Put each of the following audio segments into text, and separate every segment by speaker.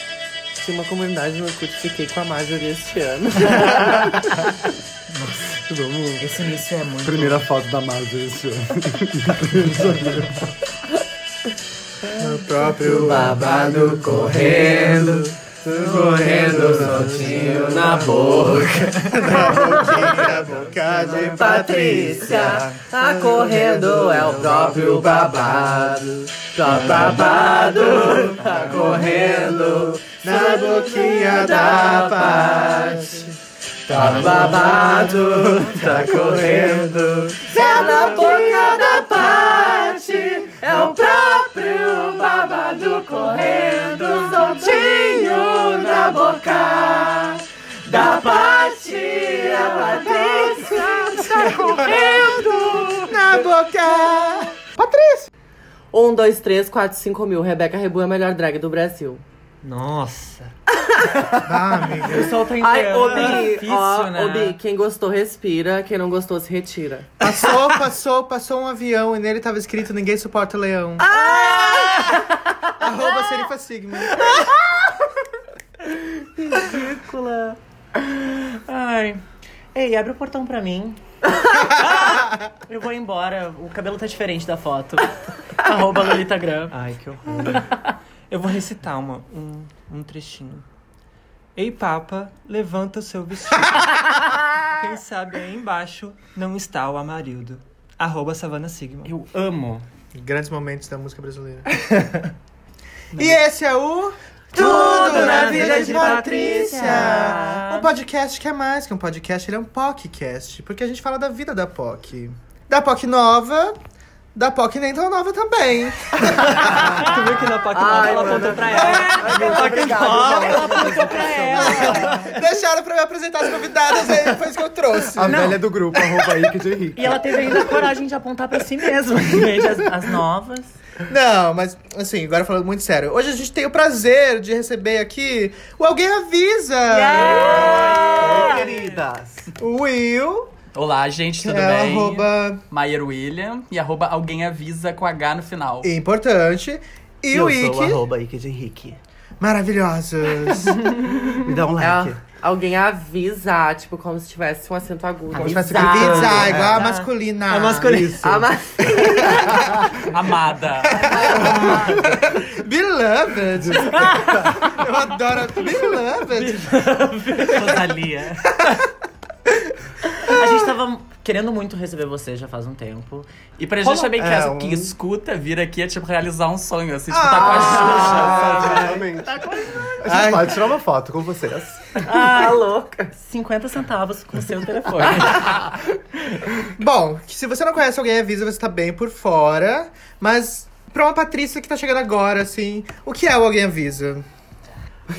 Speaker 1: conheci uma comunidade no Orkut, fiquei com a Marjorie este ano.
Speaker 2: Vamos.
Speaker 3: Esse início é muito.
Speaker 2: Primeira foto da Marjorie esse ano.
Speaker 4: O próprio babado correndo, correndo soltinho na boca. Na boquinha, boca de Patrícia,
Speaker 1: tá
Speaker 4: correndo é o próprio babado. Só babado, tá correndo na boquinha da paz. Tá babado, tá correndo, é na boca da Paty. É o próprio babado correndo, soltinho na boca da Paty. A Patrícia tá correndo na boca.
Speaker 1: Um, dois, três, quatro, cinco mil. Rebeca Rebu é a melhor drag do Brasil.
Speaker 3: Nossa.
Speaker 4: Ah, amiga.
Speaker 3: Eu só tô
Speaker 1: Ai,
Speaker 3: entendendo.
Speaker 1: Obi,
Speaker 3: É, Difícil,
Speaker 1: ó,
Speaker 3: né?
Speaker 1: Obi, quem gostou respira, quem não gostou se retira.
Speaker 4: Passou, passou, passou um avião e nele tava escrito Ninguém suporta leão.
Speaker 3: Ah!
Speaker 4: Arroba Serifa Sigma.
Speaker 3: Ridícula. Ai. Ei, abre o portão pra mim. Eu vou embora. O cabelo tá diferente da foto. Arroba Lolitagram.
Speaker 5: Ai, que horror. Eu vou recitar uma, um, um trechinho. Ei, Papa, levanta o seu vestido. Quem sabe aí embaixo não está o Amarildo. Arroba Savana Sigma.
Speaker 3: Eu amo.
Speaker 4: Grandes momentos da música brasileira. e esse é o
Speaker 3: Tudo na Vida de Patrícia.
Speaker 4: Um podcast que é mais que um podcast, ele é um podcast, porque a gente fala da vida da POC. Da POC nova, da POC nem tão nova também.
Speaker 5: Tu viu que na Pac
Speaker 1: Ai,
Speaker 5: ela
Speaker 1: mano.
Speaker 5: apontou pra ela.
Speaker 1: Muito obrigada.
Speaker 3: Ela apontou pra ela.
Speaker 4: Deixaram pra me apresentar as convidadas, aí foi isso que eu trouxe.
Speaker 2: A velha do grupo, arroba Ike de Henrique.
Speaker 3: E ela teve ainda a coragem de apontar pra si mesma. Gente, as, as novas.
Speaker 4: Não, mas assim, agora falando muito sério. Hoje a gente tem o prazer de receber aqui o Alguém Avisa.
Speaker 3: Yeah!
Speaker 6: Queridas!
Speaker 4: O Will,
Speaker 6: Olá, gente, tudo
Speaker 4: é
Speaker 6: bem?
Speaker 4: arroba
Speaker 6: Maier William e arroba alguém avisa com H no final.
Speaker 4: importante. E o
Speaker 6: Eu
Speaker 4: Ike,
Speaker 6: sou o arroba.
Speaker 5: Arroba aí que de Henrique.
Speaker 4: maravilhosos.
Speaker 5: Me dá um like.
Speaker 1: É, alguém avisa, tipo, como se tivesse um acento agudo.
Speaker 4: Como se fosse
Speaker 1: Avisa.
Speaker 4: pizza, ah, igual a masculina.
Speaker 5: A masculina.
Speaker 1: Ah, mas-
Speaker 6: Amada.
Speaker 4: Beloved. Eu adoro. Beloved.
Speaker 3: Rosalia. A gente tava querendo muito receber você já faz um tempo.
Speaker 6: E pra gente também que,
Speaker 4: É,
Speaker 6: as-
Speaker 4: um- Ah!
Speaker 6: que escuta vir aqui é tipo realizar um sonho, assim, tipo, tá com a Xuxa.
Speaker 2: Ah, realmente. A gente
Speaker 4: Ai.
Speaker 2: pode tirar uma foto com vocês.
Speaker 1: Ah, louca.
Speaker 3: 50 centavos com o seu telefone.
Speaker 4: Bom, que se você não conhece alguém, avisa, você tá bem por fora. Mas pra uma Patrícia que tá chegando agora, assim, o que é o Alguém Avisa?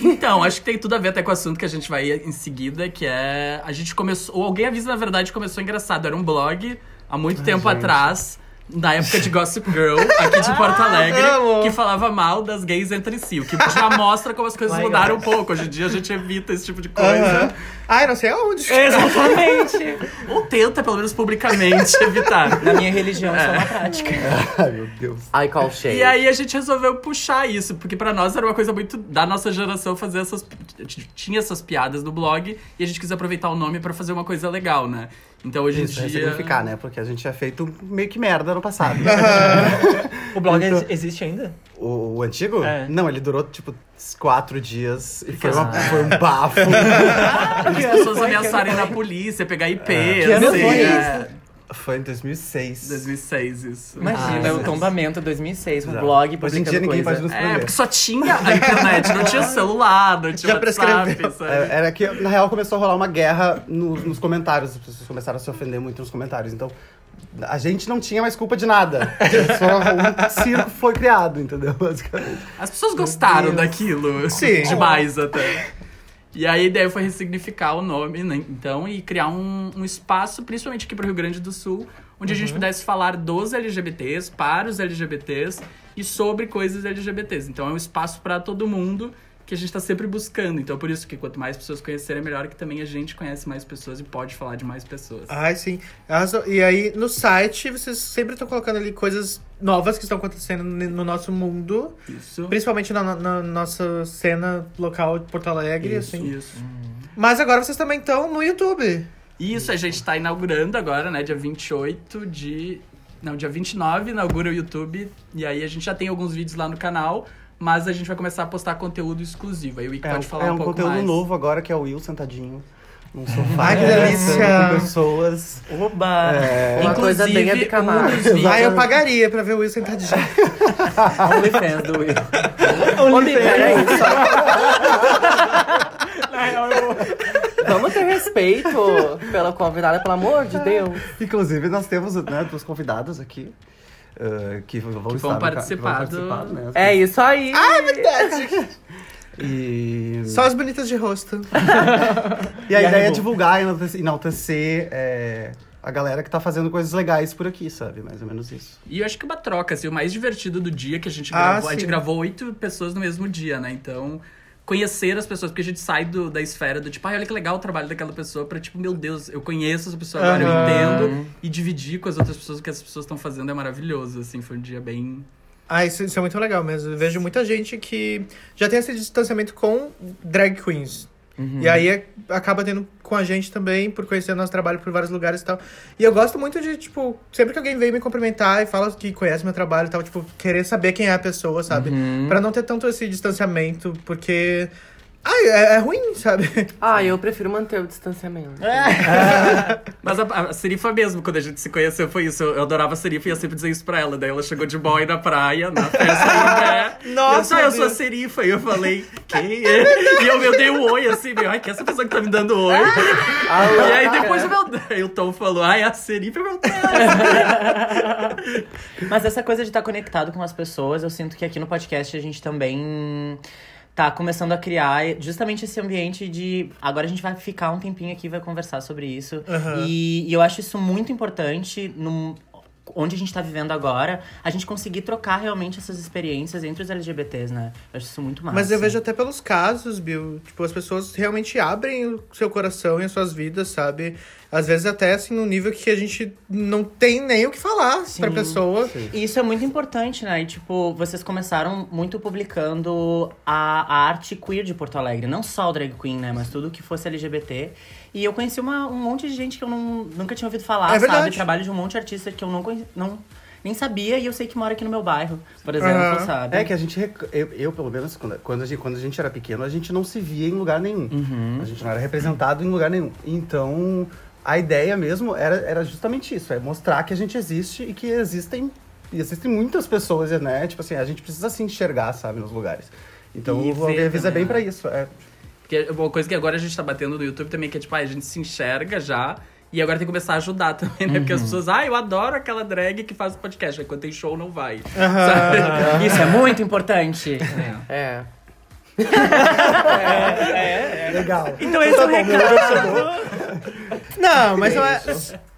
Speaker 6: Então, acho que tem tudo a ver até com o assunto que a gente vai em seguida, que é. A gente começou. Ou alguém avisa, na verdade, começou engraçado. Era um blog há muito tempo atrás. Na época de Gossip Girl, aqui de Porto Alegre,
Speaker 4: amo.
Speaker 6: que falava mal das gays entre si. O que já mostra como as coisas
Speaker 3: Legal.
Speaker 6: mudaram um pouco. Hoje em dia a gente evita esse tipo de coisa.
Speaker 4: Aham. Ai, não sei aonde.
Speaker 6: É.
Speaker 3: Exatamente.
Speaker 6: Ou tenta, pelo menos publicamente, evitar.
Speaker 3: Na minha religião, isso é uma prática.
Speaker 2: Ai, meu Deus.
Speaker 1: I call shade.
Speaker 6: E aí a gente resolveu puxar isso, porque pra nós era uma coisa muito da nossa geração fazer essas t- tinha essas piadas do blog e a gente quis aproveitar o nome pra fazer uma coisa legal, né? Então hoje em
Speaker 5: Isso,
Speaker 6: dia
Speaker 5: é significar, né? Porque a gente tinha feito meio que merda no passado.
Speaker 3: O blog ex- existe ainda?
Speaker 5: O, o antigo?
Speaker 3: É.
Speaker 5: Não, ele durou tipo quatro dias e foi, uma- foi um bafo.
Speaker 6: as pessoas ameaçarem na polícia, pegar IP,
Speaker 3: ano
Speaker 6: assim,
Speaker 3: foi
Speaker 6: né?
Speaker 5: foi em 2006.
Speaker 6: 2006 isso.
Speaker 3: Imagina, é
Speaker 5: Ah,
Speaker 3: o
Speaker 5: mas-
Speaker 3: tombamento 2006, um
Speaker 5: Exato.
Speaker 3: blog
Speaker 5: Hoje em
Speaker 3: publicando
Speaker 5: dia ninguém
Speaker 3: coisa.
Speaker 5: pode nos
Speaker 6: É,
Speaker 5: prender.
Speaker 6: porque só tinha a internet, não tinha celular, não tinha
Speaker 4: Já
Speaker 6: WhatsApp,
Speaker 4: prescreveu.
Speaker 6: sabe?
Speaker 5: É, Era que, na real, começou a rolar uma guerra no- nos comentários. As pessoas começaram a se ofender muito nos comentários. Então, a gente não tinha mais culpa de nada. Só um circo foi criado, entendeu? Basicamente.
Speaker 6: As pessoas gostaram
Speaker 5: Deus.
Speaker 6: daquilo.
Speaker 4: Sim.
Speaker 6: Demais até. E aí a ideia foi ressignificar o nome, né? Então, e criar um, um espaço, principalmente aqui pro Rio Grande do Sul, onde a gente pudesse falar dos LGBTs, para os LGBTs e sobre coisas LGBTs. Então é um espaço pra todo mundo. que a gente tá sempre buscando. Então, por isso que quanto mais pessoas conhecerem, é melhor que também a gente conhece mais pessoas e pode falar de mais pessoas.
Speaker 4: Ai, sim. Arrasou. E aí, no site, vocês sempre estão colocando ali coisas novas que estão acontecendo ne- no nosso mundo.
Speaker 6: Isso.
Speaker 4: Principalmente na, na nossa cena local de Porto Alegre,
Speaker 6: Isso,
Speaker 4: assim.
Speaker 6: isso.
Speaker 4: Mas agora vocês também estão no YouTube.
Speaker 6: Isso, a gente tá inaugurando agora, né? Dia 28 de. Não, dia 29 inaugura o YouTube. E aí a gente já tem alguns vídeos lá no canal, mas a gente vai começar a postar conteúdo exclusivo. Aí o Ick
Speaker 7: É,
Speaker 6: pode
Speaker 7: um-
Speaker 6: falar
Speaker 7: é
Speaker 6: um,
Speaker 7: um
Speaker 6: pouco
Speaker 7: conteúdo
Speaker 6: mais.
Speaker 7: novo agora, que é o Will sentadinho num sofá.
Speaker 4: Ai, que
Speaker 7: conversando
Speaker 4: delícia.
Speaker 7: Com pessoas.
Speaker 3: Oba!
Speaker 7: É,
Speaker 1: Uma coisa bem
Speaker 6: um
Speaker 1: é bicamar.
Speaker 6: Inclusive,
Speaker 4: Ai, eu pagaria pra ver o Will sentadinho.
Speaker 1: OnlyFans do Will.
Speaker 3: É
Speaker 7: OnlyFans.
Speaker 1: Vamos ter respeito pela convidada, pelo amor de Deus.
Speaker 7: Inclusive, nós temos né, duas convidadas aqui. eh, que vão, estar no ca-
Speaker 6: participar
Speaker 7: que vão participar
Speaker 6: do-
Speaker 7: né,
Speaker 1: É isso aí.
Speaker 7: E,
Speaker 4: Só as bonitas de rosto.
Speaker 7: e a
Speaker 4: E a
Speaker 7: ideia é
Speaker 4: Rebu?
Speaker 7: divulgar e enaltecer, enaltecer, eh, a galera que tá fazendo coisas legais por aqui, sabe? Mais ou menos isso.
Speaker 6: E eu acho que uma troca, assim, o mais divertido do dia que a gente
Speaker 4: Ah,
Speaker 6: gravou. a gente
Speaker 4: sim.
Speaker 6: gravou oito pessoas no mesmo dia, né? Então, conhecer as pessoas, porque a gente sai do- da esfera do tipo, ai, olha que legal o trabalho daquela pessoa, pra tipo, meu Deus, eu conheço essa pessoa agora, eu entendo. E dividir com as outras pessoas o que essas pessoas estão fazendo é maravilhoso, assim, foi um dia bem.
Speaker 4: Ah, isso, isso é muito legal mesmo. Eu vejo muita gente que já tem esse distanciamento com drag queens. E aí é- acaba tendo com a gente também, por conhecer o nosso trabalho por vários lugares e tal. E eu gosto muito de, tipo, sempre que alguém vem me cumprimentar e fala que conhece meu trabalho e tal, tipo, querer saber quem é a pessoa, sabe? Pra não ter tanto esse distanciamento, porque. Ai, é, é ruim, sabe?
Speaker 1: Ah, eu prefiro manter o distanciamento.
Speaker 3: É?
Speaker 6: Mas a, a Serifa mesmo, quando a gente se conheceu, foi isso. Eu adorava a Serifa e eu sempre dizia isso pra ela. Daí ela chegou de boy na praia, na festa em pé. E ela disse,
Speaker 4: Nossa,
Speaker 6: "Ah, eu
Speaker 4: meu
Speaker 6: sou a
Speaker 4: Deus."
Speaker 6: Serifa. E eu falei, quem é? E eu, eu dei um oi, assim, meu, ai, que é essa pessoa que tá me dando oi.
Speaker 4: Ah,
Speaker 6: e aí depois o meu, aí o Tom falou, ai, a Serifa é meu Deus.
Speaker 3: Mas essa coisa de estar conectado com as pessoas, eu sinto que aqui no podcast a gente também tá começando a criar justamente esse ambiente de agora a gente vai ficar um tempinho aqui e vai conversar sobre isso. E, e eu acho isso muito importante no onde a gente tá vivendo agora, a gente conseguir trocar realmente essas experiências entre os LGBTs, né? Eu acho isso muito massa.
Speaker 4: Mas eu vejo até pelos casos, Bill. Tipo, as pessoas realmente abrem o seu coração e as suas vidas, sabe? Às vezes até assim, num nível que a gente não tem nem o que falar pra pessoa.
Speaker 3: E isso é muito importante, né? E, tipo, vocês começaram muito publicando a, a arte queer de Porto Alegre. Não só o drag queen, né? Mas tudo que fosse LGBT. E eu conheci uma- um monte de gente que eu não- nunca tinha ouvido falar,
Speaker 4: É
Speaker 3: sabe?
Speaker 4: verdade.
Speaker 3: Trabalho de um monte de artistas que eu não conhe- não nem sabia. E eu sei que mora aqui no meu bairro, por exemplo,
Speaker 4: Aham.
Speaker 3: sabe?
Speaker 7: É que a gente. rec- Eu, eu, pelo menos, quando, quando, a gente, quando a gente era pequeno, a gente não se via em lugar nenhum.
Speaker 4: Uhum.
Speaker 7: A gente não era representado em lugar nenhum. Então, a ideia mesmo era, era justamente isso: é mostrar que a gente existe e que existem. E existem muitas pessoas, né? Tipo assim, a gente precisa se enxergar, sabe, nos lugares. Então,
Speaker 6: E
Speaker 7: o
Speaker 6: ver
Speaker 7: Avisa é
Speaker 6: também,
Speaker 7: bem pra
Speaker 6: né?
Speaker 7: isso. É,
Speaker 6: Porque uma coisa que agora a gente tá batendo no YouTube também, que é tipo, ai, a gente se enxerga já. E agora tem que começar a ajudar também, né?
Speaker 4: Uhum.
Speaker 6: Porque as pessoas, ah, eu adoro aquela drag que faz podcast. Aí quando tem show, não vai. Sabe?
Speaker 3: Isso é muito importante.
Speaker 1: É.
Speaker 7: legal.
Speaker 3: então esse é o recado.
Speaker 4: Não, mas não é.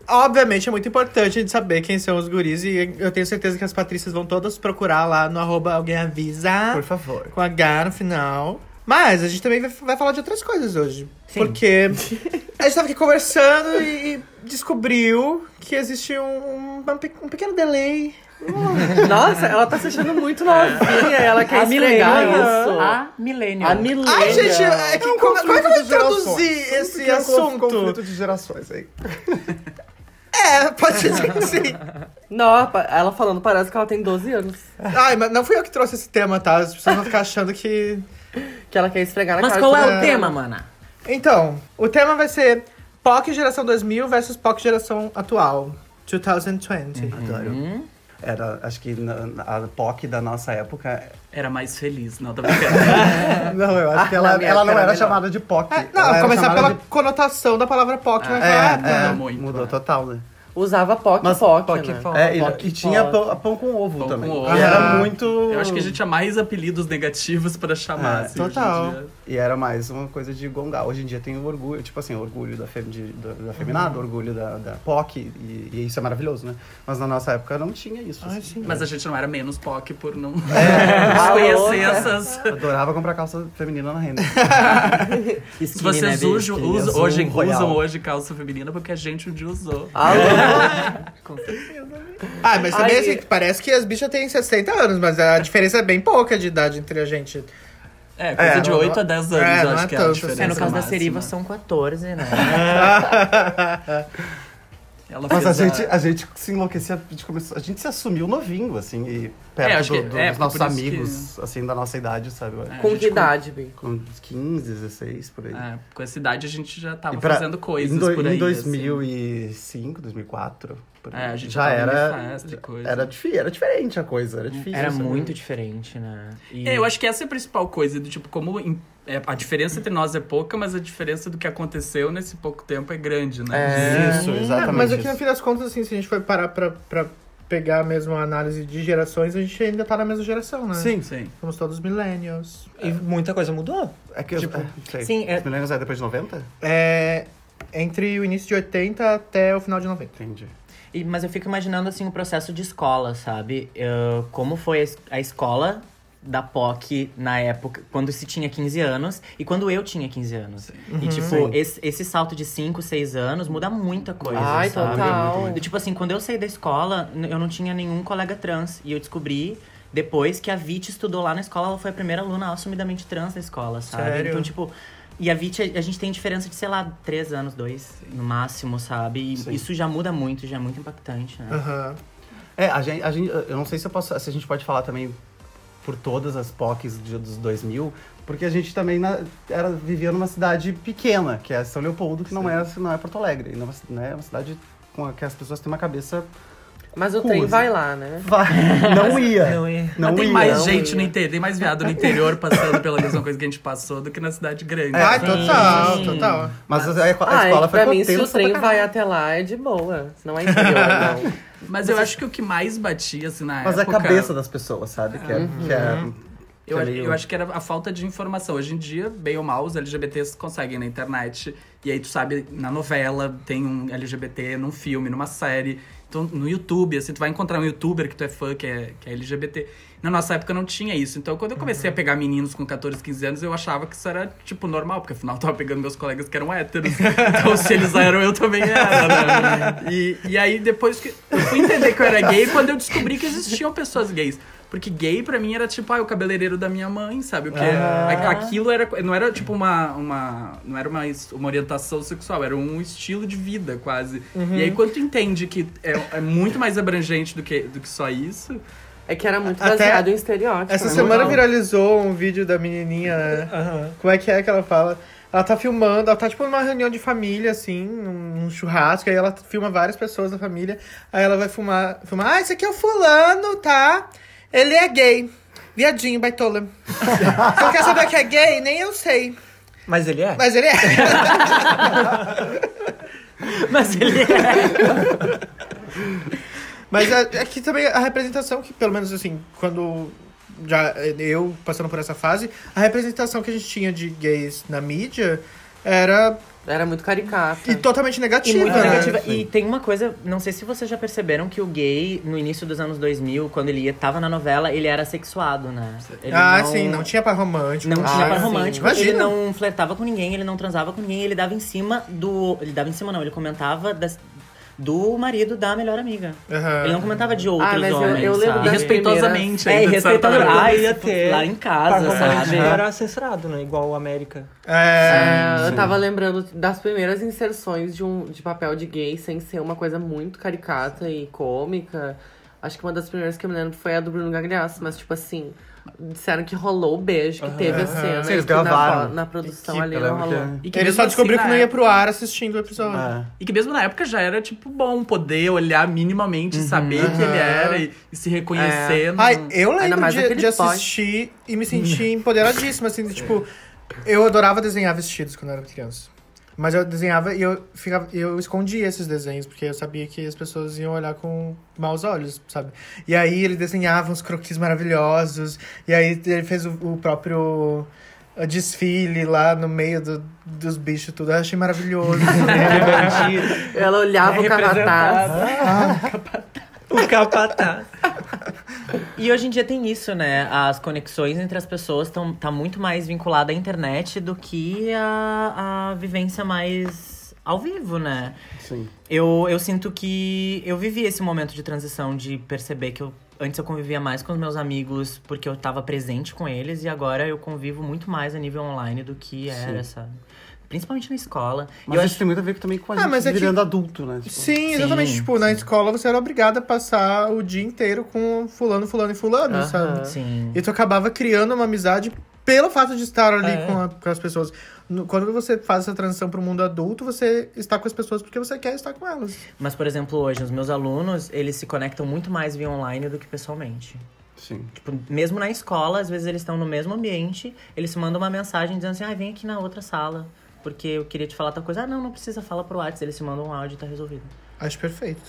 Speaker 4: Obviamente é muito importante a gente saber quem são os guris e eu tenho certeza que as Patrícias vão todas procurar lá no arroba alguém avisa
Speaker 7: Por favor.
Speaker 4: com H no final. Mas a gente também vai, vai falar de outras coisas hoje.
Speaker 3: Sim.
Speaker 4: Porque a gente tava aqui conversando e, e descobriu que existe um, um, pe- um pequeno delay.
Speaker 1: Nossa, ela tá se achando muito novinha. Ela quer
Speaker 3: A
Speaker 1: esfregar
Speaker 3: millennial.
Speaker 1: isso.
Speaker 3: A millennial.
Speaker 1: A Milena.
Speaker 4: Ai, gente, é que, como, como é que eu vou
Speaker 7: de gerações.
Speaker 4: introduzir esse
Speaker 7: Que é um
Speaker 4: assunto?
Speaker 7: conflito de gerações aí.
Speaker 4: É, pode ser que sim.
Speaker 1: Não, pa- ela falando, parece que ela tem 12 anos.
Speaker 4: Ai, mas não fui eu que trouxe esse tema, tá? As pessoas vão ficar achando que
Speaker 1: Que ela quer esfregar na
Speaker 3: Mas
Speaker 1: cara
Speaker 3: qual
Speaker 1: de todo
Speaker 3: é o
Speaker 1: mundo.
Speaker 3: tema, mana?
Speaker 4: Então, o tema vai ser POC geração 2000 versus POC geração atual, 2020.
Speaker 7: Adoro. Era, acho que na- na- a POC da nossa época.
Speaker 6: Era mais feliz, não, tô brincando.
Speaker 7: Não, eu acho que
Speaker 1: na
Speaker 7: ela,
Speaker 1: minha
Speaker 7: ela
Speaker 1: época era
Speaker 7: não era
Speaker 1: melhor.
Speaker 7: chamada de POC.
Speaker 4: É,
Speaker 7: ela
Speaker 4: não,
Speaker 7: era
Speaker 4: começar
Speaker 7: chamada
Speaker 4: pela
Speaker 7: de
Speaker 4: conotação da palavra POC né? naquela
Speaker 7: É,
Speaker 4: época.
Speaker 7: é,
Speaker 6: Mudou muito,
Speaker 7: Mudou
Speaker 6: né?
Speaker 7: total, né?
Speaker 1: Usava POC
Speaker 7: Mas
Speaker 1: POC,
Speaker 5: Poc,
Speaker 1: né?
Speaker 5: Poc.
Speaker 7: É, e-
Speaker 1: Poc,
Speaker 7: e, tinha
Speaker 1: Poc.
Speaker 7: pão, a pão com ovo
Speaker 6: Pão
Speaker 7: também.
Speaker 6: com
Speaker 7: E
Speaker 6: ovo.
Speaker 7: era
Speaker 4: Ah.
Speaker 7: muito.
Speaker 6: Eu acho que a gente tinha mais apelidos negativos pra chamar, assim, hoje em
Speaker 4: total.
Speaker 6: dia.
Speaker 7: E era mais uma coisa de gongar. Hoje em dia tem o orgulho, tipo assim, o orgulho da, fem, de, da, da feminada, o orgulho da, da POC, e, e isso é maravilhoso, né? Mas na nossa época não tinha isso.
Speaker 4: Ai,
Speaker 7: assim.
Speaker 4: sim.
Speaker 6: Mas a gente não era menos POC por não
Speaker 1: Alô,
Speaker 6: desconhecer
Speaker 1: né?
Speaker 6: essas.
Speaker 7: Eu Adorava comprar calça feminina na renda.
Speaker 6: Se vocês usam,
Speaker 5: skinny
Speaker 6: usam-
Speaker 5: azul,
Speaker 6: hoje,
Speaker 5: royal.
Speaker 6: usam hoje calça feminina, porque a gente um dia usou.
Speaker 1: Alô,
Speaker 4: Ah, mas também
Speaker 1: Ai,
Speaker 4: assim, parece que as bichas têm 60 anos, mas a diferença é bem pouca de idade entre a gente.
Speaker 6: É, coisa
Speaker 4: É,
Speaker 6: de
Speaker 4: não-
Speaker 6: 8 a 10 anos,
Speaker 4: é,
Speaker 6: eu
Speaker 4: não
Speaker 6: acho
Speaker 4: é
Speaker 6: que é a
Speaker 4: tanto,
Speaker 6: diferença.
Speaker 3: É, no caso da
Speaker 6: máxima.
Speaker 3: Seriva são 14, né?
Speaker 6: Ela
Speaker 7: Mas
Speaker 6: fez
Speaker 7: a gente, a gente se enlouquecia, a gente, começou, a gente se assumiu novinho, assim, e
Speaker 6: É,
Speaker 7: perto
Speaker 6: acho que-
Speaker 7: do- do-
Speaker 6: é,
Speaker 7: dos nossos
Speaker 6: por isso que-
Speaker 7: amigos, assim, da nossa idade, sabe? Eu acho.
Speaker 1: com
Speaker 6: gente
Speaker 1: que idade, Bi?
Speaker 7: Com 15, 16, por aí.
Speaker 6: É, com essa idade a gente já tava
Speaker 7: E pra-
Speaker 6: fazendo coisas
Speaker 7: em do-
Speaker 6: por aí.
Speaker 7: Em
Speaker 6: assim.
Speaker 7: 2005, 2004, por aí.
Speaker 6: É, a gente
Speaker 7: já
Speaker 6: tava em
Speaker 7: era...
Speaker 6: festa e coisa.
Speaker 7: Era, difi- era diferente a coisa, era difícil.
Speaker 3: Era
Speaker 7: sabe?
Speaker 3: muito diferente, né? E-
Speaker 6: É, eu acho que essa é a principal coisa, do tipo, como em- é, a diferença entre nós é pouca, mas a diferença do que aconteceu nesse pouco tempo é grande, né?
Speaker 7: Isso,
Speaker 4: É,
Speaker 7: exatamente
Speaker 4: mas aqui
Speaker 7: isso.
Speaker 4: no fim das contas, assim, se a gente for parar pra, pra pegar mesmo a análise de gerações, a gente ainda tá na mesma geração, né?
Speaker 6: Sim, sim.
Speaker 4: Somos todos millennials.
Speaker 5: E muita coisa mudou.
Speaker 7: É que eu- é, não sei.
Speaker 3: Sim, é-
Speaker 7: Os milênios é depois de 90?
Speaker 4: É, entre o início de 80 até o final de 90.
Speaker 7: Entendi.
Speaker 3: E- mas eu fico imaginando, assim, o processo de escola, sabe? Eu- como foi a, es- a escola da POC na época, quando se tinha 15 anos e quando eu tinha 15 anos.
Speaker 6: Uhum.
Speaker 3: E, tipo, esse, esse salto de 5, 6 anos muda muita coisa,
Speaker 1: Ai,
Speaker 3: sabe?
Speaker 1: total.
Speaker 3: Do Tipo assim, quando eu saí da escola, n- eu não tinha nenhum colega trans. E eu descobri depois que a Vit estudou lá na escola, ela foi a primeira aluna assumidamente trans da escola, sabe?
Speaker 4: Sério?
Speaker 3: Então, tipo. E a Vit, a a gente tem diferença de, sei lá, três anos, dois, no máximo, sabe? E isso já muda muito, já é muito impactante, né?
Speaker 4: Aham.
Speaker 7: É, a gente, a gente- eu não sei se eu posso, se a gente pode falar também por todas as POCs de- dos 2000, porque a gente também na- era, vivia numa cidade pequena, que é São Leopoldo, que não é, não é Porto Alegre, e não é uma ci- né, é uma cidade com a que as pessoas têm uma cabeça...
Speaker 1: Mas o
Speaker 7: Cusa.
Speaker 1: trem vai lá, né?
Speaker 7: Vai, não ia,
Speaker 5: Não é?
Speaker 7: não
Speaker 6: Mas tem
Speaker 7: ia.
Speaker 6: mais
Speaker 1: não
Speaker 6: gente
Speaker 1: ia.
Speaker 6: no interior, tem mais viado no interior passando pela mesma coisa que a gente passou do que na cidade grande.
Speaker 7: É.
Speaker 4: Ah, total,
Speaker 3: sim.
Speaker 4: total.
Speaker 7: Mas a, a escola
Speaker 1: Ah, é que
Speaker 7: foi
Speaker 1: pra mim, se o
Speaker 7: tensa pra
Speaker 1: trem
Speaker 7: caralho.
Speaker 1: vai até lá, é de boa. Não é interior, não.
Speaker 6: Mas eu acho que o que mais batia, assim, na
Speaker 7: Mas a
Speaker 6: época...
Speaker 7: cabeça das pessoas, sabe? Que é,
Speaker 1: Uhum.
Speaker 7: que é
Speaker 6: Eu,
Speaker 7: Que
Speaker 6: acho-
Speaker 7: meio-
Speaker 6: eu acho que era a falta de informação. Hoje em dia, bem ou mal, os LGBTs conseguem na internet. E aí, tu sabe, na novela tem um LGBT, num filme, numa série. Então, no YouTube, assim, tu vai encontrar um youtuber que tu é fã, que é, que é LGBT. Na nossa época não tinha isso. Então, quando eu comecei
Speaker 7: Uhum.
Speaker 6: a pegar meninos com 14, 15 anos, eu achava que isso era, tipo, normal. Porque afinal, eu tava pegando meus colegas que eram héteros. Então, se eles eram, eu também era, né? E, e aí, depois que eu fui entender que eu era gay, quando eu descobri que existiam pessoas gays. Porque gay pra mim era tipo, ah, o cabeleireiro da minha mãe, sabe? Porque a- aquilo era, não era tipo uma, uma não era uma, es- uma orientação sexual, era um estilo de vida quase. E aí quando tu entende que é, é muito mais abrangente do que, do que só isso,
Speaker 1: É que era muito
Speaker 4: Até-
Speaker 1: baseado em estereótipo.
Speaker 4: Essa
Speaker 1: né?
Speaker 4: semana
Speaker 1: Não.
Speaker 4: viralizou um vídeo da menininha. né? Como é que é que ela fala? Ela tá filmando, ela tá tipo numa reunião de família, assim, num churrasco, aí ela filma várias pessoas da família, aí ela vai filmar, filmar, ah, esse aqui é o fulano, tá? Ele é gay. Viadinho, baitola. Só quer saber que é gay? Nem eu sei.
Speaker 5: Mas ele é?
Speaker 4: Mas ele é.
Speaker 3: Mas ele é.
Speaker 4: Mas a- aqui também a representação que, pelo menos assim, quando já eh, eu passando por essa fase, a representação que a gente tinha de gays na mídia era
Speaker 1: Era muito caricata.
Speaker 4: E totalmente
Speaker 3: Tá. E
Speaker 4: negativa.
Speaker 3: muito
Speaker 4: né?
Speaker 3: negativa. E tem uma coisa, não sei se vocês já perceberam que o gay, no início dos anos 2000, quando ele ia- tava na novela, ele era sexuado, né? Ele
Speaker 4: ah, sim, não tinha par romântico.
Speaker 3: Não tinha
Speaker 1: Ah,
Speaker 3: par
Speaker 1: sim.
Speaker 3: romântico,
Speaker 4: Imagina.
Speaker 3: ele não flertava com ninguém, ele não transava com ninguém, ele dava em cima do. Ele dava em cima, não, ele comentava das- do marido da melhor amiga.
Speaker 4: Aham.
Speaker 3: Ele não comentava de outros
Speaker 1: Ah, mas eu-
Speaker 3: homens.
Speaker 1: eu lembro
Speaker 3: sabe?
Speaker 1: das
Speaker 3: Respe-
Speaker 6: respeitosamente.
Speaker 3: É,
Speaker 6: ainda, de certa
Speaker 3: respeitando.
Speaker 6: maneira.
Speaker 3: Ah, ia ter. Lá em casa, sabe?
Speaker 5: era censurado, né? Igual o América.
Speaker 4: É,
Speaker 1: É, eu tava lembrando das primeiras inserções de, um, de papel de gay sem ser uma coisa muito caricata e cômica. Acho que uma das primeiras que eu me lembro foi a do Bruno Gagliasso, mas tipo assim, disseram que rolou o beijo, que teve a cena.
Speaker 7: Vocês
Speaker 1: e que na-
Speaker 7: gravaram.
Speaker 1: Na, produção
Speaker 4: Que-
Speaker 1: ali
Speaker 7: eu
Speaker 1: não
Speaker 7: lembro que-
Speaker 1: rolou.
Speaker 6: E que
Speaker 4: ele
Speaker 6: mesmo
Speaker 4: só
Speaker 6: assim,
Speaker 4: descobriu
Speaker 6: na
Speaker 4: que não ia
Speaker 6: época-
Speaker 4: pro ar assistindo o episódio.
Speaker 3: Ah,
Speaker 7: é.
Speaker 6: E que mesmo na época já era, tipo, bom poder olhar minimamente, saber que ele era e, e se reconhecer. num-
Speaker 4: É. Ai, eu
Speaker 1: Ainda
Speaker 4: lembro
Speaker 1: mais
Speaker 4: de,
Speaker 1: aquele
Speaker 4: de
Speaker 1: boy.
Speaker 4: assistir e me sentir empoderadíssima, assim, de, tipo... Eu adorava desenhar vestidos quando eu era criança. Mas eu desenhava e eu, ficava, eu escondia esses desenhos, porque eu sabia que as pessoas iam olhar com maus olhos, sabe? E aí ele desenhava uns croquis maravilhosos, e aí ele fez o, o próprio eh, desfile lá no meio do- dos bichos e tudo. Eu achei maravilhoso. né?
Speaker 1: Ela olhava o capataz.
Speaker 5: O capataz.
Speaker 3: E hoje em dia tem isso, né? As conexões entre as pessoas estão tá muito mais vinculada à internet do que a, a vivência mais ao vivo, né?
Speaker 7: Sim.
Speaker 3: Eu, eu sinto que eu vivi esse momento de transição de perceber que eu antes eu convivia mais com os meus amigos porque eu tava presente com eles e agora eu convivo muito mais a nível online do que era, sabe? Principalmente na escola. E
Speaker 7: Mas é
Speaker 3: eu
Speaker 7: isso
Speaker 3: acho
Speaker 7: tem muito a ver também com a
Speaker 4: Ah,
Speaker 7: gente
Speaker 4: mas é que-
Speaker 7: virando adulto, né? Tipo,
Speaker 4: Sim, exatamente.
Speaker 3: Sim,
Speaker 4: tipo, na escola você era obrigada a passar o dia inteiro com fulano, fulano e fulano,
Speaker 1: Aham.
Speaker 4: sabe?
Speaker 3: Sim.
Speaker 4: E tu acabava criando uma amizade pelo fato de estar ali
Speaker 5: É.
Speaker 4: com, a- com as pessoas. No- quando você faz essa transição pro mundo adulto, você está com as pessoas porque você quer estar com elas.
Speaker 3: Mas, por exemplo, hoje, os meus alunos, eles se conectam muito mais via online do que pessoalmente.
Speaker 7: Sim.
Speaker 3: Tipo, mesmo na escola, às vezes eles estão no mesmo ambiente, eles se mandam uma mensagem dizendo assim, ah, vem aqui na outra sala, porque eu queria te falar tal coisa. Ah, não, não precisa, fala pro WhatsApp. Eles se mandam um áudio e tá resolvido.
Speaker 4: Acho perfeito.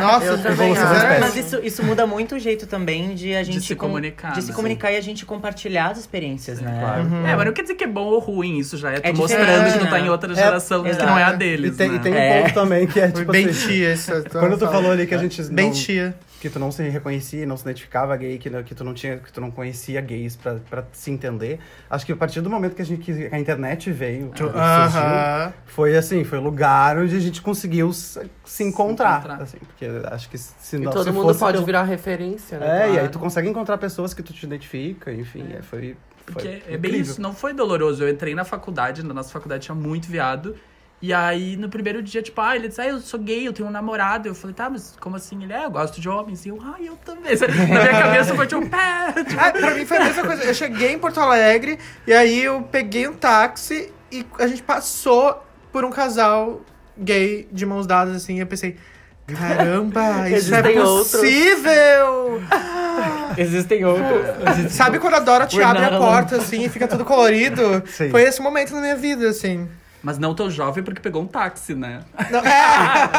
Speaker 4: Nossa,
Speaker 1: Eu também
Speaker 4: evolução
Speaker 1: acho.
Speaker 4: zero é
Speaker 3: Mas
Speaker 4: essa.
Speaker 3: isso, isso muda muito o jeito também de a gente...
Speaker 6: se
Speaker 3: com-
Speaker 6: comunicar,
Speaker 3: De se
Speaker 6: né?
Speaker 3: comunicar e a gente compartilhar as experiências, né?
Speaker 7: Claro.
Speaker 6: É, mas não quer dizer que é bom ou ruim isso já. É, tu
Speaker 3: É
Speaker 6: mostrando
Speaker 3: diferente,
Speaker 6: que tu tá
Speaker 3: né?
Speaker 6: em outra geração que não é a deles,
Speaker 7: E tem,
Speaker 6: né?
Speaker 7: e tem
Speaker 3: É.
Speaker 7: um ponto também que é
Speaker 4: Foi
Speaker 7: tipo
Speaker 4: bem
Speaker 7: assim,
Speaker 4: tia essa. tua
Speaker 7: Quando tu
Speaker 4: fala.
Speaker 7: falou ali que a gente
Speaker 4: Bem
Speaker 7: não,
Speaker 4: tia.
Speaker 7: que tu não se reconhecia, não se identificava gay, que, não- que tu não tinha, que tu não conhecia gays pra, pra se entender. Acho que a partir do momento que a gente que a internet veio, surgiu,
Speaker 4: Aham.
Speaker 7: foi assim, foi o lugar onde a gente conseguiu se, se encontrar,
Speaker 6: encontrar.
Speaker 7: assim, porque acho que se
Speaker 1: E
Speaker 7: não se
Speaker 1: todo mundo
Speaker 7: fosse
Speaker 1: pode
Speaker 7: teu-
Speaker 1: virar referência,
Speaker 7: É,
Speaker 1: né?
Speaker 7: e aí
Speaker 1: claro.
Speaker 7: tu consegue encontrar pessoas que tu te identifica, enfim, é, foi, foi
Speaker 6: Porque é
Speaker 7: incrível.
Speaker 6: bem isso, não foi doloroso. Eu entrei na faculdade, na nossa faculdade tinha muito viado. E aí, no primeiro dia, tipo, ah, ele disse, ah, eu sou gay, eu tenho um namorado. Eu falei, tá, mas como assim? Ele é, eu gosto de homens. E eu, ah, eu também. Na minha cabeça foi tipo, pé.
Speaker 4: Ah, pra mim foi a mesma coisa. Eu cheguei em Porto Alegre e aí eu peguei um táxi e a gente passou por um casal gay de mãos dadas assim. E eu pensei, caramba, isso é
Speaker 1: Existem outros.
Speaker 4: possível!
Speaker 3: Existem outros.
Speaker 4: Sabe quando a Dora te
Speaker 3: We're
Speaker 4: abre
Speaker 3: not
Speaker 4: a porta assim e fica tudo colorido?
Speaker 7: Sim.
Speaker 4: Foi esse momento na minha vida, assim.
Speaker 6: Mas não tão jovem porque pegou um táxi, né?
Speaker 4: Não, é,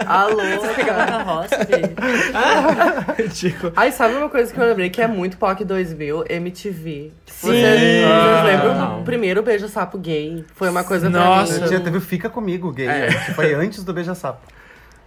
Speaker 1: Alô!
Speaker 3: Pegava
Speaker 1: cara.
Speaker 3: carroça, filho.
Speaker 1: Ai, sabe uma coisa que eu lembrei que é muito POC 2000? MTV. Tipo,
Speaker 3: Sim!
Speaker 1: Vocês, vocês lembram?
Speaker 3: Total.
Speaker 1: O primeiro beijo sapo gay foi uma coisa
Speaker 4: Nossa.
Speaker 1: pra mim.
Speaker 7: Tinha, teve o Fica Comigo gay, né,
Speaker 6: É.
Speaker 7: que foi antes do Beija Sapo. É,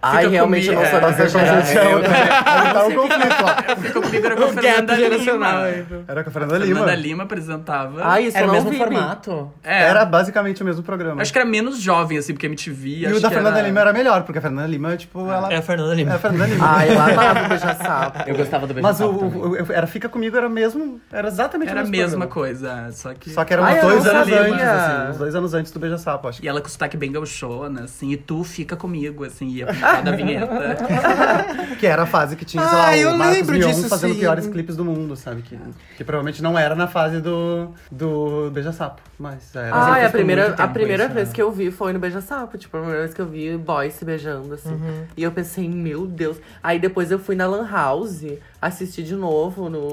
Speaker 1: Ai,
Speaker 6: Fica
Speaker 1: realmente eu não sou
Speaker 6: comigo,
Speaker 1: dessa
Speaker 7: Tinha
Speaker 1: geração.
Speaker 7: outra- Tá um conflito, ó.
Speaker 6: Ficou comigo, era com a Fernanda Lima.
Speaker 7: Era com a Fernanda Lima.
Speaker 6: Fernanda Lima apresentava.
Speaker 1: Ai, isso
Speaker 3: Era
Speaker 1: eu
Speaker 3: o
Speaker 1: não
Speaker 3: mesmo
Speaker 1: vi.
Speaker 3: formato.
Speaker 6: é,
Speaker 7: Era basicamente o mesmo programa.
Speaker 6: Acho que era menos jovem, assim, porque a MTV...
Speaker 7: e
Speaker 6: acho
Speaker 7: o da
Speaker 6: que
Speaker 7: Fernanda
Speaker 6: era... Ah,
Speaker 7: Lima era melhor, porque a Fernanda Lima, tipo, ela.
Speaker 5: É a Fernanda Lima.
Speaker 7: É a Fernanda Lima.
Speaker 1: Ai, eu amava o beijo sapo.
Speaker 3: Eu gostava do
Speaker 7: Mas o,
Speaker 3: Beija-Sapo também.
Speaker 7: o- eu- era Fica Comigo era mesmo. Era exatamente
Speaker 6: Era a
Speaker 7: o mesmo.
Speaker 6: mesma
Speaker 7: programa.
Speaker 6: coisa, é, só que...
Speaker 7: Só que era uns
Speaker 1: Ai, eu
Speaker 7: dois
Speaker 1: não
Speaker 7: anos
Speaker 1: sabia.
Speaker 7: antes, assim. Uns dois anos antes do Beija Sapo, acho que.
Speaker 6: E ela com sotaque bem gauchona, assim, e tu fica comigo, assim, ia pra da vinheta.
Speaker 7: Que era a fase que tinha, sei
Speaker 4: Ah,
Speaker 7: lá,
Speaker 4: eu
Speaker 7: o Marcos
Speaker 4: lembro
Speaker 7: Mion
Speaker 4: disso,
Speaker 7: fazendo
Speaker 4: sim.
Speaker 7: piores clipes do mundo, sabe? Que, que provavelmente não era na fase do, do Beija Sapo, mas era.
Speaker 3: ele
Speaker 1: Ai,
Speaker 3: fez
Speaker 1: Ah, é a
Speaker 3: por
Speaker 1: primeira,
Speaker 3: muito
Speaker 1: a
Speaker 3: tempo
Speaker 1: primeira
Speaker 3: isso,
Speaker 1: vez
Speaker 3: né?
Speaker 1: que eu vi foi no Beija Sapo. Tipo, a primeira vez que eu vi boy se beijando, assim.
Speaker 3: Uhum.
Speaker 1: E eu pensei, meu Deus. Aí depois eu fui na Lan House, assisti de novo no.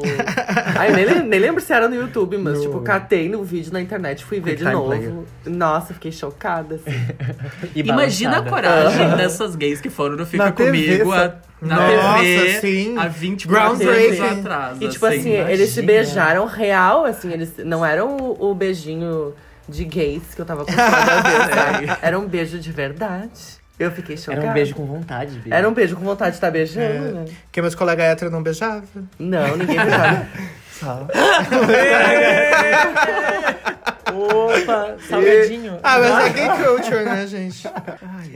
Speaker 1: Aí nem, lem- nem lembro se era no YouTube, mas, tipo, catei no vídeo na internet, fui ver de
Speaker 7: Quicktime
Speaker 1: novo.
Speaker 7: Player.
Speaker 1: Nossa, fiquei chocada, assim.
Speaker 3: E
Speaker 6: Imagina a
Speaker 3: balançada.
Speaker 6: coragem dessas gays que foram no Fica
Speaker 7: Na TV,
Speaker 6: Comigo a- na
Speaker 4: Nossa,
Speaker 6: TV
Speaker 4: sim.
Speaker 6: há 20
Speaker 4: Groundbreaking.
Speaker 6: anos atrás. né?
Speaker 1: E, tipo assim, eles se beijaram real, assim. Eles não eram o, o beijinho de gays que eu tava acostumada a ver, sabe? Era um beijo de verdade. Eu fiquei chocada.
Speaker 3: Era um beijo com vontade, É. Bia.
Speaker 1: Era um beijo com vontade de estar beijando, né?
Speaker 4: Porque meus colegas hétero não beijavam.
Speaker 1: Não, ninguém sabe.
Speaker 3: Ah. Opa, salgadinho.
Speaker 4: Ah, mas é gay culture, né, gente?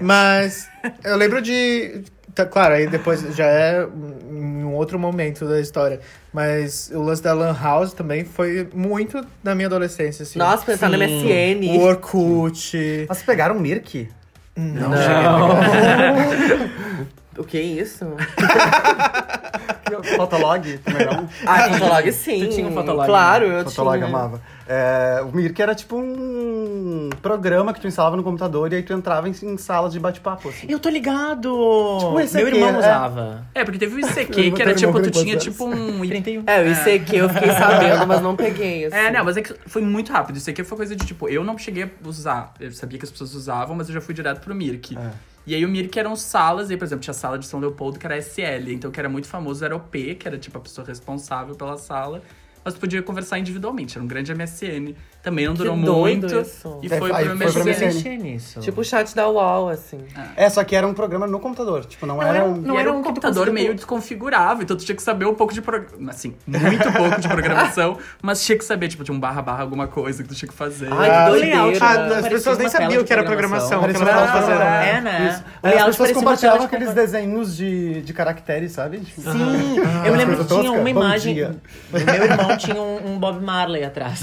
Speaker 4: Mas eu lembro de. Tá, claro, aí depois já é um um outro momento da história. Mas o lance da Lan House também foi muito na minha adolescência, assim.
Speaker 1: Nossa, pensar no
Speaker 3: Sim.
Speaker 4: O
Speaker 1: MSN.
Speaker 4: Orkut.
Speaker 7: Mas pegaram o Mirk?
Speaker 1: O que é isso?
Speaker 7: Fotolog? é Também não?
Speaker 1: Ah, Fotolog sim.
Speaker 6: Tu tinha um Fotolog?
Speaker 1: Claro, eu
Speaker 7: Fotolog
Speaker 1: tinha.
Speaker 7: amava. É, o Mirk era tipo um programa que tu instalava no computador e aí tu entrava em, em sala de bate-papo, assim.
Speaker 3: Eu tô ligado!
Speaker 7: Tipo, esse
Speaker 3: Meu
Speaker 7: aqui,
Speaker 3: irmão
Speaker 7: é.
Speaker 3: usava.
Speaker 6: É, porque teve o ICQ,
Speaker 7: Eu
Speaker 6: que era tipo,
Speaker 7: vou ter um
Speaker 6: tu
Speaker 7: irmão com
Speaker 6: tinha
Speaker 7: quantos
Speaker 6: tipo um.
Speaker 1: É, o ICQ eu fiquei sabendo, mas não peguei. Assim.
Speaker 6: É, não, mas é que foi muito rápido. Isso aqui foi coisa de tipo, eu não cheguei a usar. Eu sabia que as pessoas usavam, mas eu já fui direto pro Mirk. E aí o Mirk eram salas, e aí, por exemplo, tinha a sala de São Leopoldo, que era SL, então o que era muito famoso era o P, que era tipo a pessoa responsável pela sala. Mas tu podia conversar individualmente, era um grande MSN. Também não durou
Speaker 1: doido
Speaker 6: muito.
Speaker 1: isso.
Speaker 6: E
Speaker 7: É,
Speaker 6: foi
Speaker 7: aí
Speaker 6: pro
Speaker 7: foi pro
Speaker 6: MSN.
Speaker 7: MSN.
Speaker 3: mexer nisso.
Speaker 1: Tipo o chat da UOL, assim.
Speaker 7: É, só que era um programa no computador. Tipo, não, era um.
Speaker 6: Não era um computador meio desconfigurável, então tu tinha que saber um pouco de pro- assim, muito pouco de programação, mas tinha que saber, tipo, de um barra barra alguma coisa que tu tinha que fazer.
Speaker 1: Ai, que doideira.
Speaker 4: Ah, não, as pessoas nem sabiam que era programação, que elas estavam fazendo.
Speaker 3: É, né?
Speaker 7: Isso.
Speaker 3: O
Speaker 7: Aí as
Speaker 3: layout
Speaker 7: pessoas
Speaker 3: parecia uma tela de
Speaker 7: compartilhavam aqueles desenhos de, de caracteres, sabe? Tipo,
Speaker 3: Sim, eu me lembro
Speaker 7: coisa
Speaker 3: que tinha
Speaker 7: tosca.
Speaker 3: uma
Speaker 7: Bom
Speaker 3: imagem.
Speaker 7: dia.
Speaker 3: O meu irmão tinha um, um Bob Marley atrás.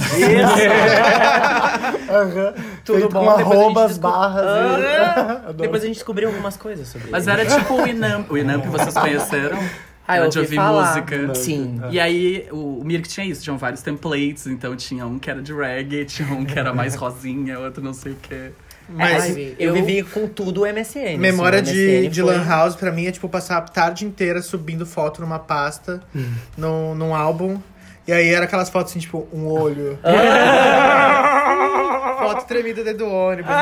Speaker 7: aham.
Speaker 3: Tudo
Speaker 7: Feito
Speaker 3: bom,
Speaker 7: com
Speaker 3: depois a gente
Speaker 7: arrobas,
Speaker 3: discu-
Speaker 7: barras.
Speaker 3: Ah.
Speaker 7: e- Adoro.
Speaker 3: Depois a gente descobriu algumas coisas sobre
Speaker 6: Mas
Speaker 3: ele.
Speaker 6: era tipo o Inamp. O Inamp vocês conheceram?
Speaker 1: Ah, eu
Speaker 6: era de
Speaker 1: ouvi
Speaker 6: ouvir
Speaker 1: falar.
Speaker 6: música.
Speaker 3: Sim.
Speaker 6: E aí, o, o Mirk tinha isso, tinham vários templates, então tinha um que era de reggae, tinha um que era mais rosinha, outro não sei o quê.
Speaker 4: Mas
Speaker 3: É, eu,
Speaker 1: eu-
Speaker 3: vivi com tudo o MSN.
Speaker 4: memória
Speaker 3: assim, o
Speaker 4: de,
Speaker 3: MSN
Speaker 4: de
Speaker 3: foi-
Speaker 4: Lan House, pra mim, é tipo passar a tarde inteira subindo foto numa pasta,
Speaker 3: Hum.
Speaker 4: num, num álbum. E aí era aquelas fotos assim, tipo, um olho.
Speaker 1: Ah,
Speaker 4: foto tremida dentro do ônibus. né?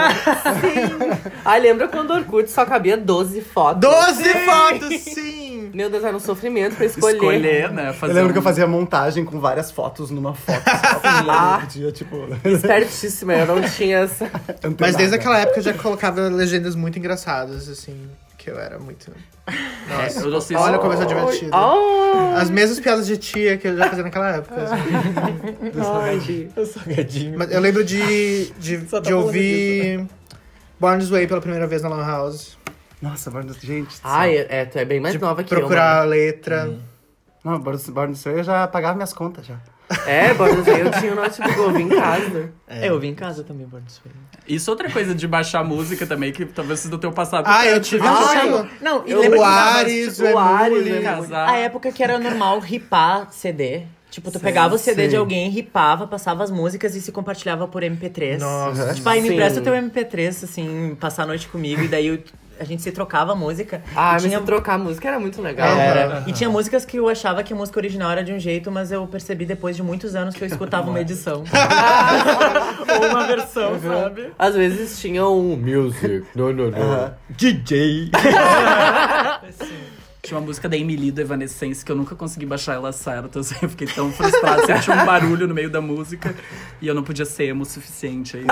Speaker 3: Ah,
Speaker 1: Ai, lembra quando o Orkut só cabia 12 fotos?
Speaker 4: Doze fotos, sim!
Speaker 1: Meu Deus, era um sofrimento pra escolher.
Speaker 6: Escolher, né? Fazer
Speaker 7: Eu lembro
Speaker 6: um-
Speaker 7: que eu fazia montagem com várias fotos numa foto.
Speaker 3: Ah.
Speaker 7: Só dia, tipo.
Speaker 1: Espertíssima, eu não tinha essa.
Speaker 4: Mas desde
Speaker 7: antenada.
Speaker 4: aquela época eu já colocava legendas muito engraçadas, assim, que eu era muito.
Speaker 6: É, eu não sei se-
Speaker 4: Olha como eu sou divertido.
Speaker 1: Oh!
Speaker 4: As mesmas piadas de tia que eu já fazia naquela época. assim.
Speaker 3: Eu sou gadinho.
Speaker 4: Mas eu lembro de, de,
Speaker 3: Só tá
Speaker 4: de
Speaker 3: falando né?
Speaker 4: ouvir Born's Way pela primeira vez na Lan House.
Speaker 7: Nossa, Barnes, gente. do céu.
Speaker 1: Ai, é, tu é bem mais nova que
Speaker 4: Procurar a letra.
Speaker 3: Hum.
Speaker 7: Não, Barnes, Barnes, eu já pagava minhas contas já.
Speaker 1: eu. mano. É, bora dizer, eu tinha o notebook, eu vim em casa.
Speaker 3: Eu vim em casa também, por isso.
Speaker 6: Isso é outra coisa de baixar música também, que talvez vocês não tenham passado.
Speaker 4: Ah, eu tive um é
Speaker 1: Ai,
Speaker 4: jogo.
Speaker 3: Não, e
Speaker 4: Eu-
Speaker 3: lembra
Speaker 4: o
Speaker 3: que tipo, dava-
Speaker 4: Ares,
Speaker 1: o
Speaker 4: o
Speaker 1: Ares,
Speaker 4: Emule.
Speaker 6: né?
Speaker 3: Não, A época que era normal ripar CD. Tipo, tu pegava o CD de alguém, ripava, passava as músicas e se compartilhava por MP3.
Speaker 4: Nossa.
Speaker 3: Tipo, aí me
Speaker 1: Sim.
Speaker 3: empresta teu MP3, assim, passar a noite comigo. E daí eu- a gente se trocava a música.
Speaker 1: Ah,
Speaker 3: e
Speaker 1: mas
Speaker 3: tinha...
Speaker 1: se trocar a música era muito legal.
Speaker 3: Era. E tinha músicas que eu achava que a música original era de um jeito, mas eu percebi depois de muitos anos que eu escutava uma edição. Ou uma versão, sabe?
Speaker 1: Às vezes tinha um music, no, no, no.
Speaker 3: DJ!
Speaker 6: Tinha uma música da Emily do Evanescence que eu nunca consegui baixar ela certa. assim. Eu sempre fiquei tão frustrada. Sempre tinha um barulho no meio da música e eu não podia ser emo o suficiente. Aí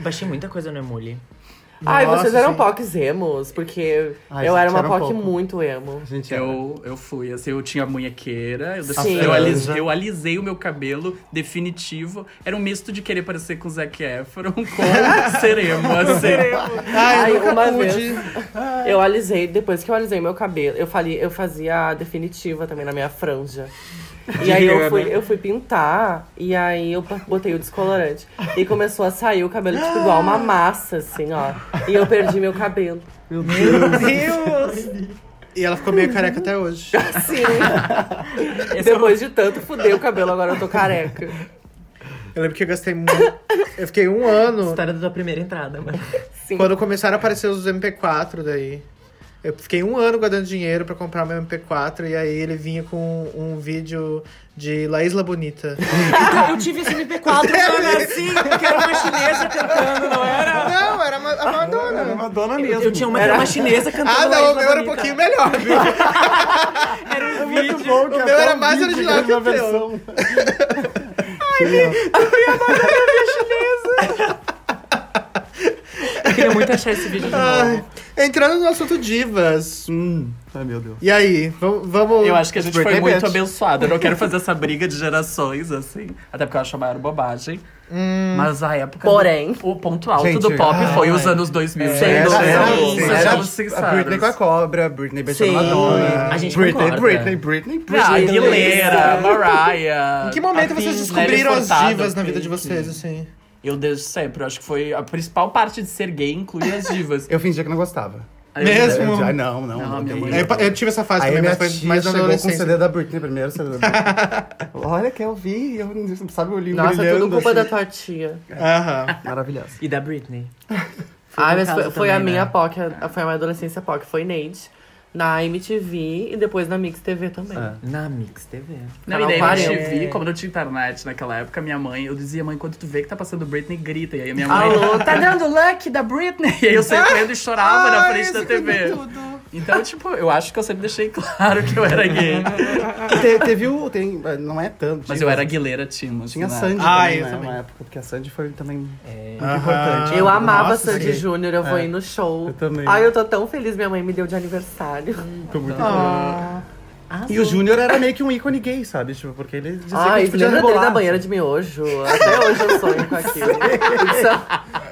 Speaker 3: Baixei muita coisa no Emule.
Speaker 1: Ai,
Speaker 4: Nossa,
Speaker 1: vocês eram
Speaker 4: sim.
Speaker 1: POCs emos, porque
Speaker 7: Ai,
Speaker 1: eu
Speaker 7: gente,
Speaker 1: era uma
Speaker 7: era um
Speaker 1: POC
Speaker 7: pouco.
Speaker 1: muito emo.
Speaker 7: Gente,
Speaker 6: eu, eu fui, assim, eu tinha a munhequeira, eu,
Speaker 1: Sim.
Speaker 6: eu, alis- eu alisei o meu cabelo definitivo. Era um misto de querer parecer com o Zac Efron com seremo, assim.
Speaker 4: Ah, eu
Speaker 1: Ai, uma
Speaker 4: nunca pude.
Speaker 1: vez. Eu alisei, depois que eu alisei meu cabelo, eu falei, eu fazia a definitiva também na minha franja. E aí eu fui, eu fui pintar, e aí eu botei o descolorante. E começou a sair o cabelo, tipo, igual uma massa, assim, ó. E eu perdi meu cabelo.
Speaker 4: E ela ficou meio careca até hoje.
Speaker 1: Sim. Depois de tanto fuder o cabelo, agora eu tô careca.
Speaker 4: Eu lembro que eu gastei muito. Eu fiquei um ano
Speaker 3: História da tua primeira entrada, mano.
Speaker 1: Sim.
Speaker 4: quando começaram a aparecer os MP4 daí. Eu fiquei um ano guardando dinheiro pra comprar meu MP4 e aí ele vinha com um vídeo de La Isla Bonita.
Speaker 3: Então, eu tive esse MP4 mano, assim, que era uma chinesa cantando, não era?
Speaker 4: Não, era uma- a Madonna.
Speaker 7: Era uma dona
Speaker 3: Eu,
Speaker 7: mesmo.
Speaker 3: eu tinha É, uma que era uma chinesa cantando.
Speaker 4: Ah,
Speaker 3: lá,
Speaker 4: não, o
Speaker 3: Isla
Speaker 4: meu era um
Speaker 3: Bonita.
Speaker 4: pouquinho melhor, viu?
Speaker 3: Era um
Speaker 7: Muito
Speaker 3: vídeo.
Speaker 7: bom, que
Speaker 4: meu
Speaker 7: até
Speaker 4: era
Speaker 7: o
Speaker 4: mais
Speaker 7: vídeo
Speaker 4: original
Speaker 7: era
Speaker 4: que
Speaker 7: uma
Speaker 4: o teu.
Speaker 7: versão.
Speaker 3: Eu queria muito achar esse vídeo de novo.
Speaker 4: Ai, entrando no assunto divas.
Speaker 7: Hum. Ai, meu Deus.
Speaker 4: E aí, vamos. vamos-
Speaker 6: Eu acho que a gente foi
Speaker 7: Pretty
Speaker 6: muito
Speaker 7: bitch.
Speaker 6: abençoada. Eu não quero fazer essa briga de gerações, assim. Até porque eu acho a maior bobagem.
Speaker 4: Hum.
Speaker 6: Mas a época.
Speaker 1: Porém.
Speaker 6: O ponto alto
Speaker 7: Gente,
Speaker 6: do pop
Speaker 7: ai.
Speaker 6: foi os anos 2000.
Speaker 7: É,
Speaker 1: Sem
Speaker 6: né?
Speaker 1: dúvida.
Speaker 6: Sejamos-
Speaker 1: Sim.
Speaker 6: Sejamos
Speaker 7: a Britney com a
Speaker 6: sinceros.
Speaker 7: cobra, Britney beijando
Speaker 1: Sim.
Speaker 7: Madonna.
Speaker 3: A gente
Speaker 7: Britney,
Speaker 3: concorda.
Speaker 7: Britney, Britney, Britney.
Speaker 6: Ah,
Speaker 3: Britney.
Speaker 6: Aguilera, Mariah.
Speaker 4: Em que momento vocês
Speaker 6: Pink,
Speaker 4: descobriram
Speaker 6: Nelly
Speaker 4: as
Speaker 6: Furtado,
Speaker 4: divas na vida de
Speaker 6: Pink.
Speaker 4: vocês, assim?
Speaker 6: Eu desde sempre. Eu acho que foi a principal parte de ser gay, incluir as divas.
Speaker 7: Eu fingia que não gostava.
Speaker 6: Aí eu-
Speaker 4: Mesmo?
Speaker 7: Eu- Ah, não, não.
Speaker 6: Não,
Speaker 7: não,
Speaker 6: minha
Speaker 7: que
Speaker 6: mãe-
Speaker 7: isso.
Speaker 4: Eu, eu tive essa fase
Speaker 7: Aí é,
Speaker 4: também,
Speaker 7: minha
Speaker 4: mas
Speaker 7: tia
Speaker 4: foi mais na
Speaker 7: chegou com o
Speaker 4: adolescência.
Speaker 7: CD da Britney, primeiro CD da Britney. Olha, quer ouvir? Eu, sabe, o livro
Speaker 1: Nossa, é
Speaker 7: brilhando.
Speaker 1: tudo culpa
Speaker 7: assim.
Speaker 1: da tua tia.
Speaker 4: Aham.
Speaker 7: Maravilhosa.
Speaker 3: E da Britney.
Speaker 1: Ah,
Speaker 3: por
Speaker 1: mas foi,
Speaker 3: causa
Speaker 1: foi a
Speaker 3: também,
Speaker 1: minha
Speaker 3: né?
Speaker 1: POC, a- foi a minha adolescência POC, foi Neide. Na MTV e depois na Mix TV também.
Speaker 7: É.
Speaker 3: Na Mix TV.
Speaker 6: Não,
Speaker 1: Canal
Speaker 6: e daí na
Speaker 1: 40.
Speaker 6: TV, como não tinha internet naquela época, minha mãe, eu dizia, mãe, quando tu vê que tá passando Britney, grita. E aí a minha mãe,
Speaker 1: Alô?
Speaker 6: tá dando luck da Britney. E aí eu sempre lendo e chorava
Speaker 4: Ah,
Speaker 6: na frente da
Speaker 4: é
Speaker 6: TV.
Speaker 5: Tudo.
Speaker 6: Então, tipo, eu acho que eu sempre deixei claro que eu era gay.
Speaker 7: Te- teve o. Tem, não é tanto.
Speaker 6: Mas
Speaker 7: tinha-
Speaker 6: eu era guileira Timos.
Speaker 7: Tinha
Speaker 6: né? É,
Speaker 7: Sandy
Speaker 4: Ah,
Speaker 7: também,
Speaker 4: eu
Speaker 7: né,
Speaker 4: também.
Speaker 7: Uma época, porque a Sandy foi também muito
Speaker 4: Aham.
Speaker 7: importante.
Speaker 1: Eu amava
Speaker 4: Nossa,
Speaker 1: Sandy
Speaker 4: sim.
Speaker 1: Júnior, eu vou
Speaker 7: É.
Speaker 1: ir no show.
Speaker 7: Eu também.
Speaker 1: Ai, eu tô tão feliz, minha mãe me deu de aniversário.
Speaker 7: Tô muito E o Júnior era meio que um ícone gay, sabe? Tipo, porque ele dizia
Speaker 1: Ai,
Speaker 7: que podia
Speaker 1: lembra dele
Speaker 7: rebolar.
Speaker 1: da banheira de miojo? Até hoje eu sonho com aquilo. São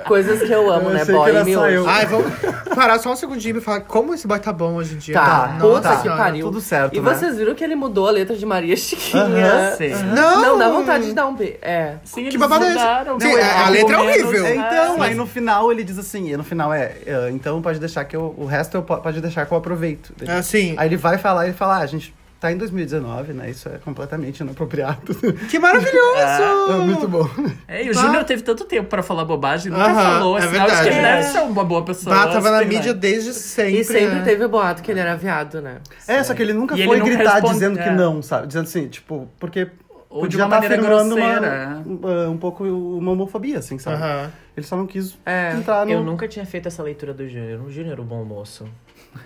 Speaker 1: coisas que eu amo,
Speaker 7: Eu
Speaker 1: né?
Speaker 7: achei que
Speaker 1: Boy
Speaker 7: era
Speaker 1: e
Speaker 7: só eu.
Speaker 1: miojo.
Speaker 4: Ai, vamos parar só um segundinho e falar como esse boy tá bom hoje em dia.
Speaker 1: Tá,
Speaker 4: Nossa
Speaker 1: puta que
Speaker 4: senhora.
Speaker 1: pariu.
Speaker 7: Tudo certo,
Speaker 1: E
Speaker 7: né?
Speaker 1: vocês viram que ele mudou a letra de Maria Chiquinha?
Speaker 7: Aham,
Speaker 6: sim.
Speaker 4: Não!
Speaker 1: Não, dá vontade de dar um beijo. É.
Speaker 6: Sim,
Speaker 4: Que
Speaker 6: eles
Speaker 4: babado é esse?
Speaker 6: mudaram,
Speaker 4: Sim,
Speaker 6: meu,
Speaker 4: a- a
Speaker 6: pelo
Speaker 4: letra é
Speaker 6: menos,
Speaker 4: horrível.
Speaker 6: né?
Speaker 7: É, então,
Speaker 6: Mas
Speaker 7: aí no final ele diz assim, e no final é, é, então pode deixar que eu, o resto eu, po- pode deixar que eu aproveito. Ele-
Speaker 4: Ah, sim.
Speaker 7: Aí ele vai falar, ele fala, ah, gente, tá em 2019, né, isso é completamente inapropriado.
Speaker 4: Que maravilhoso!
Speaker 7: É muito bom.
Speaker 6: É, e o Júnior teve tanto tempo pra falar bobagem, nunca
Speaker 4: Aham,
Speaker 6: falou.
Speaker 4: é
Speaker 6: É sinal de que
Speaker 4: verdade.
Speaker 6: ele
Speaker 4: É.
Speaker 6: deve ser uma boa pessoa.
Speaker 4: Bah, tava na
Speaker 6: sei lá.
Speaker 4: mídia desde sempre.
Speaker 1: E sempre
Speaker 3: É.
Speaker 4: né?
Speaker 1: teve o boato que ele era viado, né?
Speaker 7: É, só que ele nunca
Speaker 6: E ele
Speaker 7: foi
Speaker 6: nunca
Speaker 7: gritar
Speaker 6: responde-
Speaker 7: dizendo que
Speaker 6: é.
Speaker 7: não, sabe? Dizendo assim, tipo, porque
Speaker 6: Ou de
Speaker 7: podia
Speaker 6: uma
Speaker 7: estar
Speaker 6: maneira
Speaker 7: tá afirmando uma-
Speaker 6: grosseira.
Speaker 7: um- um pouco uma homofobia, assim, sabe?
Speaker 4: Aham.
Speaker 7: Ele só não quis
Speaker 1: É,
Speaker 7: entrar no...
Speaker 3: Eu nunca tinha feito essa leitura do Júnior. O Júnior, o bom moço.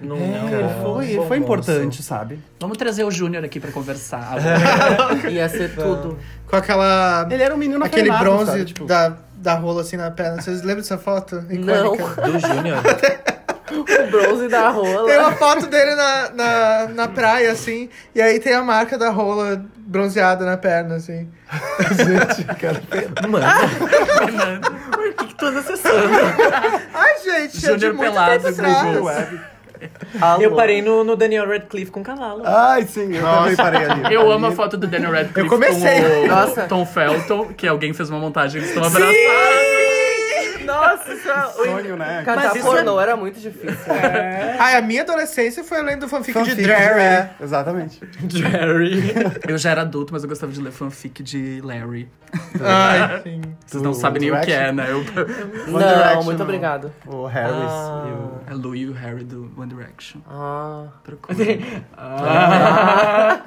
Speaker 3: Nunca.
Speaker 7: É,
Speaker 4: É,
Speaker 7: Ele foi, ele
Speaker 3: Bom
Speaker 7: foi
Speaker 3: moço.
Speaker 7: importante, sabe?
Speaker 6: Vamos trazer o Júnior aqui pra conversar.
Speaker 1: ia ser tudo.
Speaker 4: Com aquela.
Speaker 7: Ele era um menino
Speaker 4: aquele
Speaker 7: afeminado,
Speaker 4: bronze
Speaker 7: sabe? Tipo,
Speaker 4: da, da rola assim na perna. Vocês lembram dessa foto?
Speaker 1: Não.
Speaker 4: Icônica?
Speaker 3: Do Júnior?
Speaker 1: O bronze da rola.
Speaker 4: Tem uma foto dele na, na, na praia, assim, e aí tem a marca da rola bronzeada na perna, assim.
Speaker 3: Mano,
Speaker 4: Ai, gente, é de
Speaker 6: Júnior
Speaker 4: muito
Speaker 6: pelado,
Speaker 4: tempo atrás.
Speaker 6: Google.
Speaker 3: eu parei no, no Daniel Radcliffe com cavalo.
Speaker 7: Ai, sim, eu também parei ali.
Speaker 6: Eu
Speaker 7: Ali-
Speaker 6: amo a foto do Daniel Radcliffe
Speaker 4: Eu comecei.
Speaker 6: com o
Speaker 1: Nossa.
Speaker 6: Tom Felton, que alguém fez uma montagem, eles estão abraçados.
Speaker 1: Nossa, isso é...
Speaker 7: Sonho, né?
Speaker 1: Cantar
Speaker 3: Mas isso é-
Speaker 1: pornô era muito difícil.
Speaker 4: Ai, a minha adolescência foi além do fanfic,
Speaker 7: Fanfic
Speaker 4: de Drarry.
Speaker 7: é, Exatamente.
Speaker 6: Jerry. Eu já era adulto, mas eu gostava de ler fanfic de Larry.
Speaker 4: Ai, sim.
Speaker 6: Vocês não sabem nem o que é, né? Eu-
Speaker 1: Não,
Speaker 7: Direction,
Speaker 1: muito
Speaker 7: não.
Speaker 1: obrigado.
Speaker 7: O Harris
Speaker 3: Ah.
Speaker 7: e o...
Speaker 6: É Lou e o Harry do One Direction.
Speaker 1: Ah.
Speaker 6: Procura.
Speaker 7: Ah,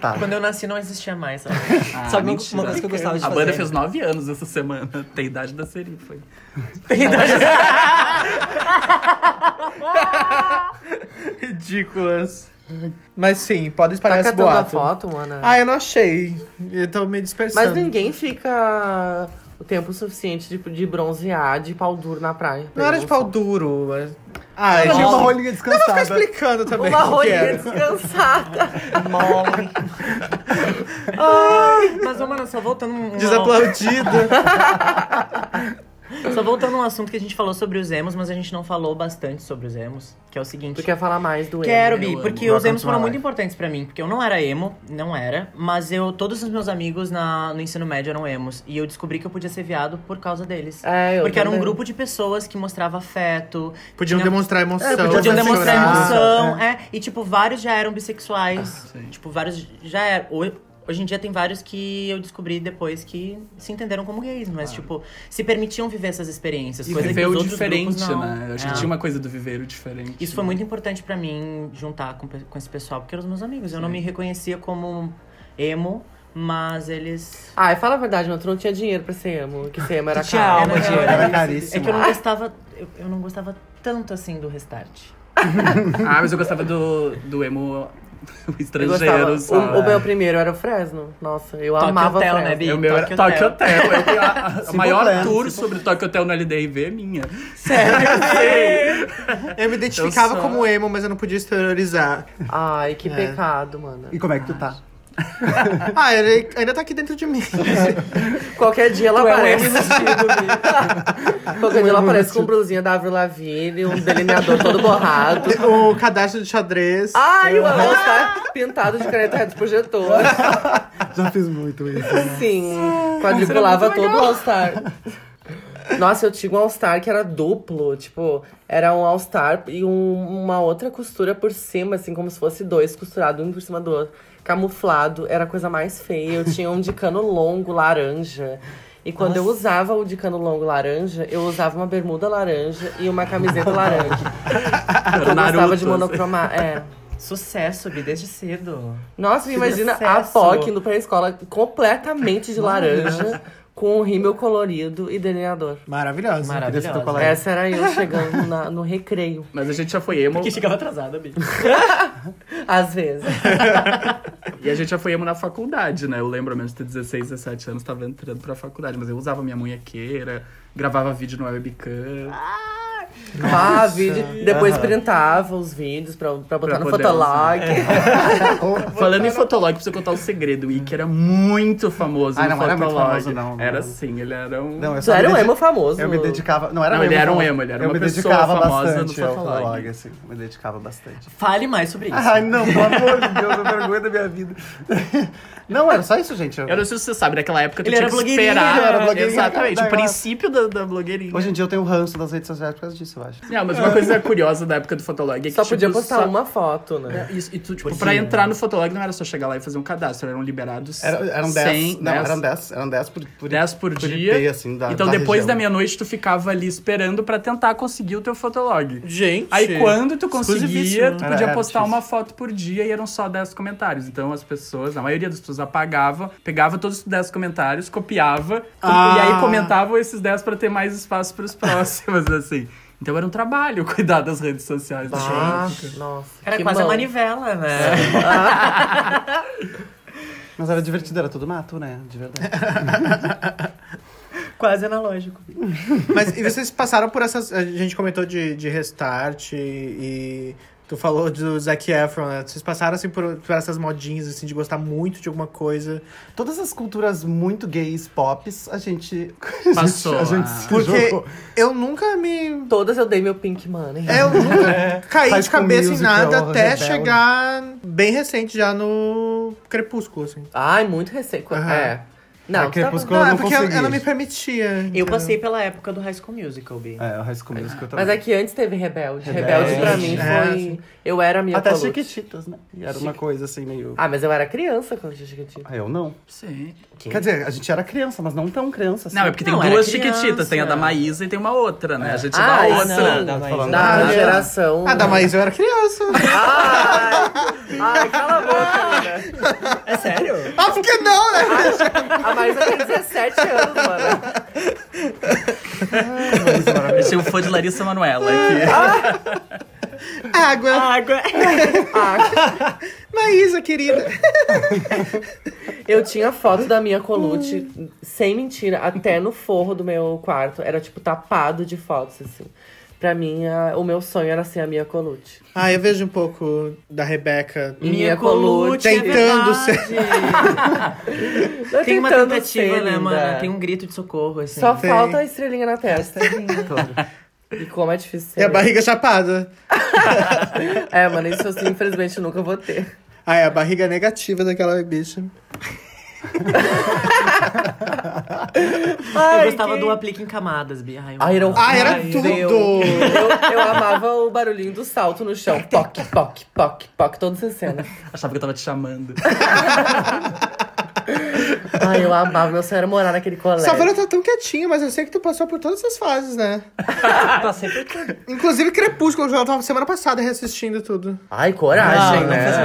Speaker 7: tá.
Speaker 3: Quando eu nasci não existia mais. sabe?
Speaker 6: Ah,
Speaker 5: Sabe uma-
Speaker 6: mentira.
Speaker 5: uma coisa que eu gostava de
Speaker 6: A
Speaker 5: fazer?
Speaker 6: banda fez nove anos essa semana. Tem idade da serifa. Ridículas.
Speaker 4: Mas sim, podem espalhar
Speaker 1: Tá
Speaker 4: esse
Speaker 1: catando a
Speaker 4: boato.
Speaker 1: foto, mana?
Speaker 4: Ah, eu não achei. Eu tô me dispersando.
Speaker 1: Mas ninguém fica o tempo suficiente de, de bronzear de pau duro na praia.
Speaker 4: Não era de pau duro. Mas... Ah,
Speaker 7: Tinha uma
Speaker 4: gente.
Speaker 7: rolinha
Speaker 4: Tá
Speaker 7: descansada.
Speaker 4: explicando também.
Speaker 1: Uma
Speaker 4: o que que
Speaker 1: rolinha
Speaker 4: né? era.
Speaker 1: descansada.
Speaker 3: Mole. Ai, mas, ô, mano, só voltando... um-
Speaker 4: Desaplaudida.
Speaker 3: Só voltando a um assunto que a gente falou sobre os emos, mas a gente não falou bastante sobre os emos, que é o seguinte.
Speaker 1: Tu quer falar mais do emo?
Speaker 3: Quero,
Speaker 6: Eu
Speaker 3: Bi,
Speaker 6: amo.
Speaker 3: porque
Speaker 7: Welcome
Speaker 3: os emos
Speaker 7: to
Speaker 3: foram
Speaker 7: my
Speaker 3: muito
Speaker 7: life.
Speaker 3: importantes pra mim. Porque eu não era emo, não era, mas eu todos os meus amigos na, no ensino médio eram emos. E eu descobri que eu podia ser viado por causa deles.
Speaker 1: É, eu
Speaker 3: porque era um
Speaker 1: também.
Speaker 3: grupo de pessoas que mostrava afeto.
Speaker 4: Podiam
Speaker 3: tinha-
Speaker 4: demonstrar emoção.
Speaker 7: É, podiam
Speaker 3: Podiam
Speaker 7: Fazer
Speaker 3: demonstrar
Speaker 7: chorar.
Speaker 3: emoção, é. E, tipo, vários já eram bissexuais.
Speaker 6: Ah, sim.
Speaker 3: tipo, vários já eram. Ho- Hoje em dia tem vários que eu descobri depois que se entenderam como gays, mas, tipo, se permitiam viver essas experiências.
Speaker 6: Ah. E
Speaker 3: coisa que
Speaker 6: viveu
Speaker 3: os outros
Speaker 6: diferente,
Speaker 3: grupos não.
Speaker 6: né? Eu acho que
Speaker 3: É.
Speaker 6: tinha uma coisa do viveiro diferente.
Speaker 3: Isso foi muito importante pra mim juntar com, pe- com esse pessoal, porque eram os meus amigos. Eu não me reconhecia como emo, mas eles.
Speaker 1: Ai, fala a verdade, mano. Tu não tinha dinheiro pra ser emo. Que ser emo era
Speaker 3: Tu tinha
Speaker 1: caro. né?
Speaker 3: alma de
Speaker 1: Era-
Speaker 3: emo.
Speaker 7: Era
Speaker 3: É
Speaker 7: caríssimo.
Speaker 3: que eu não gostava. Eu, eu não gostava tanto assim do restart.
Speaker 6: Ah, mas eu gostava do, do
Speaker 1: Eu
Speaker 6: emo
Speaker 1: gostava.
Speaker 6: estrangeiro, sabe?
Speaker 1: O, o meu primeiro era o Fresno. Nossa, eu
Speaker 3: Tóquio
Speaker 1: amava
Speaker 3: Hotel,
Speaker 1: Fresno.
Speaker 3: né, Bi?
Speaker 6: É o meu era
Speaker 3: Tokyo
Speaker 6: Tokyo Hotel. Eu- a- a- A
Speaker 7: Se
Speaker 6: maior
Speaker 7: completo,
Speaker 6: tour
Speaker 7: se
Speaker 6: sobre Tokyo Hotel no LDIV é minha.
Speaker 4: Eu me identificava
Speaker 6: Eu sou-
Speaker 4: como emo, mas eu não podia exteriorizar.
Speaker 1: Ai,
Speaker 3: É.
Speaker 1: que pecado, mano.
Speaker 7: E como é que tu tá?
Speaker 4: Ah, ele ainda tá aqui dentro de mim.
Speaker 1: Qualquer dia ela
Speaker 3: Tu é um
Speaker 1: aparece.
Speaker 3: emo vestido,
Speaker 1: Qualquer dia ela aparece com blusinha da Avril Lavigne, um delineador todo borrado.
Speaker 4: o cadastro de xadrez.
Speaker 1: Ai, o anel está pintado de caneta reto projetor.
Speaker 7: Já fiz muito isso.
Speaker 1: Sim, quadriculava todo o All Star. Nossa, eu tinha um All-Star que era duplo, tipo, era um All-Star e um- uma outra costura por cima, assim, como se fosse dois costurados, um por cima do outro. Camuflado, era a coisa mais feia. Eu tinha um de cano longo, laranja. E quando eu usava o de cano longo laranja, eu usava uma bermuda laranja e uma camiseta laranja. Porque eu gostava de monocromar. É.
Speaker 3: Sucesso, Bi, desde cedo.
Speaker 1: Nossa, imagina a
Speaker 3: sucesso.
Speaker 1: POC indo pra escola completamente de laranja, com um rímel colorido e delineador.
Speaker 4: Maravilhosa.
Speaker 3: Maravilhosa.
Speaker 2: Maravilhosa.
Speaker 1: Essa era eu chegando na- no recreio,
Speaker 6: Mas a gente já foi emo.
Speaker 3: Que chegava atrasada, Bi.
Speaker 1: às vezes.
Speaker 6: E a gente já foi emo na faculdade, né? Eu lembro, ao menos de 16, 17 anos, tava entrando pra faculdade. Mas eu usava minha munhequeira, gravava vídeo no webcam.
Speaker 1: Ah, vídeo. Depois printava os vídeos pra, pra botar
Speaker 6: Pra
Speaker 1: no
Speaker 6: poder
Speaker 1: Fotolog.
Speaker 6: Falando em Fotolog, preciso contar um segredo. O Ike era muito famoso
Speaker 7: Ah,
Speaker 6: no
Speaker 7: não, era muito
Speaker 6: Fotolog.
Speaker 7: famoso, não, não.
Speaker 6: Era sim, ele era um...
Speaker 7: Não, eu
Speaker 1: Tu
Speaker 7: só
Speaker 1: era
Speaker 7: me
Speaker 1: um
Speaker 7: dedi-
Speaker 1: emo famoso.
Speaker 7: Eu me dedicava. Não, era
Speaker 6: Não,
Speaker 7: um
Speaker 6: ele
Speaker 7: emo
Speaker 6: era um
Speaker 7: famoso.
Speaker 6: emo, ele era
Speaker 7: Eu
Speaker 6: uma
Speaker 7: me
Speaker 6: pessoa
Speaker 7: dedicava
Speaker 6: famosa
Speaker 7: bastante
Speaker 6: no
Speaker 7: ao
Speaker 6: Fotolog.
Speaker 7: Fotolog, assim. Me dedicava bastante.
Speaker 3: Fale mais sobre isso.
Speaker 7: Ai, não, pelo amor de Deus, a vergonha da minha vida. Não, era só isso, gente. Eu-
Speaker 6: Eu não sei se você sabe, naquela época tu
Speaker 3: Ele
Speaker 6: tinha
Speaker 3: era
Speaker 6: que
Speaker 3: blogueirinha,
Speaker 6: esperar.
Speaker 7: ele era blogueirinha.
Speaker 6: Exatamente,
Speaker 7: Daí
Speaker 6: o
Speaker 7: lá-
Speaker 6: princípio da, da blogueirinha.
Speaker 7: Hoje em dia eu tenho um ranço das redes sociais por causa disso, eu acho.
Speaker 6: Não, mas uma coisa curiosa da época do Fotolog é que
Speaker 1: Só
Speaker 6: tipo,
Speaker 1: podia postar
Speaker 6: só-
Speaker 1: uma foto, né?
Speaker 7: É.
Speaker 6: Isso, e tu, tipo, pra entrar no Fotolog não era só chegar lá e fazer um cadastro, eram liberados
Speaker 7: Era, eram 10.
Speaker 6: 100,
Speaker 7: não,
Speaker 6: 10,
Speaker 7: eram 10. Eram 10 por, por,
Speaker 6: 10 por
Speaker 7: por
Speaker 6: dia.
Speaker 7: IP, assim, da,
Speaker 6: então depois
Speaker 7: região.
Speaker 6: da meia-noite tu ficava ali esperando pra tentar conseguir o teu Fotolog.
Speaker 5: Gente.
Speaker 6: Aí quando tu conseguia,
Speaker 5: Exclusivíssimo.
Speaker 6: tu
Speaker 7: Era-
Speaker 6: podia
Speaker 7: era
Speaker 6: postar
Speaker 7: difícil.
Speaker 6: uma foto por dia e eram só 10 comentários. Então as pessoas, a maioria das pessoas apagava, pegava todos os 10 comentários, copiava
Speaker 5: Ah.
Speaker 6: e aí comentavam esses 10 pra ter mais espaço pros próximos, assim. Então era um trabalho cuidar das redes sociais.
Speaker 1: Ah, nossa.
Speaker 3: Era
Speaker 1: que
Speaker 3: quase a
Speaker 1: mão.
Speaker 3: manivela, né?
Speaker 7: Mas era divertido, era tudo mato, né? De verdade.
Speaker 3: quase analógico.
Speaker 4: Mas e vocês passaram por essas. A gente comentou de, de restart e, e Tu falou do Zac Efron, né? Vocês passaram assim por, por essas modinhas, assim, de gostar muito de alguma coisa.
Speaker 7: Todas as culturas muito gays, pops, a gente.
Speaker 6: Passou,
Speaker 7: A gente,
Speaker 6: ah.
Speaker 7: a gente se
Speaker 4: Porque
Speaker 7: jogou.
Speaker 4: eu nunca me.
Speaker 1: Todas eu dei meu pink money.
Speaker 4: é, Eu nunca caí
Speaker 7: High
Speaker 4: de
Speaker 7: School
Speaker 4: cabeça em
Speaker 7: Musical,
Speaker 4: nada até
Speaker 7: Rebelde.
Speaker 4: chegar bem recente já no Crepúsculo, assim.
Speaker 1: Ai, muito recente.
Speaker 4: Aham.
Speaker 1: É. Não,
Speaker 7: É,
Speaker 1: tu tava-
Speaker 7: Crepúsculo- Eu
Speaker 4: é
Speaker 7: não
Speaker 4: porque ela,
Speaker 7: consegui.
Speaker 4: ela me permitia.
Speaker 3: Eu
Speaker 4: entendeu?
Speaker 3: passei pela época do High School Musical, Bi.
Speaker 7: É, o High School Musical também.
Speaker 1: Mas é que antes teve Rebelde. Rebelde, pra mim
Speaker 4: É,
Speaker 1: foi. Eu era a minha
Speaker 7: Até
Speaker 1: Colucci.
Speaker 7: Chiquititas, né? E era uma coisa assim meio.
Speaker 1: Ah, mas eu era criança quando tinha Chiquitita.
Speaker 7: Ah, eu não.
Speaker 6: Sim.
Speaker 7: Quer dizer, a gente era criança, mas não tão criança assim.
Speaker 6: Não, é porque
Speaker 3: Não,
Speaker 6: tem
Speaker 3: era
Speaker 6: duas
Speaker 3: criança.
Speaker 6: chiquititas, tem a da Maísa e tem uma outra, né? A gente é
Speaker 1: Ah,
Speaker 6: da
Speaker 1: isso
Speaker 6: outra.
Speaker 1: não,
Speaker 5: da
Speaker 7: Tô
Speaker 5: Maísa.
Speaker 7: falando
Speaker 1: Da
Speaker 7: da-
Speaker 1: geração.
Speaker 4: Ah, da Maísa eu era criança.
Speaker 1: Ai, ai, cala a boca, menina.
Speaker 3: É sério?
Speaker 4: ah, porque não, né?
Speaker 1: A Maísa tem 17 anos, mano.
Speaker 6: Eu sou um fã de Larissa Manoela aqui.
Speaker 4: Água.
Speaker 3: Água.
Speaker 1: Ah,
Speaker 4: Maísa, querida.
Speaker 1: eu tinha foto da minha colute, sem mentira, até no forro do meu quarto. Era, tipo, tapado de fotos, assim. Pra mim, a- o meu sonho era ser a minha colute.
Speaker 4: Ah, eu vejo um pouco da Rebeca
Speaker 1: Minha
Speaker 3: é
Speaker 1: colute,
Speaker 4: tentando ser.
Speaker 3: Tem uma
Speaker 1: tentando
Speaker 3: tentativa,
Speaker 1: ser
Speaker 3: né,
Speaker 1: linda.
Speaker 3: mano? Tem um grito de socorro, assim.
Speaker 1: Só
Speaker 4: Tem. é
Speaker 1: falta a estrelinha na testa. E como é difícil ser.
Speaker 4: E a barriga chapada.
Speaker 1: É, mano, isso eu, infelizmente eu nunca vou ter.
Speaker 4: Ah, é a barriga negativa daquela bicha.
Speaker 3: Eu
Speaker 1: Ai,
Speaker 3: gostava
Speaker 1: que-
Speaker 3: do aplique em camadas, Bi. Ai, eu
Speaker 1: Ai, era
Speaker 3: amava.
Speaker 4: Ah, era
Speaker 1: Ai,
Speaker 4: tudo!
Speaker 1: meu. Eu, eu amava o barulhinho do salto no chão. Poc, poc, poc, poc. Todas as cenas.
Speaker 6: Achava que eu tava te chamando.
Speaker 1: Ai, eu amava. Meu sonho era morar naquele colégio.
Speaker 4: Savana tá tão quietinha, mas eu sei que tu passou por todas essas fases, né?
Speaker 3: Passei por tudo.
Speaker 4: Inclusive Crepúsculo, eu tava semana passada reassistindo tudo.
Speaker 1: Ai, coragem,
Speaker 3: não,
Speaker 1: né?
Speaker 3: não,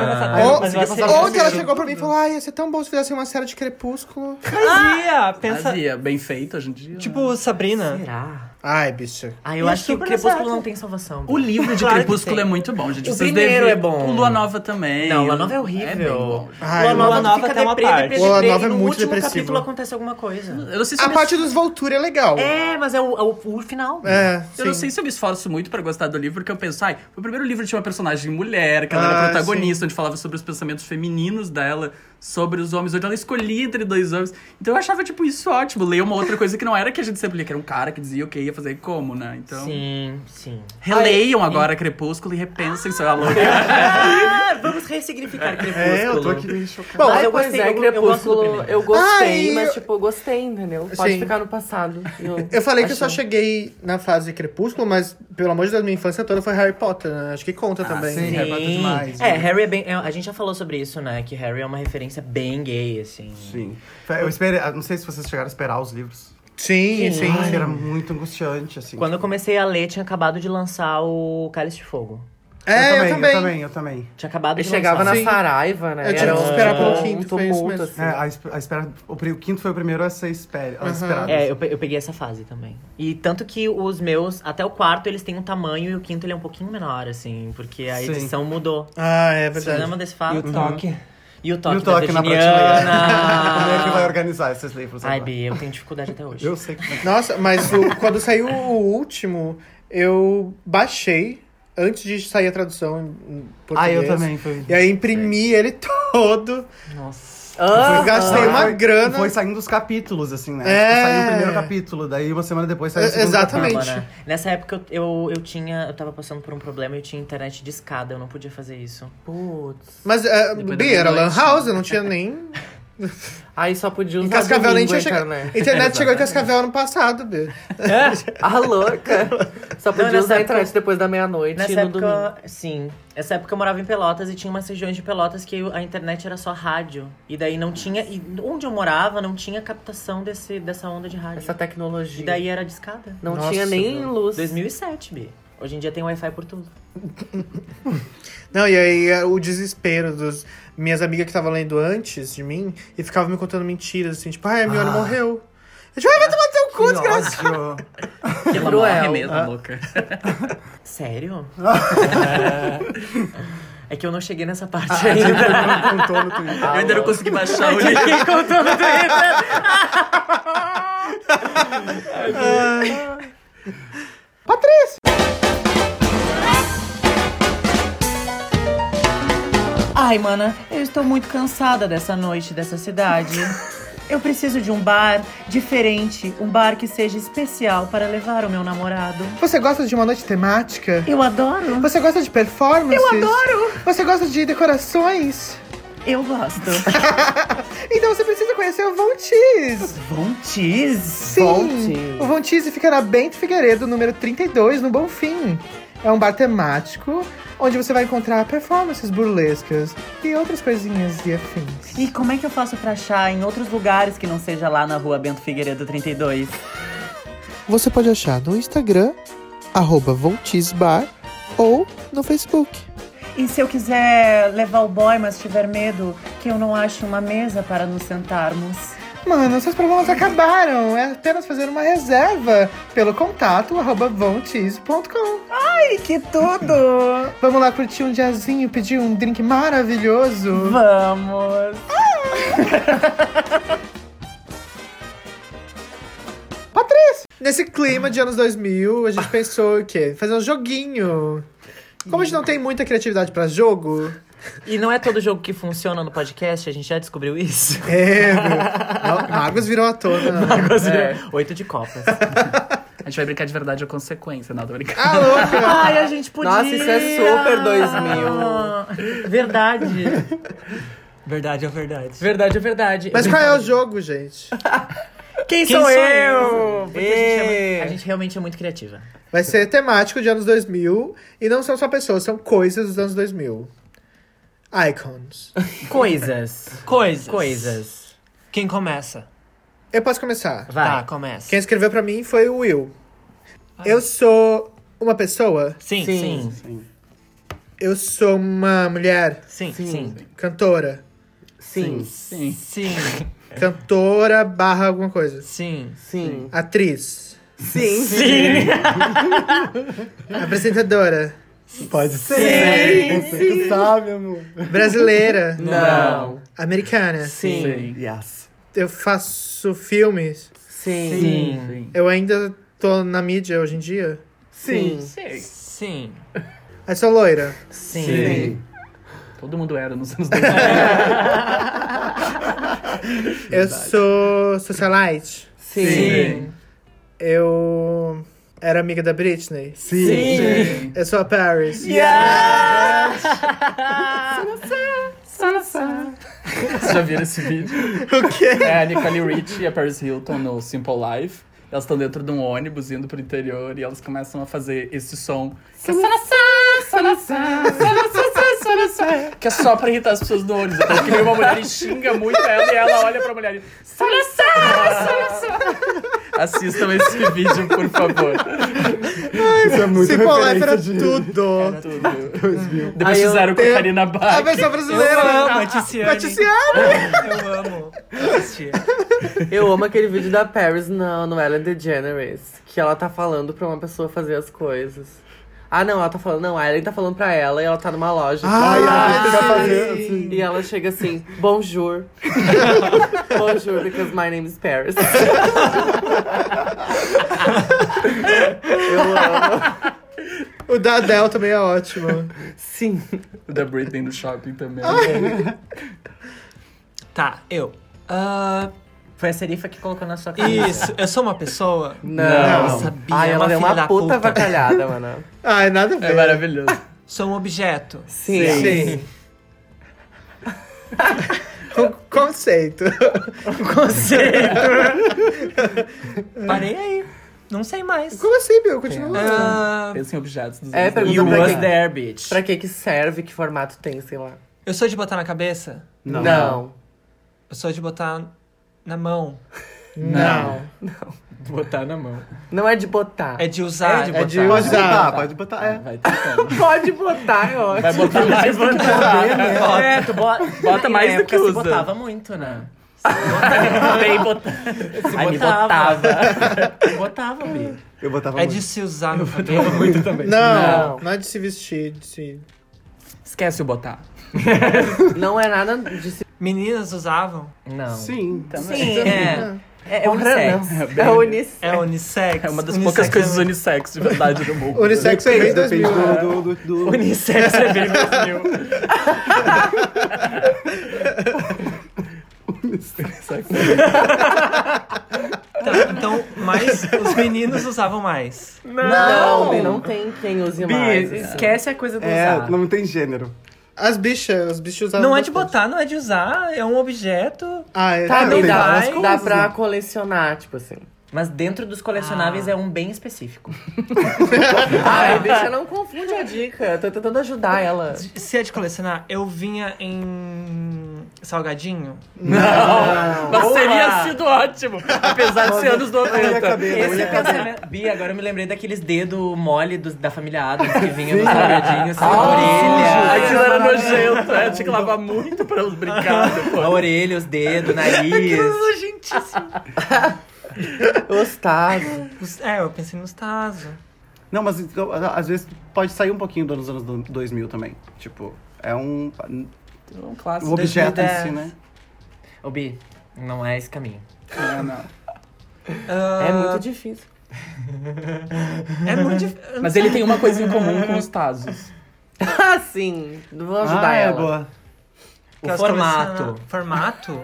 Speaker 5: Ah,
Speaker 4: Ou-
Speaker 3: mas eu
Speaker 4: Ontem
Speaker 3: aceito.
Speaker 4: ela chegou pra mim e falou: Ai, ia ser tão bom se fizesse uma série de Crepúsculo.
Speaker 3: Ah,
Speaker 5: Fazia, pensa.
Speaker 6: Fazia, bem feito hoje em dia.
Speaker 5: Tipo, Sabrina.
Speaker 3: Será?
Speaker 4: Ai, bicha.
Speaker 3: Ah, eu
Speaker 5: E
Speaker 3: acho que o
Speaker 5: super
Speaker 3: Crepúsculo
Speaker 5: nessa-
Speaker 3: não tem salvação. Bi.
Speaker 6: O livro de
Speaker 5: Claro que
Speaker 6: Crepúsculo
Speaker 5: tem.
Speaker 6: é muito bom, gente.
Speaker 3: O
Speaker 6: Vocês
Speaker 3: primeiro
Speaker 6: devem-
Speaker 3: é bom.
Speaker 6: O Lua Nova também.
Speaker 3: Não, Lua Nova é
Speaker 6: É bem
Speaker 3: horrível.
Speaker 6: bom.
Speaker 4: Ai,
Speaker 5: Lua Nova
Speaker 3: fica
Speaker 5: tem uma
Speaker 3: deprê,
Speaker 5: parte.
Speaker 3: deprê,
Speaker 4: Lua
Speaker 3: deprê,
Speaker 4: Nova
Speaker 3: e
Speaker 4: é
Speaker 3: no
Speaker 4: muito
Speaker 3: último
Speaker 4: depressivo.
Speaker 3: capítulo acontece alguma coisa.
Speaker 6: Eu não sei se
Speaker 4: A
Speaker 6: eu me-
Speaker 4: parte dos Volturi é legal.
Speaker 3: É, mas é o, é o, o final.
Speaker 4: É,
Speaker 6: Eu
Speaker 4: sim.
Speaker 6: não sei se eu me esforço muito pra gostar do livro, porque eu penso, ai, o primeiro livro tinha uma personagem mulher, que ela
Speaker 4: Ah,
Speaker 6: era protagonista, onde falava sobre os pensamentos femininos dela, sobre os homens, onde ela escolhia entre dois homens. Então eu achava, tipo, isso ótimo. Ler uma outra coisa que não era que a gente sempre lia, que era um cara que dizia o que ia fazer e como, né? Então.
Speaker 3: Sim, sim.
Speaker 6: Releiam agora Crepúsculo e repensem seu alô.
Speaker 3: Ah, vamos ressignificar Crepúsculo.
Speaker 2: É, eu tô aqui meio chocada.
Speaker 1: Bom,
Speaker 3: Mas
Speaker 1: eu
Speaker 3: pois
Speaker 1: gostei,
Speaker 3: é,
Speaker 1: eu, eu gosto
Speaker 3: Crepúsculo
Speaker 1: do-
Speaker 3: primeiro.
Speaker 1: eu gostei,
Speaker 4: Ai,
Speaker 1: mas
Speaker 4: eu-
Speaker 1: tipo, eu gostei, entendeu? Pode
Speaker 4: Sim.
Speaker 1: ficar no passado. Eu,
Speaker 4: Eu falei que eu só
Speaker 1: achei.
Speaker 4: cheguei na fase Crepúsculo, mas pelo amor de Deus, minha infância toda foi Harry Potter, né? Acho que conta também.
Speaker 2: sim. Harry Potter demais,
Speaker 3: É,
Speaker 2: né?
Speaker 3: Harry é bem. é, A gente já falou sobre isso, né? Que Harry é uma referência bem gay, assim.
Speaker 7: Sim. Eu esperei, ah, não sei se vocês chegaram a esperar os livros.
Speaker 4: Sim, sim.
Speaker 7: Ai, Era muito angustiante, assim.
Speaker 3: Quando eu comecei a ler, tinha acabado de lançar o Cálice de Fogo.
Speaker 4: É, eu também.
Speaker 7: Tipo, Eu também, eu também.
Speaker 3: Tinha acabado
Speaker 1: Eu
Speaker 3: de
Speaker 1: chegava
Speaker 3: lançar.
Speaker 1: na
Speaker 4: Sim.
Speaker 1: Saraiva, né?
Speaker 4: Eu tive
Speaker 1: Era
Speaker 4: que
Speaker 1: um-
Speaker 4: esperar pelo
Speaker 1: um
Speaker 4: quinto, foi isso mesmo.
Speaker 1: assim.
Speaker 7: É, a, esp- a espera, o, pri- o quinto foi o primeiro a ser espera, a esperado.
Speaker 3: É, eu pe- eu peguei essa fase também. E tanto que os meus, até o quarto, eles têm um tamanho e o quinto ele é um pouquinho menor, assim, porque a
Speaker 7: Sim.
Speaker 3: edição mudou.
Speaker 4: Ah, é
Speaker 3: Você
Speaker 4: verdade.
Speaker 3: lembra desse
Speaker 5: E
Speaker 3: fato?
Speaker 1: Uhum.
Speaker 5: o toque.
Speaker 3: E o
Speaker 7: E
Speaker 3: toque,
Speaker 7: o toque
Speaker 3: da
Speaker 7: na prateleira. Como é que vai
Speaker 3: Virginiana.
Speaker 7: organizar esses livros
Speaker 3: Ai,
Speaker 7: agora?
Speaker 3: Bi, eu tenho dificuldade até hoje.
Speaker 7: Eu sei que...
Speaker 4: Nossa, mas o- quando saiu o último, eu baixei antes de sair a tradução em- em
Speaker 7: Ah, eu
Speaker 4: português.
Speaker 7: também. Foi...
Speaker 4: E aí imprimi ele todo.
Speaker 5: Nossa.
Speaker 1: Ah,
Speaker 4: Eu gastei uma
Speaker 7: Foi-
Speaker 4: grana.
Speaker 7: Foi saindo os capítulos, assim, né?
Speaker 4: É.
Speaker 7: Tipo, saiu o primeiro capítulo, daí uma semana depois saiu o
Speaker 4: É,
Speaker 7: segundo
Speaker 4: exatamente.
Speaker 3: Tava, né? Nessa época eu, eu, eu tinha. Eu tava passando por um problema e eu tinha internet de escada, eu não podia fazer isso.
Speaker 1: Putz.
Speaker 4: Mas é,
Speaker 6: Depois
Speaker 4: Bi,
Speaker 6: da
Speaker 4: era Lan
Speaker 6: meia-noite.
Speaker 4: House, eu não tinha nem.
Speaker 1: Aí só podia
Speaker 4: Em
Speaker 1: usar
Speaker 4: Cascavel nem
Speaker 1: domingo a
Speaker 4: tinha chegado.
Speaker 1: internet.
Speaker 4: Internet chegou em Cascavel ano passado, Bi.
Speaker 1: Ah, louca. Só podia
Speaker 3: nessa
Speaker 1: usar a
Speaker 3: época-
Speaker 1: internet depois da meia-noite e
Speaker 3: Nessa
Speaker 1: no
Speaker 3: época,
Speaker 1: domingo.
Speaker 3: sim. Nessa época eu morava em Pelotas e tinha umas regiões de Pelotas que a internet era só rádio. E daí não tinha. E onde eu morava não tinha captação desse, dessa onda de rádio.
Speaker 1: Essa tecnologia.
Speaker 3: E daí era de escada.
Speaker 1: Não
Speaker 4: Nossa,
Speaker 1: tinha nem
Speaker 4: meu.
Speaker 1: luz.
Speaker 3: 2007, Bi. Hoje em dia tem Wi-Fi por tudo.
Speaker 4: Não, e aí é, o desespero dos minhas amigas que estavam lendo antes de mim e ficavam me contando mentiras, assim, tipo, ai, a Mione morreu. Eu tipo, ai, vai tomar no seu cu, desgraça.
Speaker 7: Que ódio.
Speaker 6: Que ela
Speaker 1: Cruel.
Speaker 6: morre mesmo, louca.
Speaker 3: Sério? é que eu não cheguei nessa
Speaker 1: Ah,
Speaker 3: parte ainda.
Speaker 2: Não contou no Twitter.
Speaker 6: Eu ainda não consegui baixar o livro.
Speaker 3: Fiquei contando do Twitter. Ai, mana, eu estou muito cansada dessa noite, dessa cidade. Eu preciso de um bar diferente, um bar que seja especial para levar o meu namorado.
Speaker 4: Você gosta de uma noite temática?
Speaker 3: Eu adoro,
Speaker 4: Você gosta de performances? Eu adoro! Você gosta de decorações?
Speaker 3: eu gosto.
Speaker 4: Então você precisa conhecer o Von Teese.
Speaker 3: Bom cheese.
Speaker 4: Sim!
Speaker 1: Von Teese.
Speaker 4: O Von Teese fica na Bento Figueiredo, número 32, no Bonfim. É um bar temático, onde você vai encontrar performances burlescas e outras coisinhas e afins.
Speaker 3: E como é que eu faço pra achar em outros lugares que não seja lá na rua Bento Figueiredo 32?
Speaker 4: Você pode achar no Instagram, arroba Von Teese Bar, ou no Facebook.
Speaker 3: E se eu quiser levar o boy, mas tiver medo que eu não ache uma mesa para nos sentarmos?
Speaker 4: Mano, seus problemas acabaram. É apenas fazer uma reserva pelo contato arroba vontease.com.
Speaker 3: E que tudo!
Speaker 4: Vamos lá curtir um diazinho, pedir um drink maravilhoso.
Speaker 3: Vamos!
Speaker 4: Nesse clima de anos 2000, a gente pensou o quê? Fazer um joguinho. Como a gente não tem muita criatividade pra jogo,
Speaker 3: E não é todo jogo que funciona no podcast, a gente já descobriu isso.
Speaker 4: é, meu, magos virou né? à tona.
Speaker 3: Oito de copas.
Speaker 6: A gente vai brincar de verdade ou consequência, não, tô brincando.
Speaker 4: Ah, louca!
Speaker 3: Ai, a gente podia!
Speaker 1: Nossa, isso é super 2000.
Speaker 3: Verdade.
Speaker 5: Verdade é verdade.
Speaker 3: Verdade é verdade.
Speaker 4: Mas qual é o jogo, gente?
Speaker 3: Quem,
Speaker 5: sou
Speaker 3: eu? Porque a gente é muito- a gente realmente é muito criativa.
Speaker 4: Vai ser temático de anos 2000 e não são só pessoas, são coisas dos anos 2000. Icons.
Speaker 3: Coisas.
Speaker 5: Coisas.
Speaker 3: Coisas.
Speaker 5: Quem começa?
Speaker 4: Eu posso começar.
Speaker 5: Tá,
Speaker 3: Vai.
Speaker 5: começa.
Speaker 4: Quem escreveu pra mim foi o Will. Eu sou uma pessoa,
Speaker 5: Sim,
Speaker 1: Sim.
Speaker 5: sim,
Speaker 4: eu sou uma mulher,
Speaker 5: sim, sim.
Speaker 4: cantora,
Speaker 1: Sim,
Speaker 5: Sim. Sim.
Speaker 4: cantora barra alguma coisa.
Speaker 1: sim.
Speaker 4: Atriz.
Speaker 1: Sim.
Speaker 4: Apresentadora.
Speaker 2: Pode ser. Você que sabe, amor.
Speaker 4: Brasileira.
Speaker 1: Não.
Speaker 4: Americana.
Speaker 1: Sim.
Speaker 7: Yes.
Speaker 4: Eu faço filmes.
Speaker 1: Sim.
Speaker 5: Sim.
Speaker 4: Eu ainda tô na mídia hoje em dia.
Speaker 1: Sim.
Speaker 5: Sim.
Speaker 4: Eu sou loira.
Speaker 3: Sim.
Speaker 2: Sim.
Speaker 6: Todo mundo era nos anos 2000.
Speaker 4: Eu sou socialite.
Speaker 1: Sim.
Speaker 4: Eu era amiga da Britney.
Speaker 2: Sim.
Speaker 6: Sim.
Speaker 4: Eu sou a Paris.
Speaker 6: Vocês já viram esse vídeo?
Speaker 4: O quê?
Speaker 6: É a Nicole Rich e a Paris Hilton no Simple Life. Elas estão dentro de um ônibus indo pro interior e elas começam a fazer esse som. Que é sarasá, sarasá, sarasá, sarasá, sarasá, Que é só pra irritar as pessoas do ônibus. Então, que vem uma mulher e xinga muito ela e ela olha pra mulher e. Sarasá, sarasá. Assistam esse vídeo, por favor.
Speaker 2: Isso é muito
Speaker 4: Se colar
Speaker 2: referência
Speaker 4: era
Speaker 2: de
Speaker 4: tudo. é
Speaker 6: Era tudo. Depois fizeram com a Karina
Speaker 7: É.
Speaker 4: A
Speaker 6: Bach.
Speaker 4: versão brasileira.
Speaker 5: Eu amo a Tiziane.
Speaker 4: Noticiário.
Speaker 5: Eu amo assistir.
Speaker 1: Eu amo aquele vídeo da Paris na, no Ellen DeGeneres, que ela tá falando pra uma pessoa fazer as coisas. Ah, não, ela tá falando, não, a Ellen tá falando pra ela e ela tá numa loja.
Speaker 2: Ai, ela tem que ficar
Speaker 4: Ai.
Speaker 2: fazendo assim.
Speaker 1: E ela chega assim, bonjour. bonjour, because my name is Paris.
Speaker 4: O da Adele também é ótimo.
Speaker 1: Sim.
Speaker 6: Da Britney no shopping também.
Speaker 4: Ah, é.
Speaker 5: Tá, eu. Ah,
Speaker 3: Foi a Serifa que colocou na sua cabeça.
Speaker 5: isso, eu sou uma pessoa.
Speaker 1: Não.
Speaker 5: Eu sabia,
Speaker 1: Ai, ela
Speaker 5: uma
Speaker 1: deu
Speaker 5: filha
Speaker 1: uma
Speaker 5: da
Speaker 1: puta avacalhada, mano.
Speaker 4: Ai, nada a
Speaker 6: É
Speaker 4: ver.
Speaker 6: maravilhoso.
Speaker 5: Sou um objeto.
Speaker 1: é Sim.
Speaker 4: Sim. Con- Conceito.
Speaker 5: Parei aí. Não sei mais.
Speaker 4: Como assim, meu? Continua.
Speaker 5: Ah,
Speaker 6: Pensa em objetos dos
Speaker 1: É,
Speaker 6: anos
Speaker 1: pergunta
Speaker 3: You
Speaker 1: pra
Speaker 3: was
Speaker 1: quem-
Speaker 3: there, bitch.
Speaker 1: Pra que que serve, que formato tem, sei lá.
Speaker 5: eu sou de botar na cabeça?
Speaker 1: Não.
Speaker 5: Eu sou de botar na mão.
Speaker 6: Não. Botar na mão.
Speaker 1: Não é de botar.
Speaker 5: É de usar.
Speaker 2: É de
Speaker 7: Pode
Speaker 2: usar.
Speaker 7: botar, pode botar. É.
Speaker 6: Vai tentando.
Speaker 1: Pode botar, é ótimo.
Speaker 6: Vai botar mais do que botar. né?
Speaker 3: É, tu bota, bota
Speaker 6: Na
Speaker 3: mais do
Speaker 6: época
Speaker 3: que
Speaker 6: se
Speaker 3: usa.
Speaker 6: botava
Speaker 3: muito, né? Bem botava. Ai, me botava. botava, Bi.
Speaker 2: Eu botava
Speaker 5: É
Speaker 2: muito.
Speaker 5: de se usar no cabelo.
Speaker 6: muito também.
Speaker 4: Não, não, é de se vestir, de se...
Speaker 6: Esquece o botar.
Speaker 1: Não é nada de se...
Speaker 5: Meninas usavam?
Speaker 3: Não.
Speaker 2: Sim.
Speaker 3: Sim, é. É, é unissex.
Speaker 1: Unissex. É unissex.
Speaker 5: É unissex?
Speaker 6: É uma das
Speaker 5: Unissex
Speaker 6: poucas
Speaker 5: é
Speaker 6: coisas
Speaker 5: muito-
Speaker 6: unissex de verdade no mundo.
Speaker 4: Unissex é bem 2000.
Speaker 2: Depende do, do, do, do...
Speaker 6: Unissex é bem 2000.
Speaker 5: Tá, então, mas os meninos usavam mais.
Speaker 1: Não, Bi, não tem quem use mais.
Speaker 3: Bi,
Speaker 1: assim.
Speaker 3: esquece a coisa do
Speaker 2: É,
Speaker 3: usar.
Speaker 2: não tem gênero.
Speaker 4: As bichas, os bichos usavam
Speaker 5: Não é de
Speaker 4: bastante.
Speaker 5: botar, não é de usar, é um objeto.
Speaker 4: Ah, é.
Speaker 1: Tá,
Speaker 2: Não,
Speaker 1: Bi,
Speaker 2: tem
Speaker 1: dá,
Speaker 2: várias
Speaker 1: dá
Speaker 2: coisas,
Speaker 1: pra colecionar, tipo assim.
Speaker 3: Mas dentro dos
Speaker 5: Ah.
Speaker 3: colecionáveis é um bem específico.
Speaker 1: Ai, bicha, não confunde a dica. Tô tentando ajudar ela.
Speaker 5: Se é de colecionar, eu vinha em salgadinho.
Speaker 6: Mas teria sido ótimo. Apesar de ser anos
Speaker 2: Unha
Speaker 6: 90.
Speaker 2: cabelo,
Speaker 3: Esse
Speaker 2: unha
Speaker 3: é o
Speaker 2: cabelo.
Speaker 3: pensamento. Bi, agora eu me lembrei daqueles dedos mole dos- da família Adams que vinha no salgadinho, assim, a orelha.
Speaker 6: Aquilo era nojento, né? Tinha que lavar muito pra eu brincar
Speaker 3: A
Speaker 6: depois.
Speaker 3: orelha, os dedos, o nariz.
Speaker 1: Gostado.
Speaker 5: Os- É, eu pensei nos Tazo.
Speaker 7: Não, mas então, a- às vezes pode sair um pouquinho dos anos do- 2000 também. Tipo, é um.
Speaker 4: É
Speaker 6: Um
Speaker 7: O
Speaker 6: clássico.
Speaker 7: objeto em
Speaker 5: 2010.
Speaker 7: si, né?
Speaker 3: Ô, Bi, não é esse caminho.
Speaker 6: Não, não.
Speaker 1: É muito difícil.
Speaker 5: É muito difícil.
Speaker 6: Mas ele tem uma coisa em comum com os Tazos.
Speaker 1: Ah, sim. Vou ajudar
Speaker 7: ah, é
Speaker 1: ela.
Speaker 7: boa.
Speaker 3: O formato.
Speaker 5: Formato?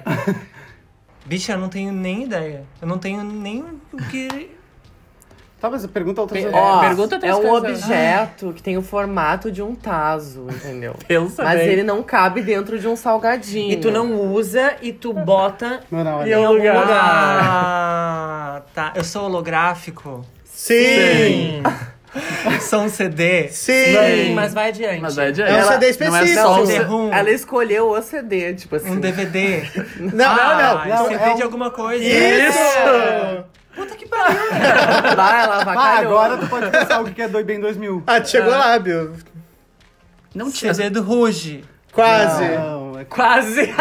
Speaker 5: Bicha, eu não tenho nem ideia. Eu não tenho nem o que.
Speaker 7: Tá, mas pergunta outras
Speaker 6: Pe-
Speaker 7: vezes.
Speaker 1: Ó,
Speaker 6: pergunta outras
Speaker 1: é um
Speaker 6: coisas.
Speaker 1: objeto que tem o formato de um taso, entendeu?
Speaker 6: Pensa
Speaker 1: Mas
Speaker 6: bem.
Speaker 1: ele não cabe dentro de um salgadinho.
Speaker 3: E tu não usa e tu bota
Speaker 7: Não, não,
Speaker 6: E
Speaker 7: olha.
Speaker 6: é
Speaker 3: em
Speaker 6: um
Speaker 3: algum
Speaker 6: lugar.
Speaker 3: lugar.
Speaker 5: Ah, tá. Eu sou holográfico.
Speaker 4: Sim!
Speaker 5: Sou um CD.
Speaker 4: Sim!
Speaker 3: Sim, mas vai adiante. Ah,
Speaker 6: Mas vai
Speaker 4: É um CD
Speaker 6: adiante. não é
Speaker 4: específico.
Speaker 6: só
Speaker 1: Não,
Speaker 6: um-
Speaker 5: CD-ROM.
Speaker 1: Ela escolheu o CD, tipo assim.
Speaker 5: Um DVD.
Speaker 4: Não,
Speaker 5: Ah,
Speaker 4: não, não.
Speaker 5: CD
Speaker 7: é um-
Speaker 5: de alguma coisa.
Speaker 4: Isso!
Speaker 5: Puta que pariu.
Speaker 1: Vai, ela vai
Speaker 7: Ah, agora tu pode pensar o que que é doi bem 2000.
Speaker 4: Ah, tu chegou lá, Bill.
Speaker 6: Não tinha.
Speaker 5: CD do Ruge.
Speaker 4: Quase.
Speaker 7: Não, é
Speaker 3: Quase.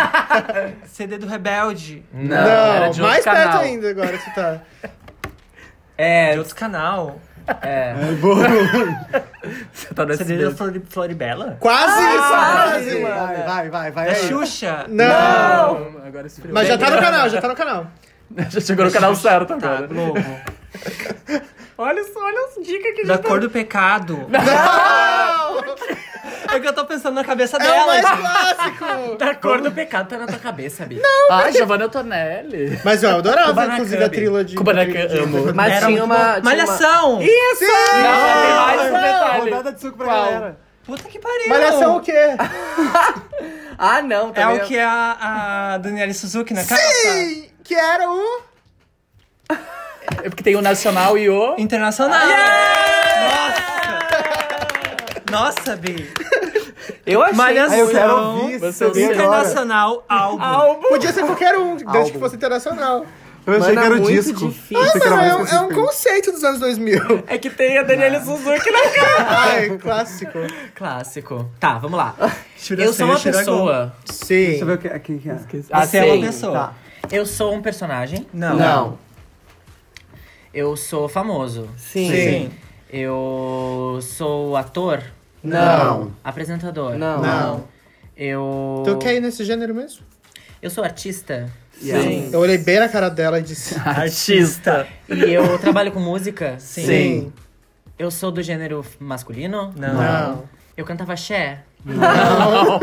Speaker 5: CD do Rebelde.
Speaker 3: Não, era
Speaker 4: Não,
Speaker 8: um
Speaker 3: de outro
Speaker 4: mais perto
Speaker 3: canal.
Speaker 4: ainda agora tu tá.
Speaker 3: É,
Speaker 5: De outro canal.
Speaker 3: é.
Speaker 7: é boa.
Speaker 6: Você tá no
Speaker 5: CD
Speaker 6: SBT.
Speaker 5: da Flori- Floribela?
Speaker 4: Quase isso, Ah, quase.
Speaker 7: Vai, vai, vai, vai.
Speaker 5: Da
Speaker 7: aí.
Speaker 5: Xuxa?
Speaker 4: Não.
Speaker 6: Não, Agora esfriou.
Speaker 4: Mas já tá no canal, já tá no canal.
Speaker 6: Já chegou no canal certo
Speaker 5: Tá,
Speaker 6: agora. né?
Speaker 5: Globo.
Speaker 6: Olha só, olha as dicas que
Speaker 5: Da Cor do Pecado.
Speaker 4: Não!
Speaker 5: É que eu tô pensando na cabeça
Speaker 4: É o
Speaker 5: dela.
Speaker 4: mais clássico!
Speaker 8: Da cor do pecado tá na tua cabeça, Bia. Não, Ai, Giovanna Tornelli.
Speaker 4: Mas ó, eu adorava,
Speaker 8: Kubanacan,
Speaker 4: inclusive, a
Speaker 8: Bi.
Speaker 4: trila de...
Speaker 8: Kubanacan,
Speaker 4: de- de-
Speaker 8: amo.
Speaker 1: Mas
Speaker 5: Era
Speaker 1: tinha
Speaker 5: muito
Speaker 1: uma.
Speaker 5: bom.
Speaker 1: tinha Ah, uma-
Speaker 5: Malhação!
Speaker 4: Isso!
Speaker 8: tem
Speaker 1: é.
Speaker 8: mais um detalhe.
Speaker 7: Rodada de suco pra
Speaker 8: Qual?
Speaker 7: galera.
Speaker 5: Puta que pariu!
Speaker 4: Malhação o quê?
Speaker 1: Ah, não,
Speaker 5: É
Speaker 1: também.
Speaker 5: o que a, a Daniele Suzuki na capa?
Speaker 4: Sim! Que era o...
Speaker 8: É porque tem o nacional e o.
Speaker 5: Internacional! Nossa! Nossa, Bi!
Speaker 1: Eu achei.
Speaker 5: Malhação!
Speaker 7: Aí eu quero ouvir esse
Speaker 8: Você
Speaker 7: CD agora.
Speaker 5: Internacional álbum.
Speaker 4: Podia ser qualquer um, desde que fosse internacional.
Speaker 7: Eu achei
Speaker 1: Mano,
Speaker 4: é
Speaker 7: que era o
Speaker 1: muito
Speaker 7: disco.
Speaker 1: difícil.
Speaker 7: Achei que
Speaker 4: Mas
Speaker 7: era
Speaker 4: é,
Speaker 7: mais
Speaker 4: um, é um
Speaker 7: consistente.
Speaker 4: conceito dos anos 2000.
Speaker 8: É que tem a Daniela Suzuki na
Speaker 4: Ai, clássico.
Speaker 8: Clássico. Tá, vamos lá. Eu sou uma pessoa.
Speaker 4: Sim.
Speaker 7: Deixa eu ver o que é. Quem que é.
Speaker 8: Ah,
Speaker 5: Você é
Speaker 8: sim.
Speaker 5: uma pessoa.
Speaker 7: Tá.
Speaker 8: Eu sou um personagem.
Speaker 5: Não.
Speaker 1: Não.
Speaker 8: Eu sou famoso.
Speaker 1: Sim.
Speaker 4: Sim.
Speaker 8: Eu sou ator,
Speaker 1: Não.
Speaker 8: apresentador.
Speaker 1: Não.
Speaker 4: Não.
Speaker 8: Eu.
Speaker 4: Tu quer ir nesse gênero mesmo?
Speaker 8: Eu sou artista.
Speaker 1: Sim.
Speaker 4: Eu olhei bem na cara dela e disse...
Speaker 5: Artista.
Speaker 8: E eu trabalho com música.
Speaker 5: Sim.
Speaker 4: Sim.
Speaker 8: Eu sou do gênero masculino.
Speaker 5: Não.
Speaker 4: Não.
Speaker 8: Eu cantava axé.
Speaker 1: Não.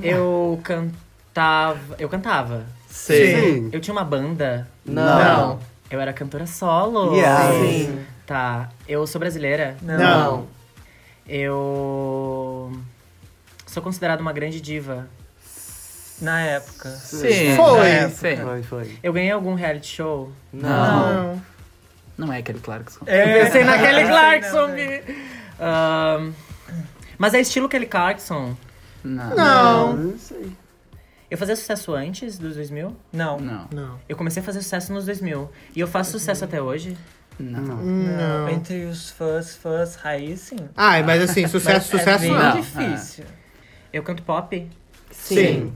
Speaker 8: Eu cantava. Eu cantava.
Speaker 7: Sim.
Speaker 8: Eu tinha uma banda.
Speaker 1: Não.
Speaker 8: Eu era cantora solo.
Speaker 7: Yeah.
Speaker 1: Sim.
Speaker 8: Tá. Eu sou brasileira.
Speaker 5: Não.
Speaker 4: Não.
Speaker 8: Eu. Sou considerada uma grande diva.
Speaker 5: Na época.
Speaker 6: Sim.
Speaker 4: Foi.
Speaker 6: É, sim.
Speaker 7: Foi, foi.
Speaker 8: Eu ganhei algum reality show.
Speaker 1: Não.
Speaker 6: Não é aquele Clarkson.
Speaker 5: É.
Speaker 8: Pensei na Kelly
Speaker 5: Não,
Speaker 8: Clarkson.
Speaker 5: não,
Speaker 8: Bi. Ahn, mas é estilo Kelly Clarkson.
Speaker 6: Não.
Speaker 4: Não.
Speaker 7: Não sei.
Speaker 8: Eu fazia sucesso antes dos 2000?
Speaker 5: Não.
Speaker 6: Não.
Speaker 8: Eu comecei a fazer sucesso nos 2000. E eu faço sucesso até hoje.
Speaker 6: Não.
Speaker 5: Não. Entre os fãs, fãs, raiz, sim.
Speaker 4: Ai, mas assim,
Speaker 5: Mas
Speaker 4: sucesso, sucesso
Speaker 5: é bem
Speaker 4: não.
Speaker 5: difícil.
Speaker 8: Eu canto pop.
Speaker 1: Sim.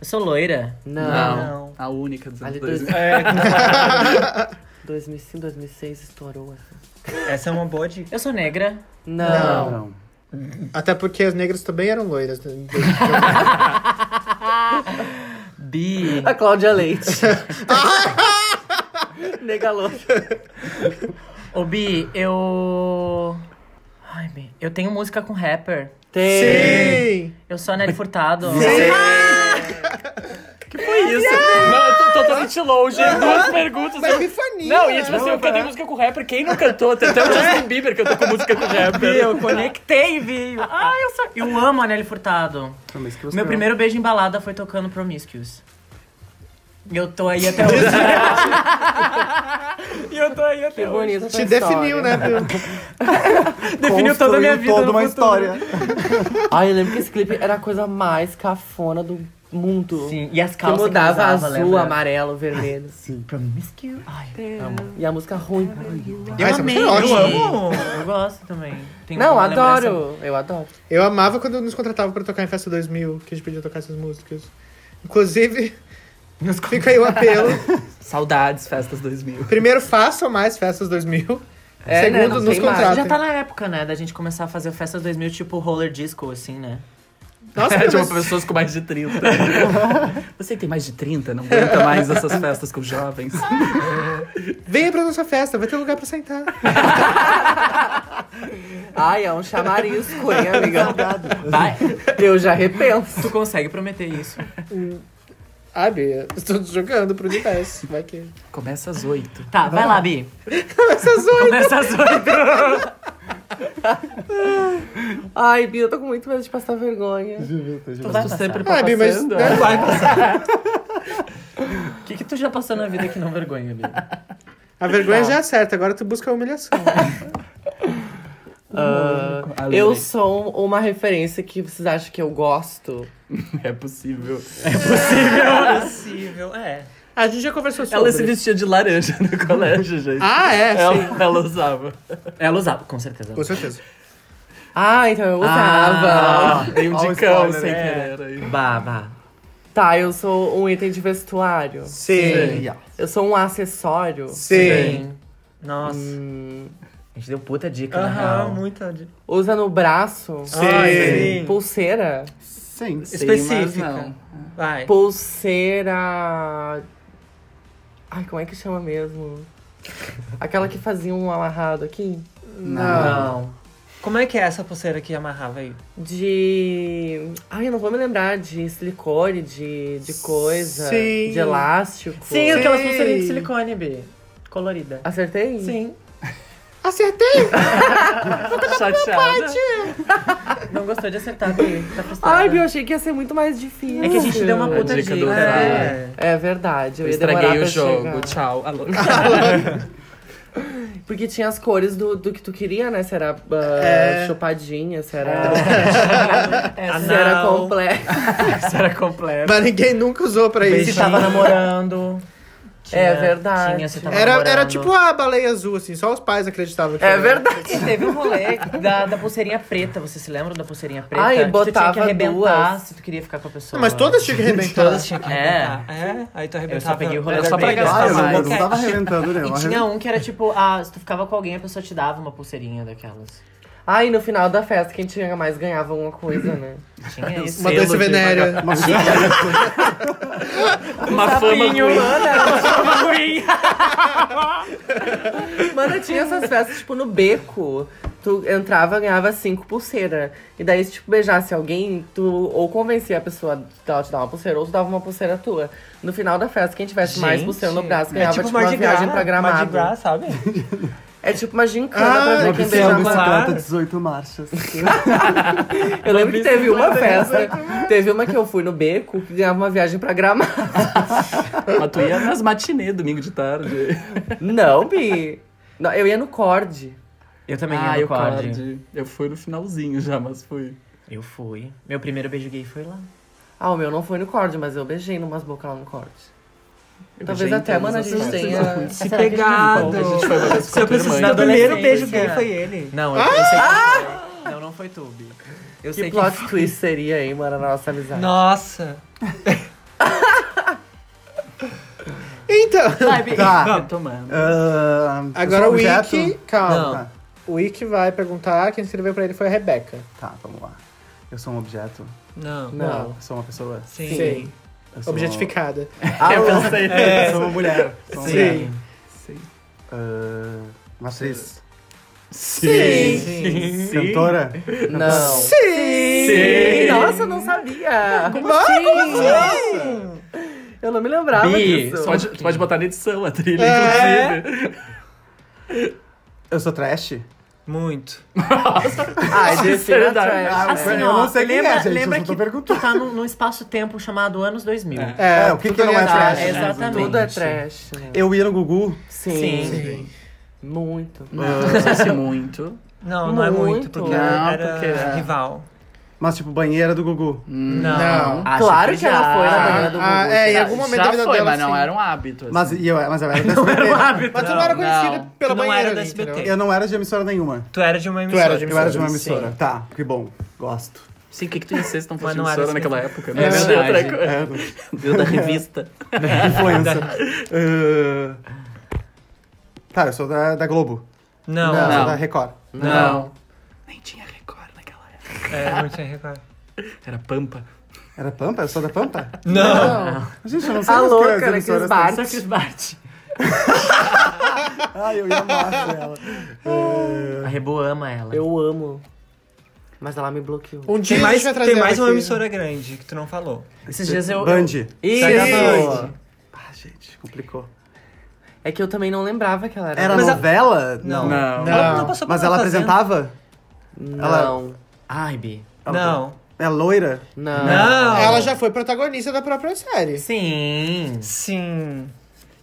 Speaker 8: Eu sou loira.
Speaker 1: Não.
Speaker 5: Não.
Speaker 6: A única dos
Speaker 1: Ali
Speaker 6: anos
Speaker 1: dois-
Speaker 6: 2000.
Speaker 1: É. 2005, 2006 estourou assim. essa.
Speaker 5: Essa é uma boa dica.
Speaker 8: Eu sou negra.
Speaker 1: Não.
Speaker 7: Não.
Speaker 4: Até porque as negras também eram loiras. né?
Speaker 8: Bi.
Speaker 1: A Cláudia Leite. Nega louca.
Speaker 8: Ô, Bi, eu. Ai, Bi. Eu tenho música com rapper.
Speaker 1: Tem.
Speaker 4: Sim!
Speaker 8: Eu sou a Nelly Furtado.
Speaker 6: Não, eu tô totalmente longe. Duas perguntas.
Speaker 4: Mas epifania!
Speaker 6: Não,
Speaker 4: né?
Speaker 6: e tipo assim, eu cantei música com rapper, quem não cantou? Tem até o
Speaker 8: É.
Speaker 6: Justin Bieber cantou com música né? com rapper.
Speaker 8: Eu conectei, Bi. Ai, eu sou. Eu amo a Nelly Furtado.
Speaker 7: Mas que você
Speaker 8: Meu primeiro beijo em balada foi tocando Promiscuous. E eu tô aí até hoje. e eu tô aí até
Speaker 1: Que
Speaker 8: hoje.
Speaker 1: bonita essa é
Speaker 4: Te definiu, né, Bill?
Speaker 8: Definiu toda a minha vida.
Speaker 7: Toda
Speaker 8: no
Speaker 7: uma
Speaker 8: futuro.
Speaker 7: história.
Speaker 1: Ai, eu lembro que esse clipe era a coisa mais cafona do mundo.
Speaker 8: Sim, assim, e as
Speaker 1: Que
Speaker 8: calças
Speaker 1: mudava
Speaker 8: que eu usava,
Speaker 1: azul,
Speaker 8: lembra?
Speaker 1: amarelo, vermelho. É.
Speaker 8: Promiscuous. Ai, amo.
Speaker 1: E a música ruim.
Speaker 8: Eu
Speaker 4: Essa
Speaker 8: amei.
Speaker 4: música é ótima.
Speaker 8: amo. Eu gosto também. Tenho
Speaker 1: Não,
Speaker 8: uma lembrança
Speaker 1: adoro. Eu adoro.
Speaker 4: Eu amava quando nos contratavam pra tocar em Festa 2000, que a gente podia tocar essas músicas. Inclusive, fica aí o apelo.
Speaker 6: Saudades, festas 2000.
Speaker 4: Primeiro, façam mais Festas 2000.
Speaker 1: É, né?
Speaker 4: Segundo,
Speaker 1: Não
Speaker 4: nos
Speaker 1: tem mais.
Speaker 4: contratem.
Speaker 8: Já tá na época, né, da gente começar a fazer festa 2000, tipo roller disco, assim, né?
Speaker 4: Nossa,
Speaker 6: É, tipo,
Speaker 4: mas...
Speaker 6: pessoas com mais de 30. Você que tem mais de 30, não aguenta mais essas festas com jovens.
Speaker 4: venha pra nossa festa, vai ter lugar pra sentar.
Speaker 1: Ai, é um chamarisco, hein, amiga?
Speaker 8: Vai,
Speaker 1: Eu já repenso.
Speaker 8: tu consegue prometer isso.
Speaker 4: Ai, Bia, estou jogando pro universo. Vai que.
Speaker 6: Começa às 8.
Speaker 8: Tá, vai lá, Bi.
Speaker 4: Essas oito.
Speaker 8: Começa às oito.
Speaker 1: Ai, Bia, eu tô com muito medo de passar vergonha.
Speaker 8: Tu vai passar.
Speaker 4: Ai, Bia, mas. né?
Speaker 8: O que, que tu já passou na vida que não vergonha, Bi?
Speaker 4: A vergonha já é certa, agora tu busca a humilhação.
Speaker 1: Ah, eu sou uma referência que vocês acham que eu gosto.
Speaker 6: É possível.
Speaker 5: Possível, é.
Speaker 4: A gente já conversou sobre.
Speaker 6: Ela se vestia de laranja no colégio, gente.
Speaker 4: Ah, é, sim.
Speaker 6: ela, ela usava.
Speaker 8: Ela usava, com certeza.
Speaker 4: Com certeza.
Speaker 1: Ah, então eu usava.
Speaker 6: Ah, dei um
Speaker 7: Olha o
Speaker 6: dicão
Speaker 7: spoiler,
Speaker 6: sem
Speaker 7: né?
Speaker 6: querer aí.
Speaker 8: Bah, bah.
Speaker 1: Tá, eu sou um item de vestuário.
Speaker 4: Sim.
Speaker 1: Eu sou um acessório.
Speaker 4: Sim.
Speaker 5: Nossa.
Speaker 1: Hum,
Speaker 8: A gente deu puta dica, na
Speaker 5: Aham,
Speaker 8: real.
Speaker 5: muita dica.
Speaker 1: usa no braço.
Speaker 4: Sim.
Speaker 1: Pulseira.
Speaker 7: Sim.
Speaker 6: Sim,
Speaker 5: Específica.
Speaker 6: mas não.
Speaker 5: Vai.
Speaker 1: Pulseira. Ai, como é que chama mesmo? Aquela que fazia um amarrado aqui?
Speaker 6: Não.
Speaker 8: Não.
Speaker 5: Como é que é essa pulseira que amarrava aí?
Speaker 1: De. Ai, eu não vou me lembrar de silicone, de, de coisa.
Speaker 4: Sim.
Speaker 1: De elástico.
Speaker 8: Sim, aquelas
Speaker 4: Sim.
Speaker 8: pulseirinhas de silicone, Bi. Colorida.
Speaker 1: Acertei?
Speaker 8: Sim.
Speaker 4: Acertei!
Speaker 8: Chateada. Não gostou de acertar, Bi. Tá frustrada.
Speaker 1: Ai, Bi, eu achei que ia ser muito mais difícil.
Speaker 8: É que a gente deu uma puta
Speaker 6: dica
Speaker 8: dica.
Speaker 6: do Fábio.
Speaker 8: É.
Speaker 1: É verdade, eu,
Speaker 6: Eu
Speaker 1: ia demorar
Speaker 6: estraguei o
Speaker 1: pra
Speaker 6: jogo.
Speaker 1: chegar.
Speaker 6: Tchau. Alô.
Speaker 1: Porque tinha as cores do, do que tu queria, né? Se era ah, chupadinha, se era,
Speaker 8: É.
Speaker 1: se era
Speaker 5: Anal.
Speaker 1: complexo.
Speaker 6: Isso era completo.
Speaker 4: Mas ninguém nunca usou pra
Speaker 8: Se
Speaker 4: isso.
Speaker 8: tava namorando.
Speaker 1: É verdade.
Speaker 8: Tinha, se tava
Speaker 4: Era,
Speaker 8: namorando.
Speaker 4: era tipo a baleia azul, assim, só os pais acreditavam que
Speaker 1: É
Speaker 4: era.
Speaker 1: verdade.
Speaker 8: E teve um rolê da, da pulseirinha preta. Você se lembra da pulseirinha preta?
Speaker 1: Ai,
Speaker 8: que tu tinha que
Speaker 1: botava
Speaker 8: arrebentar
Speaker 1: duas.
Speaker 8: se tu queria ficar com a pessoa.
Speaker 4: Não, Mas todas tinham que arrebentar.
Speaker 5: Todas tinham que
Speaker 8: É.
Speaker 5: arrebentar. É? Aí tu
Speaker 8: Eu
Speaker 5: arrebentava.
Speaker 8: só peguei o rolê
Speaker 5: era
Speaker 8: só pra
Speaker 5: vermelho.
Speaker 8: gastar
Speaker 7: Ah, eu não, eu
Speaker 8: mais.
Speaker 7: não tava arrebentando, né?
Speaker 8: E
Speaker 7: Eu
Speaker 8: tinha um que era tipo, ah, se tu ficava com alguém, a pessoa te dava uma pulseirinha daquelas.
Speaker 1: Ai, no final da festa, quem tinha mais ganhava alguma coisa, né?
Speaker 8: Tinha
Speaker 6: é
Speaker 8: isso.
Speaker 4: Uma doença venérea.
Speaker 6: Uma fama humana.
Speaker 1: Mano, tinha essas festas, tipo, no beco. Tu entrava, ganhava cinco pulseiras. E daí, se tipo, beijasse alguém, tu ou convencia a pessoa dela te dar uma pulseira, ou tu dava uma pulseira tua. No final da festa, quem tivesse mais
Speaker 6: Gente,
Speaker 1: pulseira no braço
Speaker 5: É
Speaker 1: ganhava,
Speaker 5: tipo,
Speaker 1: tipo,
Speaker 5: Mardi
Speaker 1: uma
Speaker 5: Gras,
Speaker 1: viagem pra
Speaker 5: Mardi
Speaker 1: gramado.
Speaker 5: Gras, sabe?
Speaker 1: É tipo uma gincana pra ver quem
Speaker 7: Oficial
Speaker 1: beijava
Speaker 5: uma-
Speaker 7: bicicleta, 18 marchas.
Speaker 1: Eu lembro que teve uma festa. Teve uma que eu fui no beco que ganhava uma viagem pra gramado.
Speaker 6: Mas tu ia nas matinês, domingo de tarde.
Speaker 1: Não, Bi. Não, eu ia no corde.
Speaker 8: Eu também
Speaker 6: ah,
Speaker 8: ia no
Speaker 6: eu
Speaker 8: card.
Speaker 6: card. Eu fui no finalzinho já, mas fui.
Speaker 8: Eu fui. Meu primeiro beijo gay foi lá.
Speaker 1: Ah, o meu não foi no corde, mas eu beijei numas bocas lá no corde.
Speaker 6: Eu
Speaker 1: Talvez
Speaker 6: beijei em
Speaker 1: até, mano, a
Speaker 6: todas
Speaker 1: gente
Speaker 6: as festas.
Speaker 1: tenha.
Speaker 5: Se
Speaker 8: Será que a gente
Speaker 5: pegado.
Speaker 6: A gente foi uma vez com
Speaker 5: Se eu
Speaker 6: a tua irmã.
Speaker 5: preciso
Speaker 8: da
Speaker 5: do
Speaker 6: então.
Speaker 5: primeiro
Speaker 8: adolescente,
Speaker 5: beijo gay
Speaker 8: né?
Speaker 5: foi ele.
Speaker 8: Não, eu, eu sei que foi. Não, não foi tu, Bi. Eu
Speaker 1: Que
Speaker 8: sei
Speaker 1: plot
Speaker 8: que
Speaker 1: twist seria, hein, mano, a nossa amizade.
Speaker 5: Nossa.
Speaker 4: Então,
Speaker 8: Vai, Bi.
Speaker 7: Tá.
Speaker 6: Eu tô amando.
Speaker 7: Ah,
Speaker 4: agora o
Speaker 7: objeto?
Speaker 4: Wiki. Calma.
Speaker 7: Tá,
Speaker 4: O Wiki vai perguntar, quem escreveu pra ele foi a Rebeca.
Speaker 7: tá, vamos lá. Eu sou um objeto?
Speaker 5: Não.
Speaker 1: Não.
Speaker 7: Eu sou uma pessoa?
Speaker 5: Sim.
Speaker 4: Sim.
Speaker 7: Eu sou-
Speaker 4: Objetificada.
Speaker 7: Ah, eu pensei. Eu sou uma mulher. Sou uma mulher.
Speaker 4: Sim.
Speaker 7: Ah, uma atriz?
Speaker 6: Sim. Sim.
Speaker 7: Cantora?
Speaker 1: Não.
Speaker 4: Sim!
Speaker 1: Sim. Nossa, eu não sabia. Como Eu não me lembrava
Speaker 6: Bi,
Speaker 1: disso.
Speaker 6: tu pode, tu pode botar na edição a trilha,
Speaker 4: É.
Speaker 6: inclusive.
Speaker 7: Eu sou trash?
Speaker 5: Muito.
Speaker 1: Ai, defina
Speaker 6: Sinceridade.
Speaker 1: trash. né?
Speaker 7: Ah,
Speaker 8: Assim,
Speaker 7: eu
Speaker 8: ó,
Speaker 7: não sei quem
Speaker 8: lembra-
Speaker 7: é, gente.
Speaker 8: lembra
Speaker 7: eu só tô
Speaker 8: que-
Speaker 7: perguntando.
Speaker 8: tu tá num, num espaço-tempo chamado anos 2000.
Speaker 7: É, o que que não é
Speaker 8: Tá,
Speaker 7: trash?
Speaker 8: exatamente.
Speaker 1: Tudo é trash. né?
Speaker 7: Eu ia no Gugu?
Speaker 1: Sim. Muito.
Speaker 6: Não sei se muito.
Speaker 5: Não, não é muito,
Speaker 1: Muito.
Speaker 5: porque
Speaker 7: Não,
Speaker 5: era
Speaker 7: porque é.
Speaker 5: rival.
Speaker 7: Mas, tipo, banheira do Gugu.
Speaker 5: Não.
Speaker 9: Acho
Speaker 1: claro que, ela
Speaker 9: já.
Speaker 1: foi na banheira do Gugu.
Speaker 4: Ah, é, em
Speaker 9: Já-
Speaker 4: algum momento
Speaker 9: já
Speaker 4: da vida
Speaker 9: foi,
Speaker 4: dela,
Speaker 9: mas não
Speaker 4: sim.
Speaker 9: era um hábito.
Speaker 7: Mas, e eu, mas eu era da SBT.
Speaker 4: Mas tu não era conhecida
Speaker 9: não.
Speaker 4: pela
Speaker 5: Tu não
Speaker 4: banheira
Speaker 5: era da
Speaker 4: ali,
Speaker 5: SBT.
Speaker 4: entendeu?
Speaker 7: Eu não era de emissora nenhuma.
Speaker 5: Tu era de uma
Speaker 4: Tu
Speaker 5: emissora.
Speaker 4: era de
Speaker 7: Eu era de uma
Speaker 4: emissora.
Speaker 7: emissora. Tá, que bom. Gosto.
Speaker 6: Sim, o que, que tu ia ser se não fosse
Speaker 5: Mas não era
Speaker 6: emissora
Speaker 5: assim.
Speaker 6: naquela época?
Speaker 9: É verdade.
Speaker 7: É,
Speaker 6: Deu da revista.
Speaker 7: influencer. Ah, Tá, eu sou da, da Globo.
Speaker 5: Não,
Speaker 7: Eu
Speaker 5: não.
Speaker 7: sou da Record.
Speaker 9: Não.
Speaker 6: Nem tinha Record naquela época.
Speaker 5: É, não tinha recorde.
Speaker 6: Era Pampa.
Speaker 7: Era Pampa? Eu sou da Pampa?
Speaker 5: Não.
Speaker 7: Gente, eu não sei
Speaker 1: A
Speaker 7: das
Speaker 1: louca,
Speaker 7: coisas,
Speaker 1: né?
Speaker 7: emissoras
Speaker 1: Cris
Speaker 7: têm-
Speaker 1: Bart.
Speaker 6: Só que Bart.
Speaker 7: Ai, eu ia amar ela.
Speaker 8: A Rebo ama ela.
Speaker 1: Eu amo. Mas ela me bloqueou.
Speaker 4: Um dia
Speaker 5: Tem
Speaker 4: a
Speaker 5: mais,
Speaker 4: gente vai trazer
Speaker 5: tem mais
Speaker 4: ela
Speaker 5: uma
Speaker 4: aqui.
Speaker 5: emissora grande que tu não falou.
Speaker 8: Esses dias eu.
Speaker 7: Band.
Speaker 1: Isso!
Speaker 4: Band.
Speaker 7: Ah, gente, complicou.
Speaker 1: É que eu também não lembrava que ela era.
Speaker 7: Era
Speaker 5: Mas a-
Speaker 7: novela? Não.
Speaker 6: Não.
Speaker 5: Ela não
Speaker 4: Não.
Speaker 5: passou por
Speaker 7: Mas
Speaker 5: uma
Speaker 7: ela tá
Speaker 5: fazenda.
Speaker 7: apresentava?
Speaker 1: Não.
Speaker 8: Ai, Bi.
Speaker 5: Não.
Speaker 7: É loira?
Speaker 1: Não.
Speaker 5: Não.
Speaker 4: Ela já foi protagonista da própria série.
Speaker 8: Sim.
Speaker 5: Sim.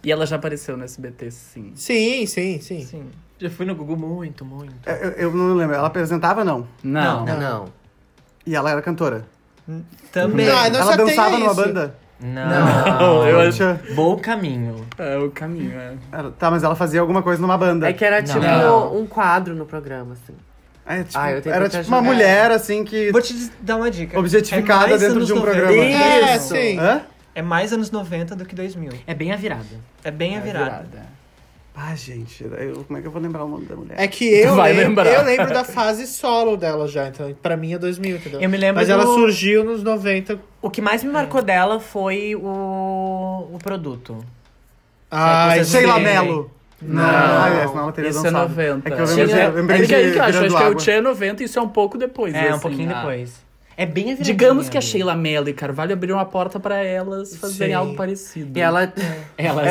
Speaker 6: E ela já apareceu no SBT, sim.
Speaker 4: Sim, sim, sim.
Speaker 5: Sim.
Speaker 6: Já fui no Google muito, muito.
Speaker 7: Eu, eu- eu não lembro. Ela apresentava, não.
Speaker 6: Não.
Speaker 1: Não. Não.
Speaker 7: E ela era cantora.
Speaker 5: Também.
Speaker 4: Não, não
Speaker 7: ela
Speaker 4: só tem
Speaker 7: dançava numa
Speaker 4: isso.
Speaker 7: banda?
Speaker 8: Não.
Speaker 6: Não, eu acho.
Speaker 7: Tinha-
Speaker 8: Bom caminho.
Speaker 6: É o caminho, é.
Speaker 7: Ela- Tá, mas ela fazia alguma coisa numa banda.
Speaker 1: É que era tipo
Speaker 6: Não.
Speaker 1: um quadro no programa, assim.
Speaker 7: É, tipo,
Speaker 1: Ah, eu tenho
Speaker 7: era
Speaker 1: que te
Speaker 7: tipo uma
Speaker 1: ajudar.
Speaker 7: mulher, assim, que...
Speaker 5: Vou te dar uma dica. É
Speaker 7: Objetificada
Speaker 5: mais
Speaker 7: dentro
Speaker 5: anos
Speaker 7: de um
Speaker 5: 90.
Speaker 7: programa.
Speaker 4: É,
Speaker 5: Isso.
Speaker 4: sim.
Speaker 7: Hã?
Speaker 5: É mais anos 90 do que 2000.
Speaker 8: É bem a virada.
Speaker 5: É bem a virada.
Speaker 6: é
Speaker 7: Ah, gente, eu- como é que eu vou lembrar o nome da mulher?
Speaker 4: É que eu,
Speaker 6: Vai
Speaker 4: lem-
Speaker 6: lembrar.
Speaker 4: eu lembro da fase solo dela já, então pra mim é 2000, entendeu?
Speaker 8: Eu me lembro
Speaker 4: Mas ela
Speaker 8: do-
Speaker 4: surgiu nos 90.
Speaker 8: O que mais me marcou dela foi o, o produto.
Speaker 4: Ah,
Speaker 8: vocês
Speaker 7: Sheila
Speaker 8: sim.
Speaker 7: Mello. Não, ah, é, senão ela teria
Speaker 6: Isso é
Speaker 7: dançado.
Speaker 6: 90.
Speaker 7: É que eu
Speaker 6: Tinha-
Speaker 7: lembrei, eu lembrei
Speaker 10: é que
Speaker 7: de
Speaker 10: aí que eu acho,
Speaker 7: Virando
Speaker 10: acho que é o
Speaker 7: Água.
Speaker 10: Tchan 90 e isso é um pouco depois.
Speaker 8: É, um
Speaker 10: assim,
Speaker 8: pouquinho
Speaker 10: ah.
Speaker 8: depois. É bem a viradinha
Speaker 6: Ah. Digamos que a
Speaker 8: ali.
Speaker 6: Sheila Mello e Carvalho abriram a porta pra elas fazerem
Speaker 5: Sim.
Speaker 6: algo parecido.
Speaker 1: E ela.
Speaker 8: Elas,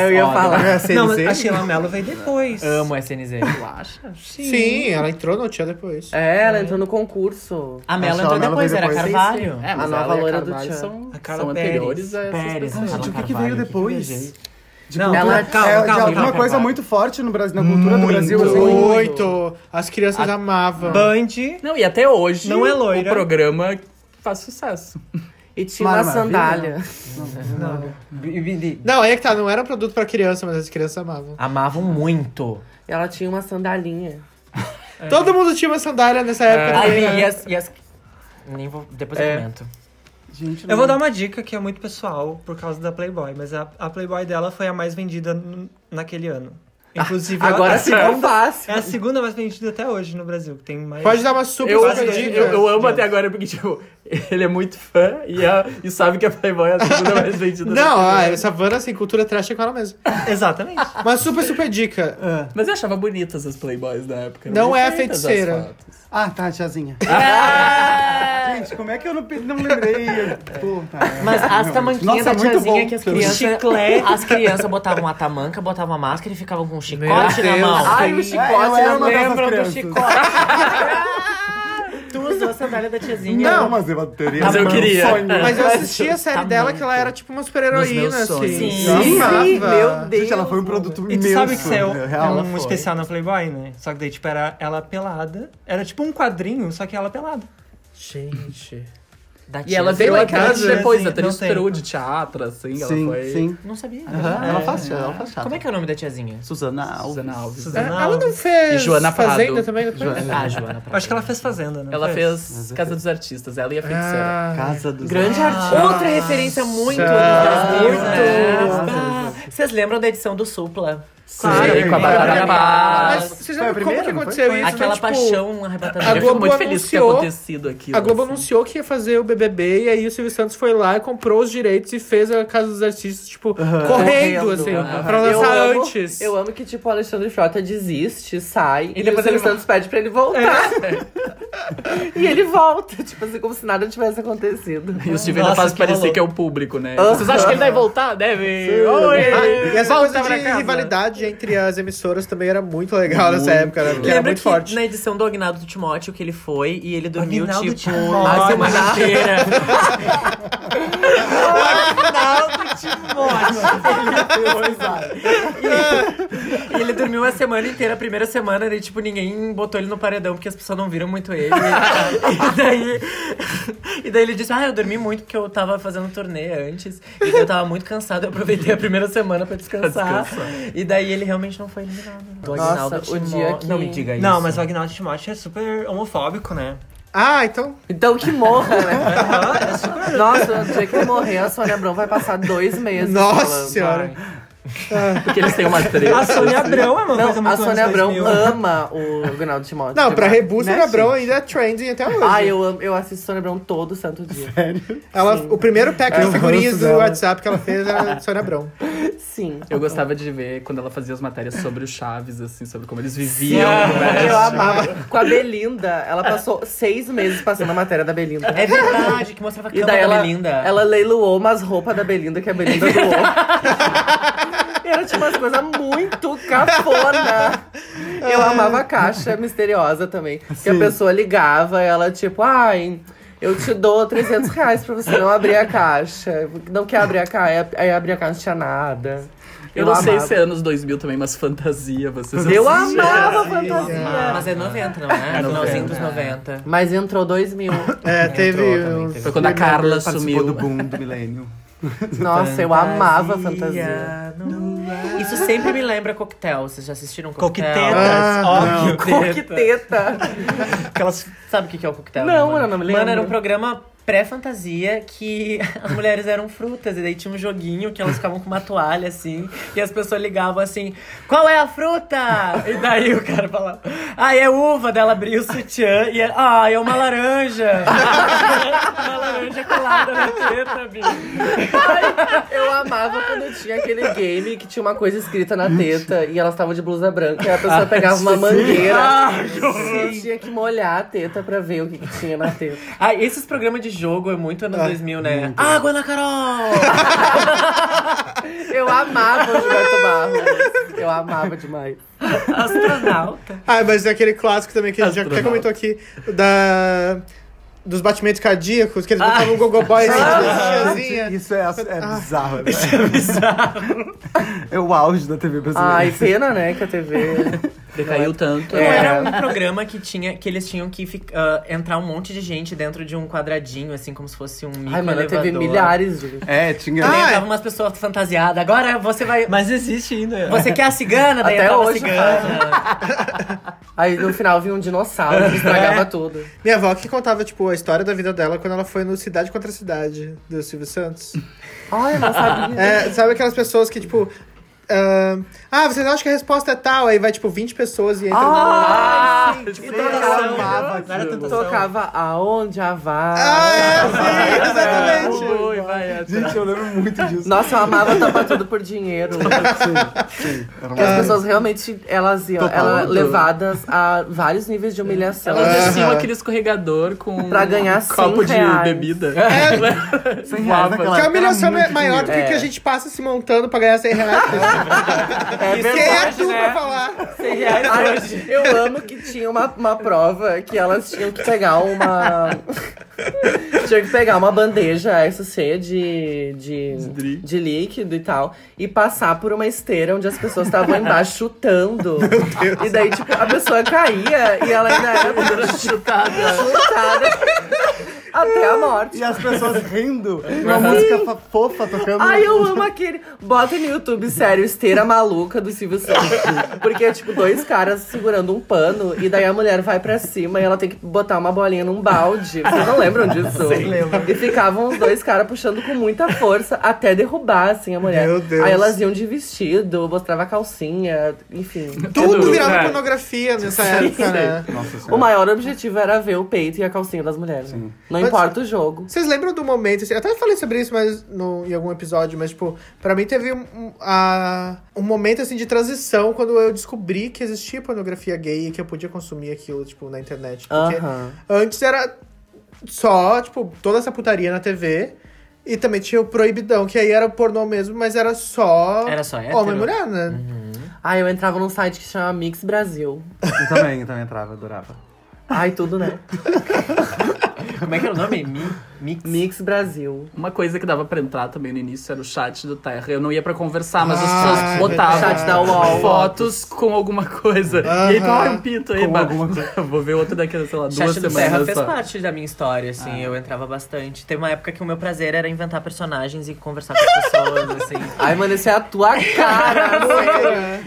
Speaker 1: eu ia
Speaker 8: olha,
Speaker 1: falar.
Speaker 5: Não, mas a Sheila Mello veio depois.
Speaker 8: Amo SNZ.
Speaker 6: Tu acha?
Speaker 4: Sim. ela entrou no Tchan depois.
Speaker 1: É, ela entrou no concurso.
Speaker 8: A
Speaker 7: A
Speaker 8: Melo
Speaker 7: Sheila
Speaker 8: entrou
Speaker 7: Mello
Speaker 8: depois,
Speaker 7: veio
Speaker 8: era
Speaker 7: depois.
Speaker 8: Carvalho.
Speaker 6: É,
Speaker 1: A
Speaker 6: mas
Speaker 1: nova
Speaker 6: ela e
Speaker 1: loira do
Speaker 6: Carvalho
Speaker 1: Tchan.
Speaker 6: são,
Speaker 5: A Carla
Speaker 6: são anteriores
Speaker 5: Pérez.
Speaker 6: a essas
Speaker 8: Pérez,
Speaker 6: pessoas.
Speaker 8: Carla
Speaker 7: Gente, o que, que veio
Speaker 8: Carvalho, o que que
Speaker 7: depois?
Speaker 8: veio,
Speaker 7: de
Speaker 5: Não,
Speaker 7: cultura,
Speaker 5: calma, calma,
Speaker 7: é, de
Speaker 5: calma,
Speaker 7: alguma
Speaker 5: calma,
Speaker 7: coisa
Speaker 5: calma.
Speaker 7: muito forte no Brasil, na cultura do Brasil. assim.
Speaker 4: Muito. As crianças amavam.
Speaker 5: Band.
Speaker 10: Não, e até hoje
Speaker 5: Não é loira.
Speaker 10: o programa faz sucesso.
Speaker 1: E tinha uma
Speaker 7: Mara
Speaker 1: sandália.
Speaker 7: Maravilha.
Speaker 4: Não, aí é que tá, não era um produto pra criança, mas as crianças amavam.
Speaker 8: Amavam muito.
Speaker 1: Ela tinha uma sandalinha.
Speaker 7: É.
Speaker 4: Todo mundo tinha uma sandália nessa época.
Speaker 10: Ah,
Speaker 8: Ai,
Speaker 4: também, né?
Speaker 8: e as- e as- Nem vou... Depois
Speaker 7: É.
Speaker 8: eu comento.
Speaker 7: Gente,
Speaker 5: Eu vou dar uma dica que é muito pessoal por causa da Playboy, mas a, a Playboy dela foi a mais vendida n- naquele ano. Inclusive,
Speaker 1: Agora
Speaker 5: a,
Speaker 1: sim, não
Speaker 5: segunda,
Speaker 1: fácil.
Speaker 5: é a segunda mais vendida até hoje no Brasil, que tem mais.
Speaker 4: Pode dar uma super
Speaker 10: Eu,
Speaker 4: super um dica.
Speaker 10: eu, eu amo até agora, porque, tipo, ele é muito fã e, a- e sabe que a Playboy é a segunda mais vendida.
Speaker 4: Não, ah, essa Vanna, assim, cultura trash é com ela mesmo.
Speaker 5: Exatamente.
Speaker 4: Uma super, super dica.
Speaker 7: É.
Speaker 10: Mas eu achava bonitas as Playboys da época.
Speaker 4: Não
Speaker 10: Bem
Speaker 4: é a
Speaker 10: feitas as
Speaker 4: feiticeira.
Speaker 10: fotos.
Speaker 7: Ah, tá, tiazinha.
Speaker 4: Ah!
Speaker 7: Gente, como é que eu não, pe- não lembrei? Pô, tá, é.
Speaker 8: Mas as tamanquinhas
Speaker 7: Nossa, é
Speaker 8: da
Speaker 7: muito
Speaker 8: tiazinha
Speaker 7: bom.
Speaker 8: que as crianças...
Speaker 5: Chiclete.
Speaker 8: As crianças botavam a tamanca, botavam a máscara e ficavam com um chicote na
Speaker 4: Deus.
Speaker 8: mão.
Speaker 1: Ai, o
Speaker 7: É, eu
Speaker 1: chicote,
Speaker 7: era
Speaker 1: não
Speaker 7: uma dessas
Speaker 1: lembram do
Speaker 7: crianças.
Speaker 1: chicote.
Speaker 8: Tu usou a sandália da tiazinha.
Speaker 7: Não, mas eu teria
Speaker 8: Mas eu
Speaker 7: um
Speaker 8: queria.
Speaker 7: sonho.
Speaker 4: Mas eu assisti a série
Speaker 8: Tá
Speaker 4: dela,
Speaker 8: muito.
Speaker 4: que ela era tipo uma super
Speaker 6: Nos
Speaker 4: heroína,
Speaker 6: meus
Speaker 4: assim.
Speaker 6: sonhos. Sim.
Speaker 1: Sim,
Speaker 4: Eu amava.
Speaker 1: meu Deus.
Speaker 7: Gente, ela foi um produto
Speaker 5: E
Speaker 7: imenso.
Speaker 5: tu sabe que saiu
Speaker 7: né? Real, ela
Speaker 5: um
Speaker 7: foi.
Speaker 5: especial na Playboy, né? Só que daí, tipo, era ela pelada. Era tipo um quadrinho, só que ela pelada.
Speaker 10: Gente.
Speaker 8: Da
Speaker 6: E ela
Speaker 8: tiazinha.
Speaker 6: veio
Speaker 4: lá em
Speaker 6: atrás
Speaker 4: casa,
Speaker 6: depois,
Speaker 5: assim,
Speaker 6: atriz
Speaker 5: não tem.
Speaker 6: peru de teatro, assim, ela
Speaker 7: Sim,
Speaker 6: foi...
Speaker 7: sim.
Speaker 8: Não sabia.
Speaker 7: é-
Speaker 8: É.
Speaker 7: Aham, Ela faz chata, ela faz chata.
Speaker 8: Como é que é o nome da tiazinha?
Speaker 7: Susana Alves.
Speaker 6: Susana Alves.
Speaker 4: É,
Speaker 5: Não.
Speaker 4: Ela não fez
Speaker 6: E Joana Prado.
Speaker 4: Fazenda também depois?
Speaker 7: Joana-
Speaker 8: Ah, Joana.
Speaker 5: Eu acho que ela fez Fazenda, né?
Speaker 6: Ela
Speaker 5: Foi?
Speaker 6: fez Casa dos Artistas, ela e a feiticeira.
Speaker 4: Ah,
Speaker 7: Casa dos
Speaker 1: Grande artista.
Speaker 3: Ah.
Speaker 8: Outra referência muito
Speaker 4: Nossa.
Speaker 8: anos 2000, né?
Speaker 7: Muito.
Speaker 8: Ah, Vocês lembram da edição do Supla?
Speaker 6: Claro,
Speaker 4: Sim,
Speaker 6: com a
Speaker 4: foi a
Speaker 6: Batata
Speaker 4: primeira.
Speaker 6: Paz.
Speaker 4: Mas vocês
Speaker 7: Foi a
Speaker 4: lembram como
Speaker 7: primeira,
Speaker 4: que
Speaker 7: não foi?
Speaker 4: aconteceu isso? né?
Speaker 8: Aquela
Speaker 4: Tipo,
Speaker 8: paixão um arrebatadora.
Speaker 4: a
Speaker 10: Eu fico
Speaker 4: Globo
Speaker 10: muito feliz de ter
Speaker 4: anunciou-
Speaker 10: acontecido aquilo.
Speaker 4: A Globo
Speaker 10: assim.
Speaker 4: anunciou que ia fazer o BBB e aí o Silvio Santos foi lá e comprou os direitos e fez a Casa dos Artistas, tipo, correndo,
Speaker 1: Correndo,
Speaker 4: assim,
Speaker 1: aham.
Speaker 4: pra lançar
Speaker 1: Eu amo-
Speaker 4: antes.
Speaker 1: Eu amo que, tipo, o Alexandre Frota desiste, sai. E,
Speaker 10: depois
Speaker 1: depois o
Speaker 10: ele
Speaker 1: Silvio Santos pede pra ele voltar. e ele volta, tipo assim, como se nada tivesse acontecido.
Speaker 6: E o Steven ainda
Speaker 5: Nossa,
Speaker 6: faz
Speaker 5: que
Speaker 6: parecer
Speaker 5: rolou.
Speaker 6: que é o público, né?
Speaker 1: Aham.
Speaker 6: Vocês acham que ele vai voltar? Deve!
Speaker 4: Ah,
Speaker 6: Oi!
Speaker 4: e essa
Speaker 6: Volta
Speaker 4: coisa
Speaker 6: pra
Speaker 4: de
Speaker 6: casa.
Speaker 4: rivalidade entre as emissoras também era muito legal nessa época, né? Porque era
Speaker 8: Lembra
Speaker 4: muito
Speaker 8: que
Speaker 4: forte.
Speaker 8: na edição do Agnaldo Timóteo que ele foi e ele dormiu,
Speaker 5: Agnaldo
Speaker 8: tipo,
Speaker 5: Timóteo.
Speaker 6: Ah,
Speaker 8: a semana inteira.
Speaker 5: Ronaldo Timóteo.
Speaker 8: E ele dormiu a semana inteira, a primeira semana, daí, tipo, ninguém botou ele no paredão, porque as pessoas não viram muito ele. e, daí, e daí ele disse, ah, eu dormi muito porque eu tava fazendo um turnê antes. E daí eu tava muito cansado, eu aproveitei a primeira semana pra descansar. E daí ele realmente não foi eliminado. Do
Speaker 1: Nossa,
Speaker 8: Aguinaldo
Speaker 1: o
Speaker 8: Timó-
Speaker 1: dia que-
Speaker 8: Não me diga isso.
Speaker 5: Não, mas o Agnaldo Timóteo é super homofóbico, né?
Speaker 4: Ah, então.
Speaker 1: Então que morra, né? Nossa, no dia que ele morrer, a Sônia Abrão vai passar dois meses.
Speaker 4: Nossa
Speaker 1: falando,
Speaker 4: Senhora.
Speaker 1: vai.
Speaker 6: Porque eles têm uma treta.
Speaker 5: A Sônia Abrão é uma coisa
Speaker 1: Não,
Speaker 5: muito
Speaker 1: a Sônia
Speaker 5: anos
Speaker 1: Abrão
Speaker 5: 2000.
Speaker 1: ama o Agnaldo Timóteo.
Speaker 4: Não, pra Rebu, Sônia
Speaker 7: Né,
Speaker 4: Abrão
Speaker 7: gente?
Speaker 4: ainda é trending até hoje.
Speaker 1: Ah, eu amo, eu assisto Sônia Abrão todo santo dia.
Speaker 4: Ela- o primeiro pack
Speaker 7: É,
Speaker 4: de
Speaker 7: o
Speaker 4: figurinhas
Speaker 7: ranço
Speaker 4: do
Speaker 7: dela.
Speaker 4: WhatsApp que ela fez era Sônia Abrão.
Speaker 1: Sim.
Speaker 6: Eu gostava de ver quando ela fazia as matérias sobre o Chaves, assim, sobre como eles viviam.
Speaker 1: Eu amava. Com a Belinda, ela passou seis meses passando a matéria da Belinda.
Speaker 8: É verdade, que mostrava a
Speaker 1: E
Speaker 8: cama
Speaker 1: daí
Speaker 8: da
Speaker 1: ela,
Speaker 8: Belinda.
Speaker 1: ela leiloou umas roupas da Belinda que a Belinda doou. Era tipo umas coisas muito cafona. Eu amava a caixa misteriosa também. Que a pessoa ligava, ela tipo, ai. Eu te dou 300 reais pra você não abrir a caixa. Não quer abrir a caixa, aí abrir a caixa não tinha nada.
Speaker 6: Eu não sei
Speaker 1: amava.
Speaker 6: se é assim. anos 2000 também, mas fantasia, vocês
Speaker 1: Eu
Speaker 6: assistiam?
Speaker 1: amava a fantasia.
Speaker 8: Mas é 90, não é?
Speaker 6: É
Speaker 8: Finalzinho
Speaker 6: 90.
Speaker 8: dos 90.
Speaker 1: Mas entrou 2000.
Speaker 4: É, teve.
Speaker 8: também,
Speaker 4: uns-
Speaker 6: Foi quando a Carla
Speaker 7: Participou
Speaker 6: sumiu.
Speaker 7: do boom do milênio.
Speaker 1: Nossa, eu amava a fantasia.
Speaker 8: Isso sempre me lembra coquetel. Vocês já assistiram coquetel?
Speaker 5: Coquetetas,
Speaker 4: Ah,
Speaker 5: óbvio.
Speaker 1: Coqueteta.
Speaker 5: Aquelas
Speaker 8: Sabe o que que é o coquetel?
Speaker 1: Não,
Speaker 8: né,
Speaker 1: eu não me
Speaker 8: Mano, era um
Speaker 1: lembro.
Speaker 8: programa
Speaker 3: pré-fantasia que as mulheres eram frutas. E daí tinha um joguinho que elas ficavam com uma toalha, assim, e as pessoas ligavam assim, qual é a fruta? E daí o cara falava, ah, é uva. Daí ela abria o sutiã e era, ah, é uma laranja. uma laranja colada na teta, bicho.
Speaker 1: Eu amava quando tinha aquele game que tinha uma coisa escrita na teta e elas estavam de blusa branca e a
Speaker 3: Ah,
Speaker 1: pessoa pegava uma mangueira e tinha que molhar a teta pra ver o que, que tinha na teta.
Speaker 3: Ah, esses programas de jogo é muito anos 2000, né? Água na Carol!
Speaker 1: Eu amava o Gilberto Barros. Eu amava demais.
Speaker 5: Astronauta.
Speaker 4: Ah, mas é aquele clássico também que a gente já até comentou aqui, da... Dos batimentos cardíacos, que eles botavam o Gogoboy assim, ah,
Speaker 7: Isso é, é bizarro, né? Isso é bizarro. é o auge da TV brasileira.
Speaker 1: Ai, pena, né, que a TV...
Speaker 11: Decaiu tanto.
Speaker 3: Não, era um programa que, tinha, que eles tinham que fi- ah, entrar um monte de gente dentro de um quadradinho, assim, como se fosse um micro
Speaker 1: Ai, mano, a TV
Speaker 3: elevador.
Speaker 1: milhares, gente.
Speaker 7: É, tinha.
Speaker 4: Ah,
Speaker 3: Daí
Speaker 4: é.
Speaker 3: entravam umas pessoas fantasiadas. Agora você vai...
Speaker 5: Mas existe ainda.
Speaker 8: É.
Speaker 3: Você quer a cigana? Daí
Speaker 1: Até
Speaker 3: entrava a
Speaker 1: hoje
Speaker 3: cigana.
Speaker 1: Aí no final vinha um dinossauro que estragava tudo.
Speaker 3: É.
Speaker 4: Minha avó que contava, tipo, a história da vida dela quando ela foi no Cidade contra Cidade, do Silvio Santos.
Speaker 1: Ai, eu não sabia.
Speaker 4: É, sabe aquelas pessoas que, tipo. ah, ah, vocês acham que a resposta é tal? Aí vai, tipo, 20 pessoas e entra.
Speaker 1: Ah,
Speaker 4: no... tipo,
Speaker 1: eu
Speaker 4: tentação.
Speaker 1: amava
Speaker 5: Não era tentação.
Speaker 1: Tocava aonde a vara.
Speaker 4: Ah, é, sim, exatamente.
Speaker 3: Ui, vai atrás.
Speaker 7: Gente, eu lembro muito disso.
Speaker 1: Nossa, eu amava tapar tudo por dinheiro.
Speaker 7: Era
Speaker 1: Porque as pessoas realmente, elas iam
Speaker 7: Topava
Speaker 1: elas
Speaker 7: tudo.
Speaker 1: levadas a vários níveis de humilhação. É
Speaker 6: Elas desciam
Speaker 4: Aham.
Speaker 6: um aquele escorregador com
Speaker 1: Pra ganhar
Speaker 6: um copo
Speaker 1: 100 reais.
Speaker 6: de bebida.
Speaker 7: uma- 100
Speaker 4: Que
Speaker 7: reais naquela
Speaker 4: a
Speaker 7: época era
Speaker 4: humilhação é
Speaker 7: muito
Speaker 4: maior
Speaker 7: dinheiro.
Speaker 4: do que, que a gente passa se montando pra ganhar 100 reais.
Speaker 1: É
Speaker 4: Quem é tu pra falar?
Speaker 1: Ai, Ah, eu amo que tinha uma, uma prova que elas tinham que pegar uma. tinham que pegar uma bandeja SC de, de, de líquido e tal. E passar por uma esteira onde as pessoas estavam embaixo chutando. E daí, tipo, a pessoa caía e ela ainda era
Speaker 6: chutada.
Speaker 1: chutada até a morte.
Speaker 7: E as pessoas rindo. Uma música fa- fofa tocando.
Speaker 1: Ai, eu amo aquele. Bota no YouTube, sério, esteira maluca do Silvio Santos. Porque é tipo dois caras segurando um pano e daí a mulher vai pra cima e ela tem que botar uma bolinha num balde. Vocês não lembram disso? lembro. E ficavam os dois caras puxando com muita força até derrubar, assim, a mulher.
Speaker 4: Meu Deus.
Speaker 1: Aí elas iam de vestido, mostrava a calcinha, enfim.
Speaker 4: Tudo virava
Speaker 6: cara.
Speaker 4: pornografia nessa época, né?
Speaker 7: Nossa
Speaker 1: O
Speaker 7: senhora.
Speaker 1: maior objetivo era ver o peito e a calcinha das mulheres. né? Não
Speaker 4: Mas-
Speaker 1: importa o jogo.
Speaker 4: Vocês lembram do momento, assim, eu até falei sobre isso mas no, em algum episódio, mas, tipo, pra mim teve um, um, a- um momento, assim, de transição quando eu descobri que existia pornografia gay e que eu podia consumir aquilo, tipo, na internet. Porque
Speaker 1: Aham.
Speaker 4: antes era só, tipo, toda essa putaria na TV e também tinha o proibidão, que aí era pornô mesmo, mas era só...
Speaker 3: Era só hétero? Uhum.
Speaker 4: Homem e mulher, né?
Speaker 1: Ai, eu entrava num site que se chama Mix Brasil.
Speaker 7: Eu também, eu também entrava, adorava.
Speaker 1: Ai, tudo, né?
Speaker 3: Como é que era o nome? Mi- Mix?
Speaker 1: Mix Brasil.
Speaker 6: Uma coisa que dava pra entrar também no início era o chat do Terra. Eu não ia pra conversar, mas
Speaker 4: Ah,
Speaker 6: as pessoas botavam
Speaker 1: Chat da UOL.
Speaker 6: fotos com alguma coisa. E aí,
Speaker 4: Aham.
Speaker 6: ah, um pinto aí,
Speaker 7: Com
Speaker 6: bah,
Speaker 7: alguma
Speaker 6: Vou ver outra daquela, sei lá, duas
Speaker 3: Chat do Serra
Speaker 6: semanas
Speaker 3: fez
Speaker 6: só.
Speaker 3: parte da minha história, assim,
Speaker 8: Ah.
Speaker 3: eu entrava bastante. Teve uma época que o meu prazer era inventar personagens e conversar com as pessoas,
Speaker 8: Tá.
Speaker 3: assim.
Speaker 1: Ai, mano, isso é a tua cara. muito.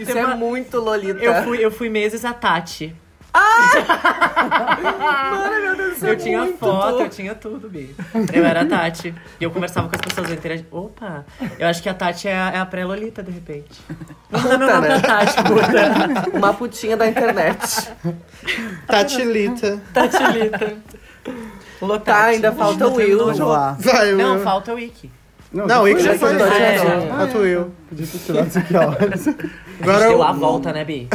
Speaker 1: Isso
Speaker 3: Tem
Speaker 1: é
Speaker 3: uma-
Speaker 1: muito Lolita.
Speaker 3: Eu fui, eu fui meses a Tati.
Speaker 8: Ah! é
Speaker 3: Eu tinha foto, eu tinha tudo, Bi. Eu era a Tati. E eu conversava com as pessoas, eu interagi... Opa! Eu acho que a Tati é a, é a pré-Lolita, de repente. Não dá meu nome pra Tati, puta.
Speaker 1: Uma putinha da internet.
Speaker 3: Uhum.
Speaker 4: Tatilita.
Speaker 3: Tatilita. Lotati.
Speaker 1: Tá, ainda falta o Will.
Speaker 7: Vamos lá.
Speaker 4: Vai, Will.
Speaker 3: Não, falta o Wiki.
Speaker 4: Não, o Ick
Speaker 7: já
Speaker 4: já
Speaker 1: foi,
Speaker 4: foi. já
Speaker 1: já
Speaker 4: foi.
Speaker 1: foi.
Speaker 4: Falta o Will.
Speaker 7: Ah, Podia ter tirado isso aqui, ó.
Speaker 3: Agora
Speaker 4: Agora
Speaker 3: deu a
Speaker 4: o,
Speaker 3: volta, né, Bi?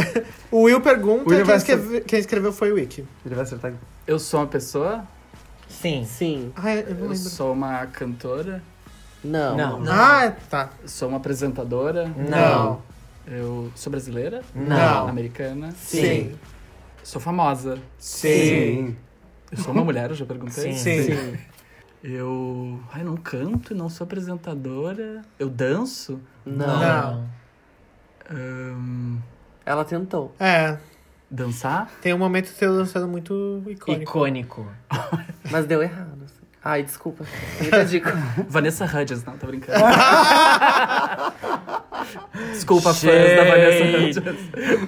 Speaker 4: o Will pergunta
Speaker 7: O Will
Speaker 4: quem,
Speaker 7: vai ser-
Speaker 4: escreve- quem escreveu foi o Wiki.
Speaker 7: Ele vai acertar.
Speaker 6: Eu sou uma pessoa?
Speaker 3: Sim.
Speaker 1: Sim.
Speaker 7: é,
Speaker 4: Ah, eu não
Speaker 6: Eu
Speaker 4: lembro.
Speaker 6: sou uma cantora?
Speaker 1: Não.
Speaker 3: Não. Não.
Speaker 4: Ah, tá.
Speaker 6: Eu Sou uma apresentadora?
Speaker 4: Hum.
Speaker 3: Não.
Speaker 6: Eu sou brasileira?
Speaker 3: Não.
Speaker 6: Americana?
Speaker 3: Sim.
Speaker 6: Sou famosa?
Speaker 7: Sim.
Speaker 6: Eu sou uma mulher, eu já perguntei?
Speaker 3: Sim.
Speaker 4: Sim.
Speaker 6: Eu. Ai, não canto, não sou apresentadora. Eu danço?
Speaker 4: Não.
Speaker 6: Ahn,
Speaker 1: Ela tentou.
Speaker 4: É,
Speaker 6: dançar?
Speaker 4: tem um momento teu dançando muito icônico.
Speaker 3: Icônico.
Speaker 1: Mas deu errado. assim. Ai, desculpa. Muita dica.
Speaker 6: Vanessa Hudgens, não, tô brincando. Desculpa, fãs da Vanessa
Speaker 8: Gente.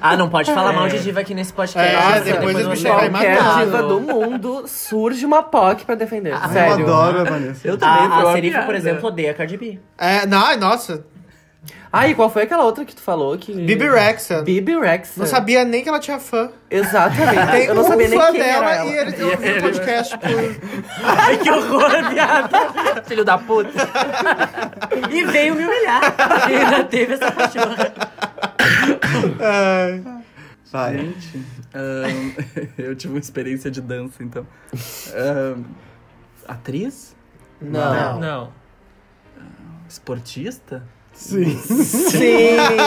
Speaker 8: Ah, não pode falar mal de diva aqui nesse podcast. né?
Speaker 4: É,
Speaker 8: Nossa,
Speaker 4: depois as
Speaker 8: eu
Speaker 4: bichas
Speaker 8: vou-
Speaker 4: vai
Speaker 1: Qualquer
Speaker 4: matar.
Speaker 1: diva do mundo surge uma POC pra defender.
Speaker 7: Ah,
Speaker 1: sério.
Speaker 7: Eu adoro a Vanessa.
Speaker 6: Eu também, foi
Speaker 8: A, a
Speaker 6: uma
Speaker 8: Serifa,
Speaker 3: É.
Speaker 8: por
Speaker 6: piada.
Speaker 8: exemplo, odeia a Cardi B.
Speaker 4: É, não, nossa,
Speaker 1: Ah, e qual foi aquela outra que tu falou? Que...
Speaker 4: Bibi Rexa.
Speaker 1: Bibi Rex.
Speaker 4: Não sabia nem que ela tinha fã.
Speaker 1: Exatamente.
Speaker 4: Tem
Speaker 1: eu não sabia
Speaker 4: um
Speaker 1: nem
Speaker 4: fã
Speaker 1: quem
Speaker 4: dela
Speaker 1: era ela.
Speaker 4: e ele ouviu o podcast por...
Speaker 8: Ai, que horror, viado. Filho da puta. E veio me humilhar. E ainda teve essa paixão.
Speaker 6: Ah, é.
Speaker 7: Vai.
Speaker 6: Ahn, eu tive uma experiência de dança, então. Ahn, atriz?
Speaker 1: Não.
Speaker 5: Não.
Speaker 6: Esportista?
Speaker 1: Sim,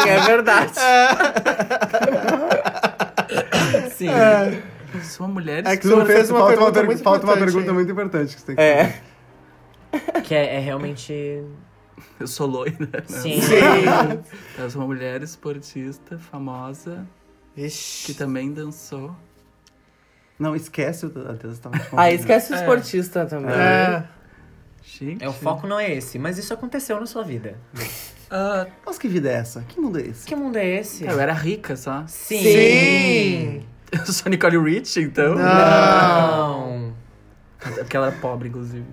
Speaker 1: é verdade.
Speaker 6: Sim. Sou uma mulher.
Speaker 4: É que
Speaker 7: Tu
Speaker 4: tu
Speaker 7: não
Speaker 4: fez uma
Speaker 7: falta,
Speaker 4: pergunta
Speaker 7: uma pergunta,
Speaker 4: muito
Speaker 7: falta uma
Speaker 4: importante,
Speaker 7: pergunta
Speaker 4: hein?
Speaker 7: muito importante que você tem que
Speaker 1: É.
Speaker 8: Que é, é realmente...
Speaker 6: Eu sou loira. né?
Speaker 8: Sim.
Speaker 6: Eu sou uma mulher esportista, famosa, que
Speaker 4: Ixi.
Speaker 6: também dançou.
Speaker 7: Não, esquece o a Deus tava te
Speaker 1: Ah, esquece o
Speaker 6: É.
Speaker 1: esportista também.
Speaker 4: É.
Speaker 6: Gente.
Speaker 8: É, o foco não é esse, mas isso aconteceu na sua vida.
Speaker 5: Ah,
Speaker 7: Nossa, que vida é essa? Que mundo é esse?
Speaker 8: Que mundo é esse?
Speaker 6: Eu era rica só.
Speaker 8: Sim.
Speaker 4: Sim.
Speaker 6: Eu sou a Nicole Rich, então.
Speaker 8: Não.
Speaker 6: Porque ela era pobre, inclusive.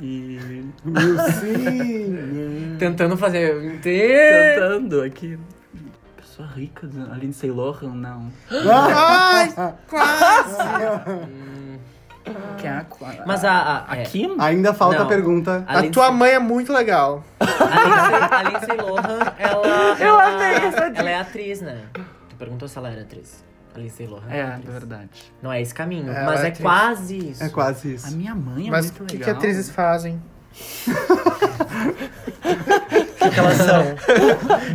Speaker 6: E.
Speaker 7: Meu sim!
Speaker 8: Tentando fazer...
Speaker 6: Tentando aqui. Pessoa rica, Aline Seilohan, não.
Speaker 4: Ai,
Speaker 6: Que é a, a,
Speaker 8: Mas a... a,
Speaker 6: a
Speaker 8: é,
Speaker 6: Kim?
Speaker 7: Ainda falta
Speaker 8: Não.
Speaker 7: a pergunta.
Speaker 4: a
Speaker 8: Lindsay-
Speaker 4: tua mãe é muito legal.
Speaker 8: A Lindsay, a Lindsay Lohan, ela.
Speaker 1: Eu
Speaker 8: ela,
Speaker 1: amei essa dica.
Speaker 8: Ela é atriz, né? Tu perguntou se ela era atriz. A Lindsay Lohan.
Speaker 6: É, é
Speaker 8: atriz.
Speaker 6: verdade.
Speaker 8: Não é esse caminho,
Speaker 4: Ela
Speaker 8: mas
Speaker 4: é
Speaker 8: é,
Speaker 4: atriz.
Speaker 8: quase isso.
Speaker 7: É quase isso.
Speaker 6: A minha mãe é
Speaker 4: Mas
Speaker 6: muito
Speaker 4: o que,
Speaker 6: legal.
Speaker 4: que atrizes fazem?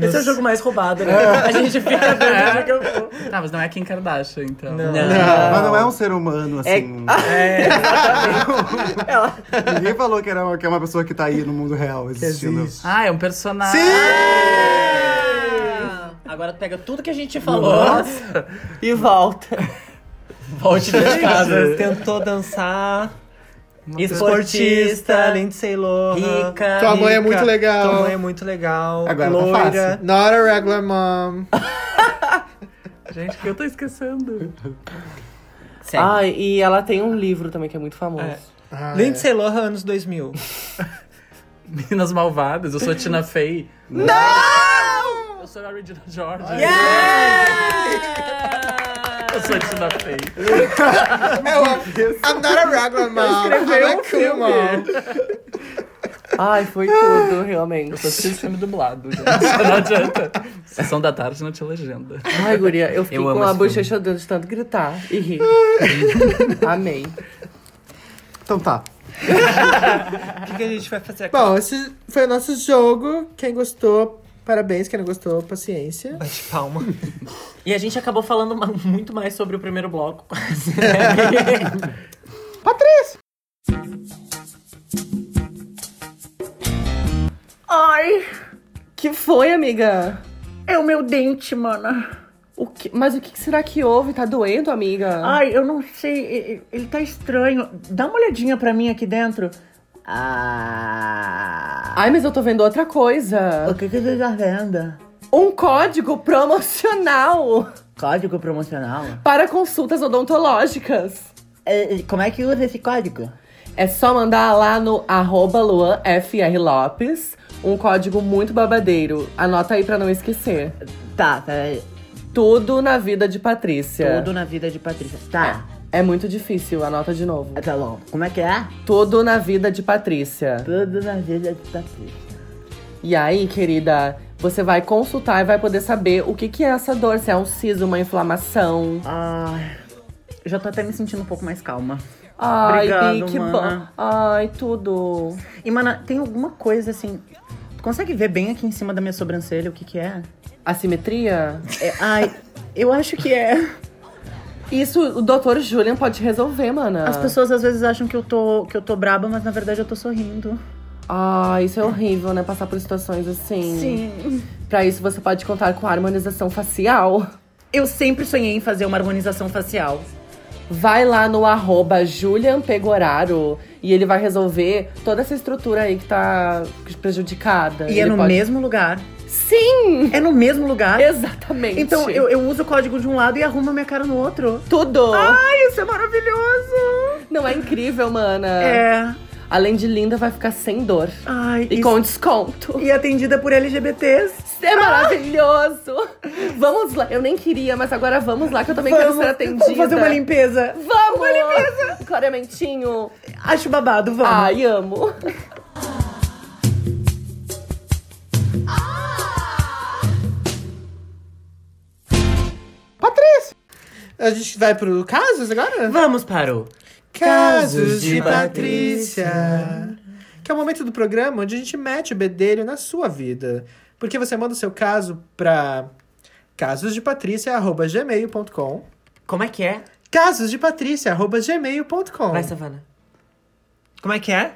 Speaker 8: Esse é o jogo mais roubado, né? A gente
Speaker 6: É,
Speaker 8: fica dando que eu vou.
Speaker 6: Tá, mas não é Kim Kardashian, então.
Speaker 7: Mas não é um ser humano, assim.
Speaker 1: É-
Speaker 7: um- Ninguém falou que, era uma, que é uma pessoa que tá aí no mundo real existindo.
Speaker 6: Ah, é um personagem.
Speaker 8: Ah, Agora tu pega tudo que a gente falou.
Speaker 1: E volta.
Speaker 8: Volte de casa.
Speaker 5: tentou dançar.
Speaker 8: Esportista,
Speaker 5: Lindsay Lohan.
Speaker 8: rica.
Speaker 4: Tua mãe é
Speaker 5: rica.
Speaker 4: muito
Speaker 8: Então,
Speaker 4: legal.
Speaker 5: Tua mãe é muito legal.
Speaker 7: Agora tá
Speaker 5: loira.
Speaker 7: fácil.
Speaker 4: Not a regular mom.
Speaker 6: Gente, que eu tô esquecendo.
Speaker 8: Segue.
Speaker 1: Ah, e ela tem um livro também que é muito famoso.
Speaker 5: É.
Speaker 4: Ah,
Speaker 5: Lindsay Lohan, anos 2000.
Speaker 6: Meninas Malvadas, eu sou a Tina Fey. Não! Eu sou a Regina George. Eu sou a Tina Fey.
Speaker 4: é. Eu, I'm not a regular mom. I'm a cool é, mom.
Speaker 1: Ai, foi tudo, realmente.
Speaker 6: Eu só assisto filme dublado, gente. Não adianta. Sessão da tarde não tinha legenda.
Speaker 1: Ai, guria, eu fiquei
Speaker 8: Eu amo
Speaker 1: com a
Speaker 8: esse
Speaker 1: bochecha dentro de tanto gritar e rir. Amei.
Speaker 7: Então tá.
Speaker 5: O que, que a gente vai fazer agora?
Speaker 4: Bom, esse foi o nosso jogo. Quem gostou, parabéns. Quem não gostou, paciência.
Speaker 5: Bate palma.
Speaker 8: E a gente acabou falando ma- muito mais sobre o primeiro bloco. quase, né?
Speaker 1: Ai, que foi, amiga? É o meu dente, mana. O que, mas o que será que houve? Tá doendo, amiga?
Speaker 8: Ah.
Speaker 3: Ai, eu não sei, e- e- ele tá estranho. Dá uma olhadinha pra mim aqui dentro. Ah.
Speaker 1: Ai, mas eu tô vendo outra coisa.
Speaker 3: O que que você tá vendo?
Speaker 1: Um código promocional
Speaker 3: Código promocional?
Speaker 1: para consultas odontológicas.
Speaker 3: É, é, Como é que usa esse código?
Speaker 1: É só mandar lá no arroba luanfrlopes, um código muito babadeiro. Anota aí pra não esquecer.
Speaker 3: Tá, peraí.
Speaker 1: Tudo na vida de
Speaker 5: É.
Speaker 1: Patrícia.
Speaker 3: Tudo na vida de Patrícia. Tá,
Speaker 1: É muito difícil, anota de novo.
Speaker 3: tá bom. Como é que é?
Speaker 1: Tudo na vida de Patrícia.
Speaker 3: Tudo na vida de Patrícia.
Speaker 1: E aí, querida, você vai consultar e vai poder saber o que, que é essa dor, se é um siso, uma inflamação.
Speaker 3: Ah, Ai. Já tô até me sentindo um pouco mais calma.
Speaker 1: Ai,
Speaker 3: Obrigado,
Speaker 1: Bi, que bom.
Speaker 3: mana.
Speaker 1: Ai, tudo.
Speaker 3: E, mana, tem alguma coisa assim. Tu consegue ver bem aqui em cima da minha sobrancelha o que que é?
Speaker 1: Assimetria?
Speaker 3: É, ai, eu acho que é.
Speaker 1: Isso o Dr. Julian pode resolver, mana.
Speaker 3: As pessoas às vezes acham que eu tô, que eu tô braba, mas na verdade eu tô sorrindo.
Speaker 1: Ah, isso é horrível, né? Passar por situações assim.
Speaker 3: Sim.
Speaker 1: Pra isso, você pode contar com a harmonização facial.
Speaker 3: Eu sempre sonhei em fazer uma harmonização facial.
Speaker 1: Vai lá no arroba Julian Pegoraro e ele vai resolver toda essa estrutura aí que tá prejudicada.
Speaker 3: E é
Speaker 1: Ele
Speaker 3: no
Speaker 1: pode-
Speaker 3: mesmo lugar. Sim! É no mesmo lugar.
Speaker 12: Exatamente.
Speaker 3: Então, eu, eu uso o código de um lado e arrumo a minha cara no outro.
Speaker 12: Tudo!
Speaker 3: Ai, isso é maravilhoso!
Speaker 12: Não é incrível, mana?
Speaker 3: É.
Speaker 12: Além de linda, vai ficar sem dor.
Speaker 3: Ai,
Speaker 12: E
Speaker 3: isso- Ah.
Speaker 12: com desconto.
Speaker 3: E atendida por LGBTs.
Speaker 12: Isso é maravilhoso! Vamos lá. Eu nem queria, mas agora vamos lá, que eu também quero
Speaker 3: Vamos-
Speaker 12: ser atendida.
Speaker 3: Vamos fazer uma limpeza.
Speaker 12: Vamos! Uma limpeza! Clarementinho.
Speaker 3: Tá Acho babado, vamos.
Speaker 8: Ah,
Speaker 12: Ai, amo.
Speaker 4: A gente vai pro Casos agora?
Speaker 5: Vamos para o...
Speaker 4: Casos de
Speaker 5: de
Speaker 4: Patrícia. Que é o momento do programa onde a gente mete o bedelho na sua vida. Porque você manda o seu caso pra casosdepatrícia.gmail.com
Speaker 5: Como é que é?
Speaker 4: casosdepatrícia.gmail.com
Speaker 5: Vai, Savana.
Speaker 13: Como é que é?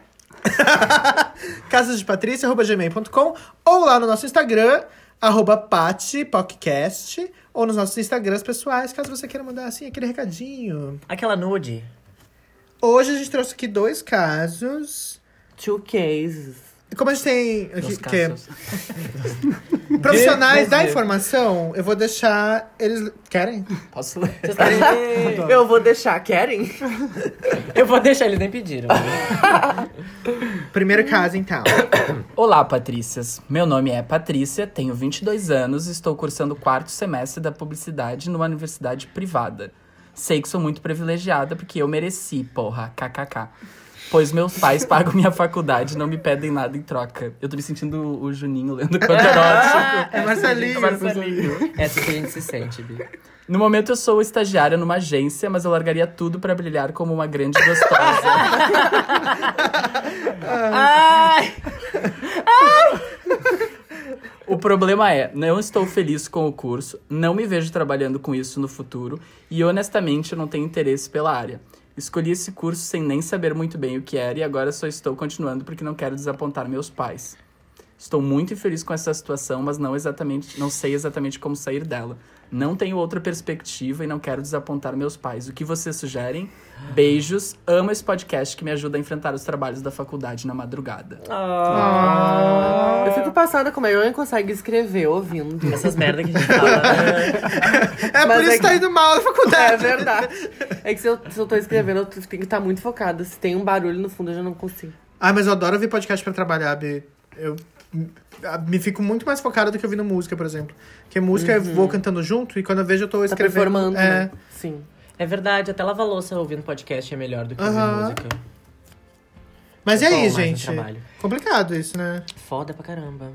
Speaker 4: casasdepatrícia.gmail.com ou lá no nosso Instagram, arroba Pati Podcast, ou nos nossos Instagrams pessoais, caso você queira mandar assim aquele recadinho.
Speaker 5: Aquela nude.
Speaker 4: Hoje a gente trouxe aqui dois casos.
Speaker 1: Two cases.
Speaker 4: E Como a gente tem aqui,
Speaker 13: Os
Speaker 4: que,
Speaker 5: é?
Speaker 13: casos.
Speaker 4: profissionais da informação, eu vou deixar eles. Querem?
Speaker 6: Posso ler?
Speaker 1: Eu vou deixar, querem?
Speaker 5: Eu vou deixar, eles nem pediram.
Speaker 1: Hum.
Speaker 4: Primeiro caso, então.
Speaker 6: Olá, Patrícias. Meu nome é Patrícia, tenho 22 anos e estou cursando o quarto semestre da publicidade numa universidade privada. Sei que sou muito privilegiada porque eu mereci, porra, kkk. Pois meus pais pagam minha faculdade e não me pedem nada em troca. Eu tô me sentindo o Juninho lendo conto
Speaker 5: Ah,
Speaker 6: erótico.
Speaker 4: É Marcelinho.
Speaker 5: Essa que a gente se sente, Bi.
Speaker 6: No momento eu sou estagiária numa agência, mas eu largaria tudo pra brilhar como uma grande gostosa.
Speaker 5: Ai!
Speaker 6: O problema é, não estou feliz com o curso, não me vejo trabalhando com isso no futuro e honestamente eu não tenho interesse pela área. Escolhi esse curso sem nem saber muito bem o que era e agora só estou continuando porque não quero desapontar meus pais. Estou muito infeliz com essa situação, mas não exatamente, não sei exatamente como sair dela. Não tenho outra perspectiva e não quero desapontar meus pais. O que vocês sugerem? Beijos. Amo esse podcast que me ajuda a enfrentar os trabalhos da faculdade na madrugada.
Speaker 4: Ah,
Speaker 1: Ah. Eu fico passada como a Ione consegue escrever ouvindo.
Speaker 5: Essas merdas que a gente fala. né?
Speaker 4: É por
Speaker 1: Mas
Speaker 4: isso
Speaker 1: é
Speaker 4: que tá
Speaker 1: que-
Speaker 4: indo mal na
Speaker 1: É
Speaker 4: faculdade.
Speaker 1: verdade. É que se eu, se eu tô escrevendo, eu tenho que estar muito focada. Se tem um barulho no fundo, eu já não consigo.
Speaker 4: Ah, mas eu adoro ouvir podcast pra trabalhar, Bi. Eu ah, me fico muito mais focado do que ouvindo música, por exemplo. Porque música eu vou cantando junto e quando eu vejo eu tô
Speaker 1: Tá
Speaker 4: escrevendo.
Speaker 1: performando,
Speaker 4: é.
Speaker 1: né? Sim.
Speaker 5: É verdade, até lavar louça ouvindo podcast é melhor do que
Speaker 4: Aham.
Speaker 5: ouvir música.
Speaker 4: Mas e
Speaker 5: É bom
Speaker 4: aí,
Speaker 5: mais no
Speaker 4: gente?
Speaker 5: trabalho.
Speaker 4: Complicado isso, né?
Speaker 5: Foda pra caramba.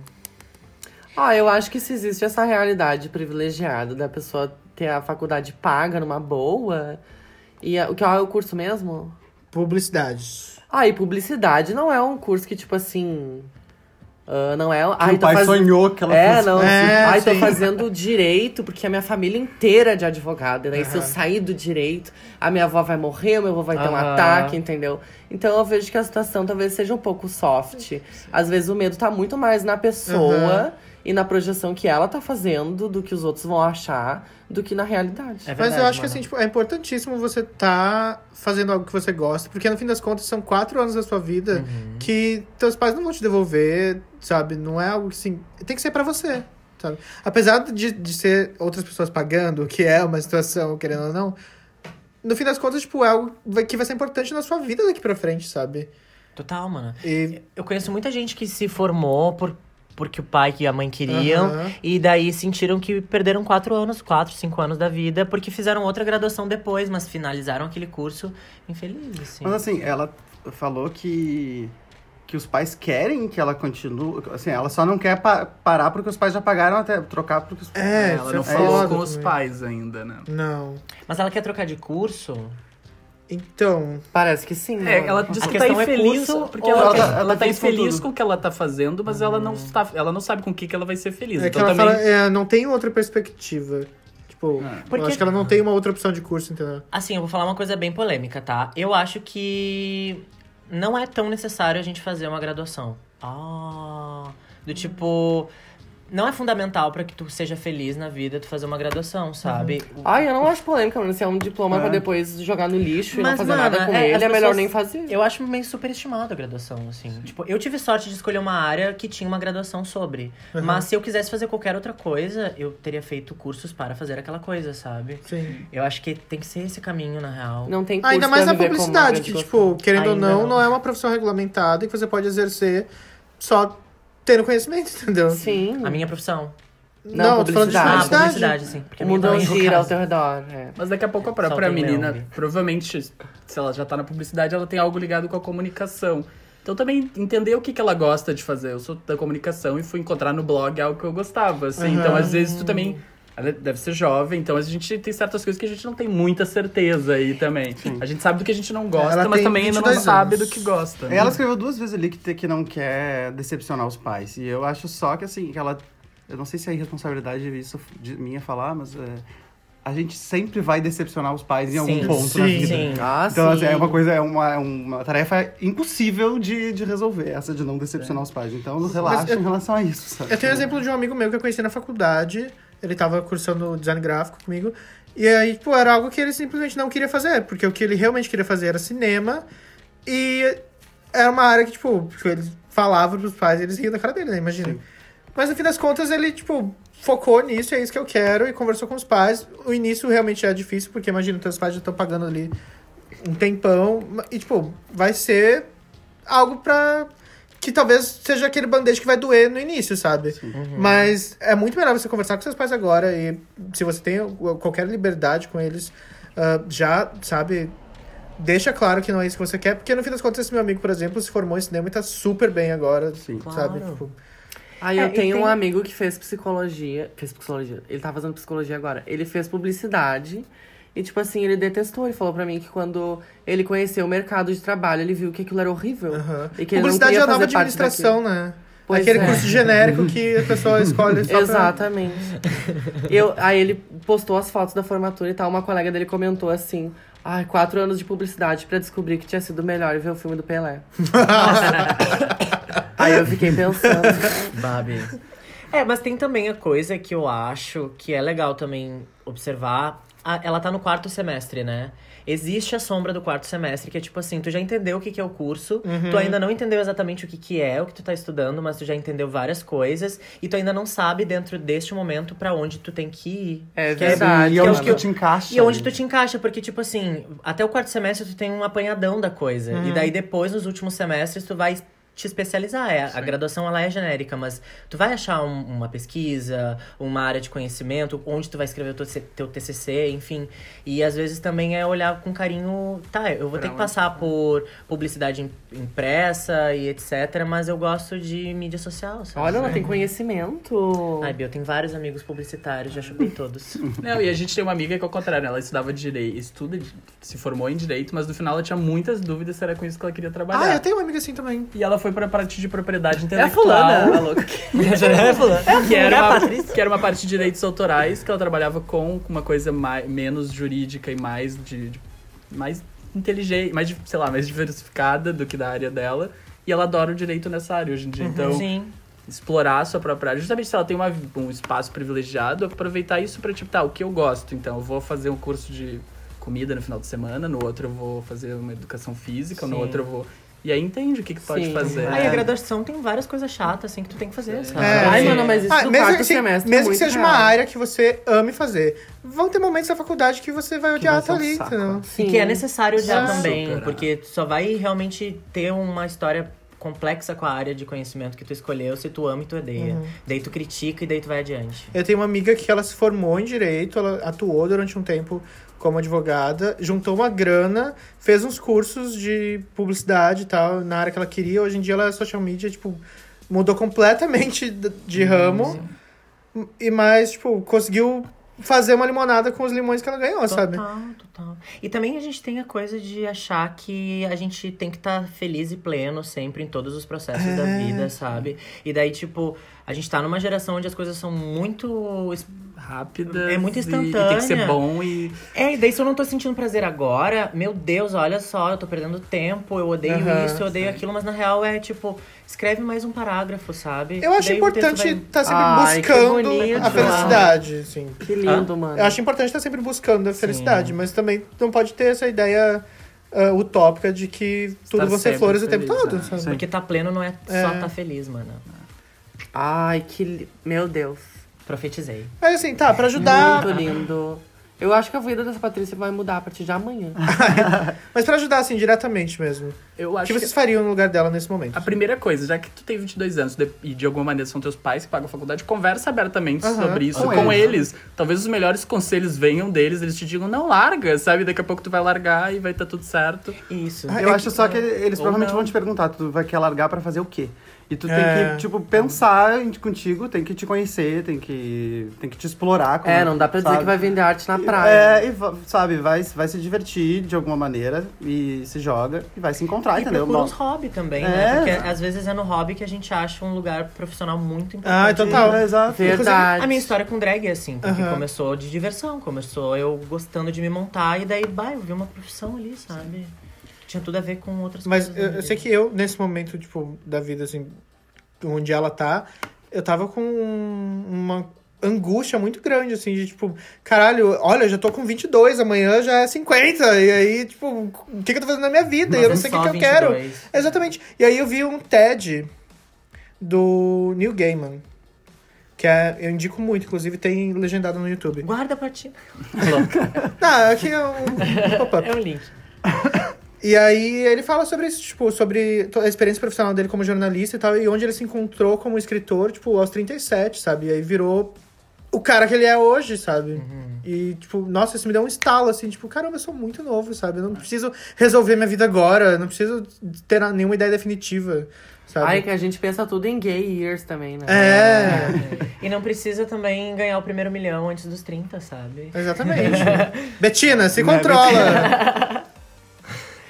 Speaker 1: Ah, eu acho que se existe essa realidade privilegiada da pessoa ter a faculdade paga numa boa. E a- o que é o curso mesmo?
Speaker 4: Publicidade.
Speaker 1: Ah, e publicidade não é um curso que, tipo assim. ah, não é.
Speaker 7: Ai,
Speaker 1: Ai,
Speaker 7: o
Speaker 1: tô
Speaker 7: pai
Speaker 1: fazendo-
Speaker 7: sonhou que ela
Speaker 1: É,
Speaker 7: fosse-
Speaker 1: não.
Speaker 4: É,
Speaker 1: Ai, tô
Speaker 4: sim.
Speaker 1: fazendo direito, porque a minha família inteira é de advogada. Daí, se eu
Speaker 4: Aham.
Speaker 1: sair do direito, a minha avó vai morrer, o meu avô vai ter um
Speaker 5: Aham.
Speaker 1: ataque, entendeu? Então, eu vejo que a situação talvez seja um pouco soft. Às vezes, o medo tá muito mais na pessoa e na projeção que ela tá fazendo, do que os outros vão achar, do que na realidade.
Speaker 5: É
Speaker 4: Mas
Speaker 5: verdade,
Speaker 4: eu acho que
Speaker 5: mano.
Speaker 4: assim, tipo, é importantíssimo você tá fazendo algo que você gosta, porque no fim das contas são quatro anos da sua vida
Speaker 5: Uhum.
Speaker 4: que teus pais não vão te devolver, sabe? Não é algo que assim. Tem que ser pra você. Sabe? Apesar de, de ser outras pessoas pagando, que é uma situação, querendo ou não, no fim das contas, tipo, é algo vai- que vai ser importante na sua vida daqui pra frente, sabe?
Speaker 5: Total, mano.
Speaker 4: E.
Speaker 5: Eu conheço muita gente que se formou por, porque o pai e a mãe queriam.
Speaker 4: Aham.
Speaker 5: E daí sentiram que perderam quatro anos, quatro, cinco anos da vida, porque fizeram outra graduação depois, mas finalizaram aquele curso infeliz, assim.
Speaker 1: Ah.
Speaker 7: Mas assim, ela falou que que os pais querem que ela continue, assim, ela só não quer pa- parar porque os pais já pagaram até trocar porque os
Speaker 4: É,
Speaker 6: Ela não
Speaker 4: isso é
Speaker 6: falou
Speaker 4: foda
Speaker 6: com os
Speaker 4: também.
Speaker 6: pais ainda, né?
Speaker 4: Não.
Speaker 5: Mas ela quer trocar de curso?
Speaker 4: Então.
Speaker 1: Parece que sim. né?
Speaker 6: É, ela diz
Speaker 5: A
Speaker 6: que
Speaker 5: questão
Speaker 6: tá
Speaker 5: é
Speaker 6: infeliz
Speaker 5: curso
Speaker 6: porque
Speaker 5: ou
Speaker 6: ela,
Speaker 7: ela
Speaker 6: tá,
Speaker 7: tá- ela
Speaker 6: ela tá
Speaker 7: fez com
Speaker 6: infeliz
Speaker 7: tudo.
Speaker 6: com o que ela tá fazendo, mas ela não tá, ela não sabe com o que, que ela vai ser feliz.
Speaker 4: É que
Speaker 6: então
Speaker 4: ela
Speaker 6: também
Speaker 4: fala, é, não tem outra perspectiva. Tipo, eu
Speaker 5: Ah. Porque-
Speaker 4: acho que ela não tem uma outra opção de curso, entendeu?
Speaker 5: Assim, eu vou falar uma coisa bem polêmica, tá? Eu acho que não é tão necessário a gente fazer uma graduação. Ah, do tipo.
Speaker 8: não é fundamental pra que tu seja feliz na vida tu fazer uma graduação,
Speaker 3: Uhum.
Speaker 8: sabe?
Speaker 1: Ai, eu não acho polêmica, mano. Se é um diploma pra depois jogar no lixo e não fazer nada com ele,
Speaker 8: as
Speaker 1: é melhor
Speaker 8: pessoas-
Speaker 1: nem fazer.
Speaker 8: Eu acho meio superestimado a graduação, assim. Tipo, eu tive sorte de escolher uma área que tinha uma graduação sobre. Mas se eu quisesse fazer qualquer outra coisa, eu teria feito cursos para fazer aquela coisa, sabe?
Speaker 4: Sim.
Speaker 8: Eu acho que tem que ser esse caminho, na real.
Speaker 1: Não tem curso
Speaker 4: Ainda mais
Speaker 1: pra
Speaker 4: na
Speaker 1: viver como é, uma
Speaker 4: publicidade, que,
Speaker 1: graduação.
Speaker 4: tipo, querendo ou
Speaker 8: Ainda
Speaker 4: não,
Speaker 8: não.
Speaker 4: não é uma profissão regulamentada e que você pode exercer só tendo conhecimento, entendeu?
Speaker 1: Sim.
Speaker 8: A minha profissão.
Speaker 1: Não,
Speaker 4: Não, eu tô falando
Speaker 1: publicidade.
Speaker 4: de
Speaker 8: Ah, a
Speaker 4: publicidade.
Speaker 8: publicidade, sim.
Speaker 1: O
Speaker 8: Porque a minha
Speaker 1: mundo
Speaker 8: também é o
Speaker 1: gira ao
Speaker 8: caso.
Speaker 1: teu redor. É.
Speaker 6: Mas daqui a pouco a própria
Speaker 8: Soltem
Speaker 6: menina,
Speaker 8: Melvin.
Speaker 6: provavelmente, se ela já tá na publicidade, ela tem algo ligado com a comunicação. Então também entender o que, que ela gosta de fazer. Eu sou da comunicação e fui encontrar no blog algo que eu gostava, assim. Então, às vezes, tu também. Ela deve ser jovem, então a gente tem certas coisas que a gente não tem muita certeza aí também. A gente sabe do que a gente não gosta,
Speaker 4: Ela
Speaker 6: mas
Speaker 4: tem
Speaker 6: também ainda não
Speaker 4: 22
Speaker 6: sabe do
Speaker 4: anos.
Speaker 6: que gosta. né?
Speaker 7: Ela escreveu duas vezes ali que, te- que não quer decepcionar os pais. E eu acho só que, assim, que ela... Eu não sei se é irresponsabilidade isso de minha falar, mas... é, a gente sempre vai decepcionar os pais em algum
Speaker 8: Sim.
Speaker 7: ponto na
Speaker 4: Sim.
Speaker 7: vida.
Speaker 8: Sim.
Speaker 1: Ah,
Speaker 7: Então, assim,
Speaker 1: sim.
Speaker 7: é uma coisa, é uma, é uma tarefa impossível de, de resolver, essa de não decepcionar os pais. Então, relaxa
Speaker 4: eu-
Speaker 7: em relação a isso, sabe? tipo-
Speaker 4: Eu tenho o exemplo de um amigo meu que eu conheci na faculdade. Ele tava cursando design gráfico comigo. E aí, pô, era algo que ele simplesmente não queria fazer. Porque o que ele realmente queria fazer era cinema. E era uma área que, tipo, ele falava pros pais e eles riam da cara dele, né? Imagina. Mas no fim das contas, ele, tipo, focou nisso, é isso que eu quero, e conversou com os pais. O início realmente é difícil, porque imagina, teus pais já estão pagando ali um tempão. E, tipo, vai ser algo pra. Que talvez seja aquele band-aid que vai doer no início, sabe?
Speaker 1: Uhum.
Speaker 4: Mas é muito melhor você conversar com seus pais agora e se você tem qualquer liberdade com eles, ah, já, sabe? Deixa claro que não é isso que você quer, porque no fim das contas, esse meu amigo, por exemplo, se formou em cinema e tá super bem agora,
Speaker 7: Sim.
Speaker 4: sabe?
Speaker 8: Claro.
Speaker 4: Tipo,
Speaker 1: Aí
Speaker 14: É,
Speaker 1: eu
Speaker 14: e
Speaker 1: tenho um
Speaker 14: tem-
Speaker 1: amigo que fez psicologia. Fez psicologia. Ele tá fazendo psicologia agora. Ele fez publicidade. E, tipo assim, ele detestou. Ele falou pra mim que quando ele conheceu o mercado de trabalho, ele viu que aquilo era horrível.
Speaker 4: aham.
Speaker 1: E que ele não
Speaker 4: Publicidade é
Speaker 1: queria
Speaker 4: a nova
Speaker 1: fazer parte
Speaker 4: administração, né?
Speaker 1: Pois
Speaker 4: Aquele
Speaker 1: é.
Speaker 4: curso genérico que a pessoa escolhe só pra-
Speaker 1: Exatamente. Eu, aí ele postou as fotos da formatura e tal. Uma colega dele comentou assim: Ai, quatro anos de publicidade pra descobrir que tinha sido melhor ver o filme do Pelé. aí eu fiquei pensando.
Speaker 8: Babi. É, mas tem também a coisa que eu acho que é legal também observar. Ah, ela tá no quarto semestre, né? Existe a sombra do quarto semestre, que é tipo assim, tu já entendeu o que, que é o curso, tu
Speaker 1: Uhum.
Speaker 8: ainda não entendeu exatamente o que, que é, o que tu tá estudando, mas tu já entendeu várias coisas, e tu ainda não sabe dentro deste momento pra onde tu tem que ir.
Speaker 1: É
Speaker 8: Que
Speaker 1: verdade,
Speaker 7: E
Speaker 8: que é
Speaker 7: onde
Speaker 8: o
Speaker 7: tu te encaixa.
Speaker 8: e onde
Speaker 7: né?
Speaker 8: tu te encaixa, porque, tipo assim, até o quarto semestre tu tem um apanhadão da coisa. E daí depois, nos últimos semestres, tu vai te especializar. É, a graduação, ela é genérica, mas tu vai achar um- uma pesquisa, uma área de conhecimento, onde tu vai escrever o teu, TC teu TCC, enfim. E às vezes também é olhar com carinho, tá, eu vou ter que passar por publicidade im- impressa e etc, mas eu gosto de mídia social, sabe?
Speaker 1: Olha, ela tem conhecimento.
Speaker 8: Ai, Bia, eu tenho vários amigos publicitários, já chupei todos.
Speaker 6: Não, e a gente tem uma amiga que é o contrário, ela estudava direito, estuda, de- se formou em direito, mas no final ela tinha muitas dúvidas se era com isso que ela queria trabalhar.
Speaker 4: Ah, eu tenho uma amiga assim também.
Speaker 6: E ela foi pra parte de propriedade intelectual.
Speaker 15: É fulana. né?
Speaker 6: a louca.
Speaker 15: É, fulano.
Speaker 6: que, era
Speaker 15: É a
Speaker 6: uma, que era uma parte de direitos autorais, que ela trabalhava com uma coisa mai- menos jurídica e mais de, de- mais inteligente, mais, de- sei lá, mais diversificada do que da área dela. E ela adora o direito nessa área hoje em
Speaker 15: Uhum.
Speaker 6: dia. Então,
Speaker 8: Sim.
Speaker 6: explorar a sua própria área. Justamente se ela tem uma- um espaço privilegiado, aproveitar isso pra, tipo, tá, o que eu gosto. Então, eu vou fazer um curso de comida no final de semana, no outro eu vou fazer uma educação física, no
Speaker 8: Sim.
Speaker 6: outro eu vou... E aí entende o que, que pode
Speaker 1: Sim.
Speaker 6: fazer. né?
Speaker 8: Aí a graduação tem várias coisas chatas, assim, que tu tem que fazer, sabe?
Speaker 4: É.
Speaker 1: Ai,
Speaker 4: sim.
Speaker 1: mano, mas isso
Speaker 4: Ah,
Speaker 1: do
Speaker 4: mesmo
Speaker 1: quarto
Speaker 4: que, se-
Speaker 1: semestre.
Speaker 4: mesmo
Speaker 1: é
Speaker 4: que
Speaker 1: muito
Speaker 4: seja
Speaker 1: real.
Speaker 4: uma área que você ame fazer, vão ter momentos da faculdade que você vai odiar
Speaker 7: vai ser um
Speaker 4: ali,
Speaker 7: saco.
Speaker 4: entendeu?
Speaker 1: Sim.
Speaker 8: E que é necessário já
Speaker 4: Sim. é.
Speaker 8: também,
Speaker 6: Superar.
Speaker 8: porque tu só vai realmente ter uma história complexa com a área de conhecimento que tu escolheu se tu ama e tu odeia. Daí tu critica e daí tu vai adiante.
Speaker 4: Eu tenho uma amiga que ela se formou em direito, ela atuou durante um tempo como advogada, juntou uma grana, fez uns cursos de publicidade e tal, na área que ela queria. Hoje em dia ela é social media, tipo, mudou completamente d- de
Speaker 7: Uhum.
Speaker 4: ramo. E mais, tipo, conseguiu fazer uma limonada com os limões que ela ganhou, sabe?
Speaker 8: Total, total. E também a gente tem a coisa de achar que a gente tem que estar feliz e pleno sempre em todos os processos da
Speaker 4: É.
Speaker 8: vida, sabe? E daí, tipo, a gente tá numa geração onde as coisas são muito es-
Speaker 6: Rápida.
Speaker 8: É muito
Speaker 6: e- E, tem que ser
Speaker 8: instantânea.
Speaker 6: bom e...
Speaker 8: É, e daí se eu não tô sentindo prazer agora, meu Deus, olha só, eu tô perdendo tempo, eu odeio
Speaker 4: Aham,
Speaker 8: isso, eu odeio aquilo, mas na real é tipo, escreve mais um parágrafo, sabe?
Speaker 4: Eu acho
Speaker 8: Daí o texto
Speaker 4: importante
Speaker 8: vai-
Speaker 4: estar sempre
Speaker 1: Ai, que
Speaker 4: buscando
Speaker 1: bonito. Tá
Speaker 4: a felicidade, assim.
Speaker 1: Que lindo, mano.
Speaker 4: Eu acho importante estar sempre buscando a felicidade, mas também não pode ter essa ideia ah, utópica de que tudo
Speaker 6: Estar
Speaker 4: vão ser
Speaker 6: sempre
Speaker 4: flores o tempo
Speaker 6: feliz,
Speaker 4: todo,
Speaker 6: né?
Speaker 4: sabe?
Speaker 8: Porque tá pleno não é só tá feliz, mano.
Speaker 1: Ai, que. Li... Meu Deus.
Speaker 8: Profetizei.
Speaker 4: Mas assim, tá, pra ajudar.
Speaker 1: Muito lindo. Eu acho que a vida dessa Patrícia vai mudar a partir de amanhã.
Speaker 4: Mas pra ajudar, assim, diretamente mesmo.
Speaker 6: Eu
Speaker 4: O que
Speaker 6: acho
Speaker 8: Tipo
Speaker 6: que
Speaker 4: vocês fariam no lugar dela nesse momento?
Speaker 6: A primeira coisa, já que tu tem 22 anos de- e de alguma maneira são teus pais que pagam a faculdade, conversa abertamente
Speaker 4: Aham.
Speaker 6: sobre isso
Speaker 7: Com
Speaker 6: com, eles. Talvez os melhores conselhos venham deles, eles te digam, não larga, sabe? Daqui a pouco tu vai largar e vai estar tudo certo.
Speaker 8: Isso.
Speaker 1: Tá. É
Speaker 7: Eu acho só que eles
Speaker 6: Ou
Speaker 7: provavelmente
Speaker 6: não.
Speaker 7: vão te perguntar, tu vai querer largar pra fazer o quê? E tu tem
Speaker 4: É.
Speaker 7: que, tipo, pensar em- contigo, tem que te conhecer, tem que, tem que te explorar. como-
Speaker 1: É, não dá pra dizer
Speaker 7: sabe?
Speaker 1: que vai vender arte na praia.
Speaker 7: É, e va- sabe, vai, vai se divertir de alguma maneira e se joga e vai se encontrar,
Speaker 8: E
Speaker 7: entendeu?
Speaker 8: procura
Speaker 7: Bom,
Speaker 8: uns hobby também,
Speaker 7: É.
Speaker 8: né? Porque às vezes é no hobby que a gente acha um lugar profissional muito importante.
Speaker 4: Ah, total.
Speaker 7: é, exato.
Speaker 1: Verdade.
Speaker 8: A minha história com drag é assim, porque
Speaker 4: Aham.
Speaker 8: começou de diversão, começou eu gostando de me montar e daí, bah, eu vi uma profissão ali, sabe? Tinha tudo a ver com outras
Speaker 4: Mas
Speaker 8: coisas.
Speaker 4: eu, eu sei que eu, nesse momento, tipo, da vida, assim, onde ela tá, eu tava com um- uma angústia muito grande, assim, de tipo, caralho, olha, eu já tô com 22, amanhã já é 50, e aí, tipo, o que, que eu tô fazendo na minha vida?
Speaker 8: é
Speaker 4: E eu não sei o que, que eu quero. Exatamente. E aí eu vi um TED do Neil Gaiman, que é, eu indico muito, inclusive tem legendado no YouTube.
Speaker 8: Guarda pra ti.
Speaker 4: Não, aqui é um pop-up.
Speaker 8: É um link.
Speaker 4: E aí ele fala sobre isso, tipo, sobre to- a experiência profissional dele como jornalista e tal, e onde ele se encontrou como escritor, tipo, aos 37, sabe? E aí virou o cara que ele é hoje, sabe? E, tipo, nossa, isso me deu um estalo, assim, tipo, caramba, eu sou muito novo, sabe? Eu não preciso resolver minha vida agora, eu não preciso ter a- nenhuma ideia definitiva, sabe?
Speaker 1: Ai, que a gente pensa tudo em gay years também, né?
Speaker 4: É,
Speaker 8: E não precisa também ganhar o primeiro milhão antes dos 30, sabe?
Speaker 4: exatamente. Betina, se
Speaker 6: Não é,
Speaker 4: controla!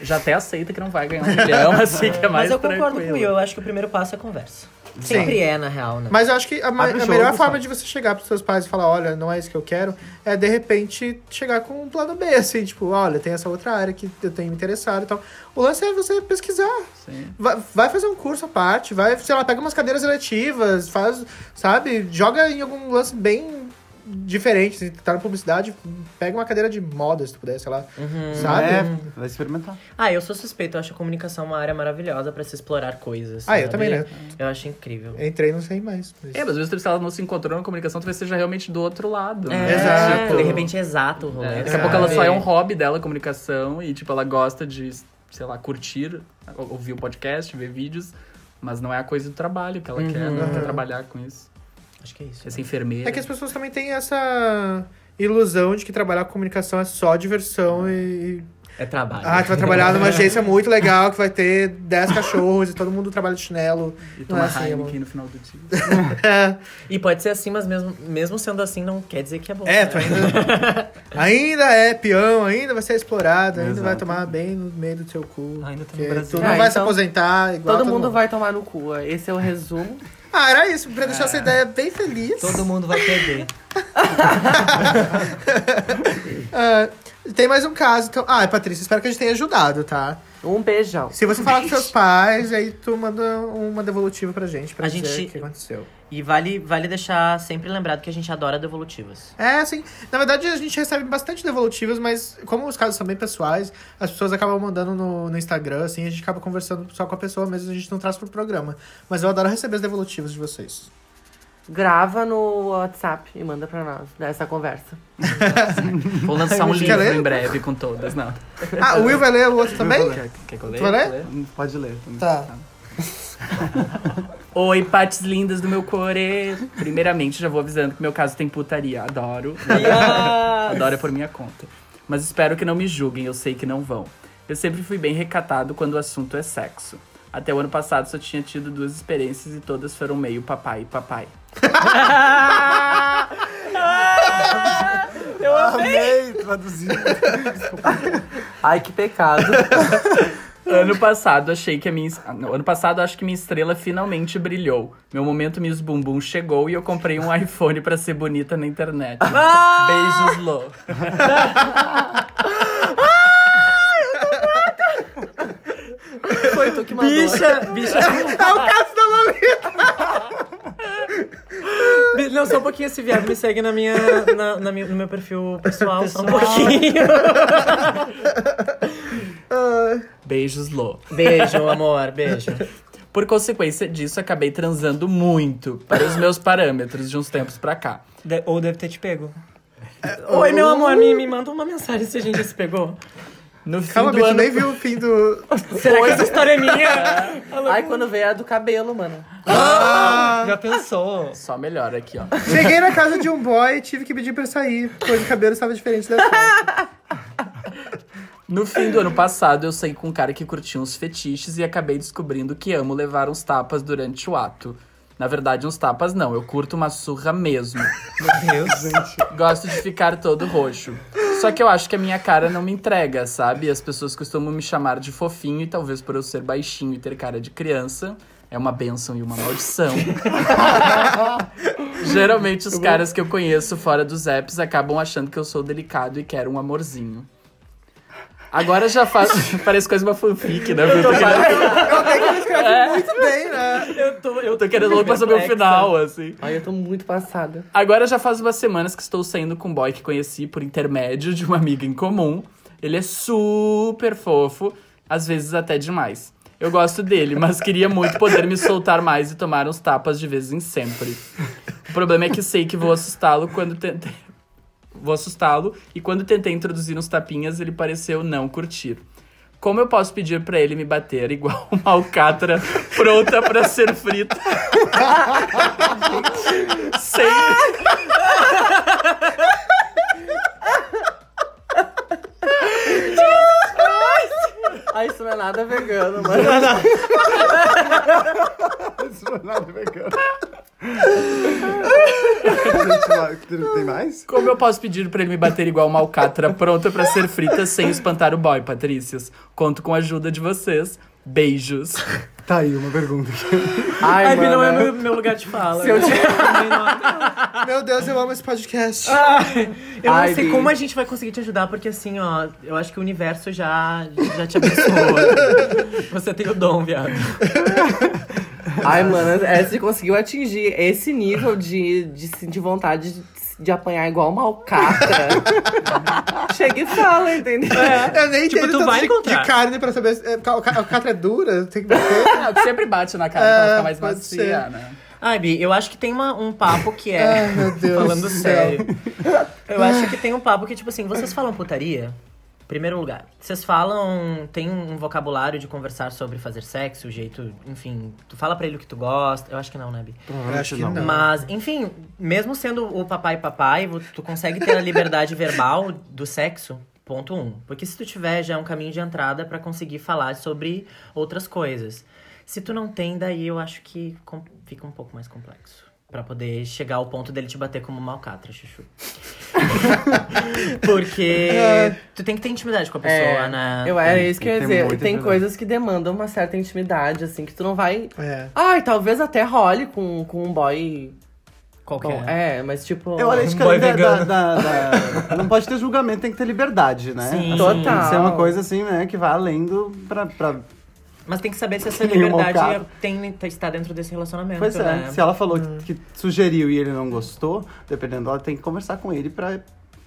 Speaker 6: Já até aceita que não vai ganhar um milhão, assim que é mais
Speaker 8: Mas eu concordo
Speaker 6: tranquilo.
Speaker 8: com o Will, eu acho que o primeiro passo é conversa. Sempre é, na real, né?
Speaker 4: Mas eu acho que a, ma-
Speaker 7: Abre o
Speaker 4: a
Speaker 7: jogo,
Speaker 4: melhor
Speaker 7: sabe?
Speaker 4: forma de você chegar pros seus pais e falar, olha, não é isso que eu quero, é de repente chegar com um plano B, assim, tipo, olha, tem essa outra área que eu tenho me interessado e tal. O lance é você pesquisar.
Speaker 6: Sim.
Speaker 4: Vai, vai fazer um curso à parte, vai, sei lá, pega umas cadeiras eletivas, faz, sabe, joga em algum lance bem diferente, assim, tá na publicidade, pega uma cadeira de moda, se tu puder, sei lá, sabe?
Speaker 7: É,
Speaker 1: Hum.
Speaker 7: vai experimentar.
Speaker 8: Ah, eu sou suspeito, eu acho a comunicação uma área maravilhosa pra se explorar coisas.
Speaker 4: Ah, eu
Speaker 8: sabe?
Speaker 4: também, né?
Speaker 8: Eu acho incrível.
Speaker 7: É.
Speaker 4: Entrei, não sei mais. mas-
Speaker 6: É, mas às vezes se ela não se encontrou na comunicação, talvez seja realmente do outro lado.
Speaker 8: É,
Speaker 6: né?
Speaker 4: Exato.
Speaker 1: tipo,
Speaker 8: De repente é exato o rolê.
Speaker 6: É, daqui a
Speaker 8: sabe?
Speaker 6: pouco ela só é um hobby dela, comunicação, e tipo, ela gosta de, sei lá, curtir, ou- ouvir o podcast, ver vídeos, mas não é a coisa do trabalho que ela quer, não quer trabalhar com isso.
Speaker 8: Acho que é isso.
Speaker 6: Quer ser enfermeira.
Speaker 4: Uhum. É que as pessoas também têm essa ilusão de que trabalhar com comunicação é só diversão e.
Speaker 8: É trabalho.
Speaker 4: Ah, tu vai trabalhar numa agência muito legal que vai ter 10 cachorros e todo mundo trabalha de chinelo.
Speaker 6: E
Speaker 4: Não
Speaker 6: tomar
Speaker 4: é assim,
Speaker 6: Heineken no final do dia.
Speaker 8: E pode ser assim, mas mesmo, mesmo sendo assim, não quer dizer que é bom.
Speaker 4: É,
Speaker 8: né?
Speaker 4: tu ainda. ainda é peão, ainda vai ser explorado, ainda vai tomar bem no meio do teu cu.
Speaker 5: Ainda tá no
Speaker 4: porque
Speaker 5: Brasil.
Speaker 4: Tu não
Speaker 1: Ah,
Speaker 4: vai se
Speaker 1: então,
Speaker 4: aposentar igual.
Speaker 1: Todo mundo vai tomar no cu. é. Esse é o resumo.
Speaker 4: Ah, era isso, pra deixar essa ideia bem feliz.
Speaker 5: Todo mundo vai perder.
Speaker 4: Ah, tem mais um caso, então. Ah, Patrícia, espero que a gente tenha ajudado, tá?
Speaker 1: Um beijão.
Speaker 4: Se você falar com seus pais, aí tu manda uma devolutiva pra gente, pra
Speaker 8: A
Speaker 4: dizer
Speaker 8: gente-
Speaker 4: o que aconteceu.
Speaker 8: E vale, vale deixar sempre lembrado que a gente adora devolutivas.
Speaker 4: É, assim, na verdade a gente recebe bastante devolutivas, mas como os casos são bem pessoais, as pessoas acabam mandando no, no Instagram, assim, a gente acaba conversando só com a pessoa, mas a gente não traz pro programa. Mas eu adoro receber as devolutivas de vocês.
Speaker 1: Grava no WhatsApp e manda pra nós dessa conversa.
Speaker 6: Vou lançar um
Speaker 4: Quer
Speaker 6: livro
Speaker 4: ler?
Speaker 6: em breve com todas, não.
Speaker 4: Ah, o Will vai ler o outro também?
Speaker 6: Quer, quer que eu leia?
Speaker 4: Tu vai ler?
Speaker 7: Hum, Pode ler também.
Speaker 4: Tá.
Speaker 6: Oi, partes lindas do meu core. Primeiramente, já vou avisando que meu caso tem putaria. Adoro. Adoro é por minha conta. Mas espero que não me julguem, eu sei que não vão. Eu sempre fui bem recatado quando o assunto é sexo. Até o ano passado só tinha tido duas experiências e todas foram meio papai e papai.
Speaker 7: Amei traduzir.
Speaker 1: Ai, que pecado.
Speaker 6: Ano passado achei que a minha. es- ah, não, ano passado acho que minha estrela finalmente brilhou. Meu momento Miss Bumbum chegou e eu comprei um iPhone pra ser bonita na internet. Beijos, Lô.
Speaker 16: foi tu que mandou.
Speaker 6: Bicha, bicha.
Speaker 4: É o caso da Lolita.
Speaker 8: Bi- Não, só um pouquinho esse viado me segue na minha, na, na minha- no meu perfil pessoal, só um pouquinho.
Speaker 6: Beijos, Lô.
Speaker 5: Beijo, amor, beijo.
Speaker 6: Por consequência disso, acabei transando muito para os meus parâmetros de uns tempos pra cá.
Speaker 8: De- ou deve ter te pego. Oi, meu amor, me, me manda uma mensagem se a gente já se pegou.
Speaker 6: No fim
Speaker 4: Calma,
Speaker 6: do
Speaker 4: bicho,
Speaker 6: ano.
Speaker 4: nem viu o fim do.
Speaker 8: Será que essa história é minha?
Speaker 1: Ai, quando veio a do cabelo, mano.
Speaker 8: Já pensou?
Speaker 6: Só melhor aqui, ó.
Speaker 4: Cheguei na casa de um boy e tive que pedir pra sair, pois o cabelo estava diferente da foto.
Speaker 6: No fim do ano passado, eu saí com um cara que curtia uns fetiches e acabei descobrindo que amo levar uns tapas durante o ato. Na verdade, uns tapas não, eu curto uma surra mesmo.
Speaker 8: Meu Deus, gente.
Speaker 6: Gosto de ficar todo roxo. Só que eu acho que a minha cara não me entrega, sabe? As pessoas costumam me chamar de fofinho e talvez por eu ser baixinho e ter cara de criança, é uma benção e uma maldição. Geralmente os caras que eu conheço fora dos apps acabam achando que eu sou delicado e quero um amorzinho. Agora já faço. Parece quase uma fanfic, né? Eu tô,
Speaker 4: Muito bem, né?
Speaker 6: eu tô, eu tô querendo logo saber o
Speaker 8: Perplexa.
Speaker 6: final, assim.
Speaker 1: Ai, eu tô muito passada.
Speaker 6: Agora já faz umas semanas que estou saindo com um boy que conheci por intermédio de uma amiga em comum. Ele é super fofo, às vezes até demais. Eu gosto dele, mas queria muito poder me soltar mais e tomar uns tapas de vez em sempre. O problema é que sei que vou assustá-lo quando tentei. Vou assustá-lo e quando tentei introduzir uns tapinhas, ele pareceu não curtir. Como eu posso pedir pra ele me bater igual uma alcatra pronta pra ser frita? Sem
Speaker 1: Ai, isso não é nada vegano, mano.
Speaker 7: Isso não é nada vegano. Gente, mas tem- tem mais?
Speaker 6: Como eu posso pedir pra ele me bater igual uma alcatra pronta pra ser frita sem espantar o boy, Patrícias? Conto com a ajuda de vocês. Beijos.
Speaker 7: Tá aí uma pergunta.
Speaker 1: Ai,
Speaker 8: Ai,
Speaker 1: mano.
Speaker 8: não é meu, meu lugar de fala.
Speaker 1: né? Se eu te-
Speaker 4: Meu Deus, eu amo esse podcast.
Speaker 8: Eu
Speaker 1: Ai,
Speaker 8: não sei
Speaker 1: Bi.
Speaker 8: como a gente vai conseguir te ajudar, porque assim, ó, eu acho que o universo já, já te abençoou. Você tem o dom, viado.
Speaker 1: Ai, mano, essa de conseguiu atingir esse nível de, de sentir vontade de, de apanhar igual uma alcatra. Chega e fala, entendeu?
Speaker 6: É.
Speaker 4: Eu nem
Speaker 8: Tipo,
Speaker 4: entendo
Speaker 8: tu
Speaker 4: tanto
Speaker 8: vai
Speaker 4: de,
Speaker 8: encontrar.
Speaker 4: de carne pra saber. se- é, ca- A catra é dura, tem que bater.
Speaker 6: Ah, tu sempre bate na cara pra ela ficar mais
Speaker 4: É, pode
Speaker 6: macia, né?
Speaker 8: Ai, Bi, eu acho que tem uma- um papo que é.
Speaker 4: Ai, meu Deus.
Speaker 8: falando
Speaker 4: do céu.
Speaker 8: sério. Eu acho que tem um papo que, tipo assim, vocês falam putaria? Primeiro lugar, vocês falam, tem um vocabulário de conversar sobre fazer sexo, o jeito, enfim, tu fala pra ele o que tu gosta. Eu acho que não, né, Bi?
Speaker 4: Eu acho que não.
Speaker 8: Mas, enfim, mesmo sendo o papai papai, vo- tu consegue ter a liberdade verbal do sexo? Ponto um. Porque se tu tiver, já é um caminho de entrada pra conseguir falar sobre outras coisas. Se tu não tem, daí eu acho que com- fica um pouco mais complexo. Pra poder chegar ao ponto dele te bater como uma alcatra, chuchu. Porque tu tem que ter intimidade com a pessoa,
Speaker 1: É,
Speaker 8: né?
Speaker 1: Eu era isso que eu ia
Speaker 7: tem
Speaker 1: dizer.
Speaker 7: muita
Speaker 1: Tem
Speaker 7: intimidade.
Speaker 1: coisas que demandam uma certa intimidade, assim, que tu não vai.
Speaker 4: É.
Speaker 1: Ai, talvez até role com, com um boy.
Speaker 8: Qualquer.
Speaker 1: Com- é, mas tipo.
Speaker 7: Eu olhei de
Speaker 8: Um
Speaker 7: cara
Speaker 8: boy
Speaker 7: da,
Speaker 8: vegano.
Speaker 7: da- da- Não pode ter julgamento, tem que ter liberdade, né?
Speaker 8: Sim.
Speaker 7: Assim, Tem que ser
Speaker 1: Total.
Speaker 7: uma coisa assim, né? Que vai além do. Pra, pra...
Speaker 8: Mas tem que saber se essa
Speaker 7: Nenhuma
Speaker 8: liberdade
Speaker 7: alcatra.
Speaker 8: tem, tá, está dentro desse relacionamento,
Speaker 7: Pois é,
Speaker 8: né?
Speaker 7: se ela falou que, que sugeriu e ele não gostou, dependendo, ela tem que conversar com ele pra,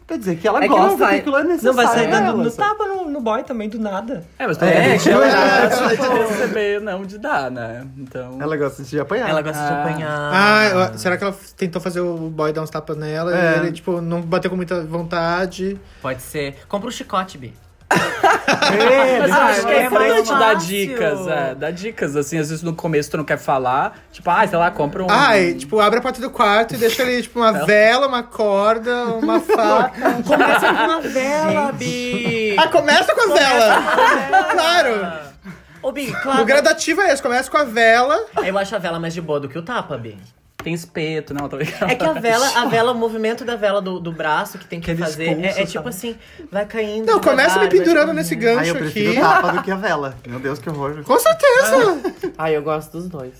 Speaker 7: pra dizer que ela
Speaker 1: É que
Speaker 7: gosta,
Speaker 1: não vai-
Speaker 7: que aquilo é necessário. pra ela, sabe?
Speaker 8: tapa no, boy também, do nada.
Speaker 6: É, mas tu é, que ela gosta de receber, não de dar, né? Então.
Speaker 7: Ela gosta de apanhar.
Speaker 8: Ela gosta de apanhar.
Speaker 4: Ah, eu- será que ela f- tentou fazer o boy dar uns tapas nela
Speaker 7: É.
Speaker 4: e ele, tipo, não bateu com muita vontade?
Speaker 8: Pode ser. Compra um chicote, Bi.
Speaker 6: Mas eu acho que é importante
Speaker 8: fácil.
Speaker 6: dar dicas, é. Dar dicas, assim, às vezes no começo tu não quer falar. Tipo, ah, sei lá, compra um.
Speaker 4: Ai, tipo, abre a porta do quarto e deixa ali, tipo, uma vela, uma corda, uma faca.
Speaker 8: Começa com uma vela, Bi.
Speaker 4: ah, começa com a vela! claro!
Speaker 8: Ô, Bi,
Speaker 4: O
Speaker 8: claro.
Speaker 4: gradativo é esse, começa com a vela.
Speaker 8: Eu acho a vela mais de boa do que o tapa, Bi.
Speaker 6: Tem espeto, não, tô
Speaker 8: É que a vela, a vela, o movimento da vela do, do braço que tem que, fazer é- é, tipo assim, vai caindo.
Speaker 4: Não, começa me
Speaker 8: devagar, vai
Speaker 4: pendurando nesse
Speaker 7: Ai,
Speaker 4: gancho
Speaker 7: eu prefiro
Speaker 4: aqui.
Speaker 7: tapa do que a vela. Meu Deus, que horror.
Speaker 4: Com certeza!
Speaker 1: Ai, eu gosto dos dois.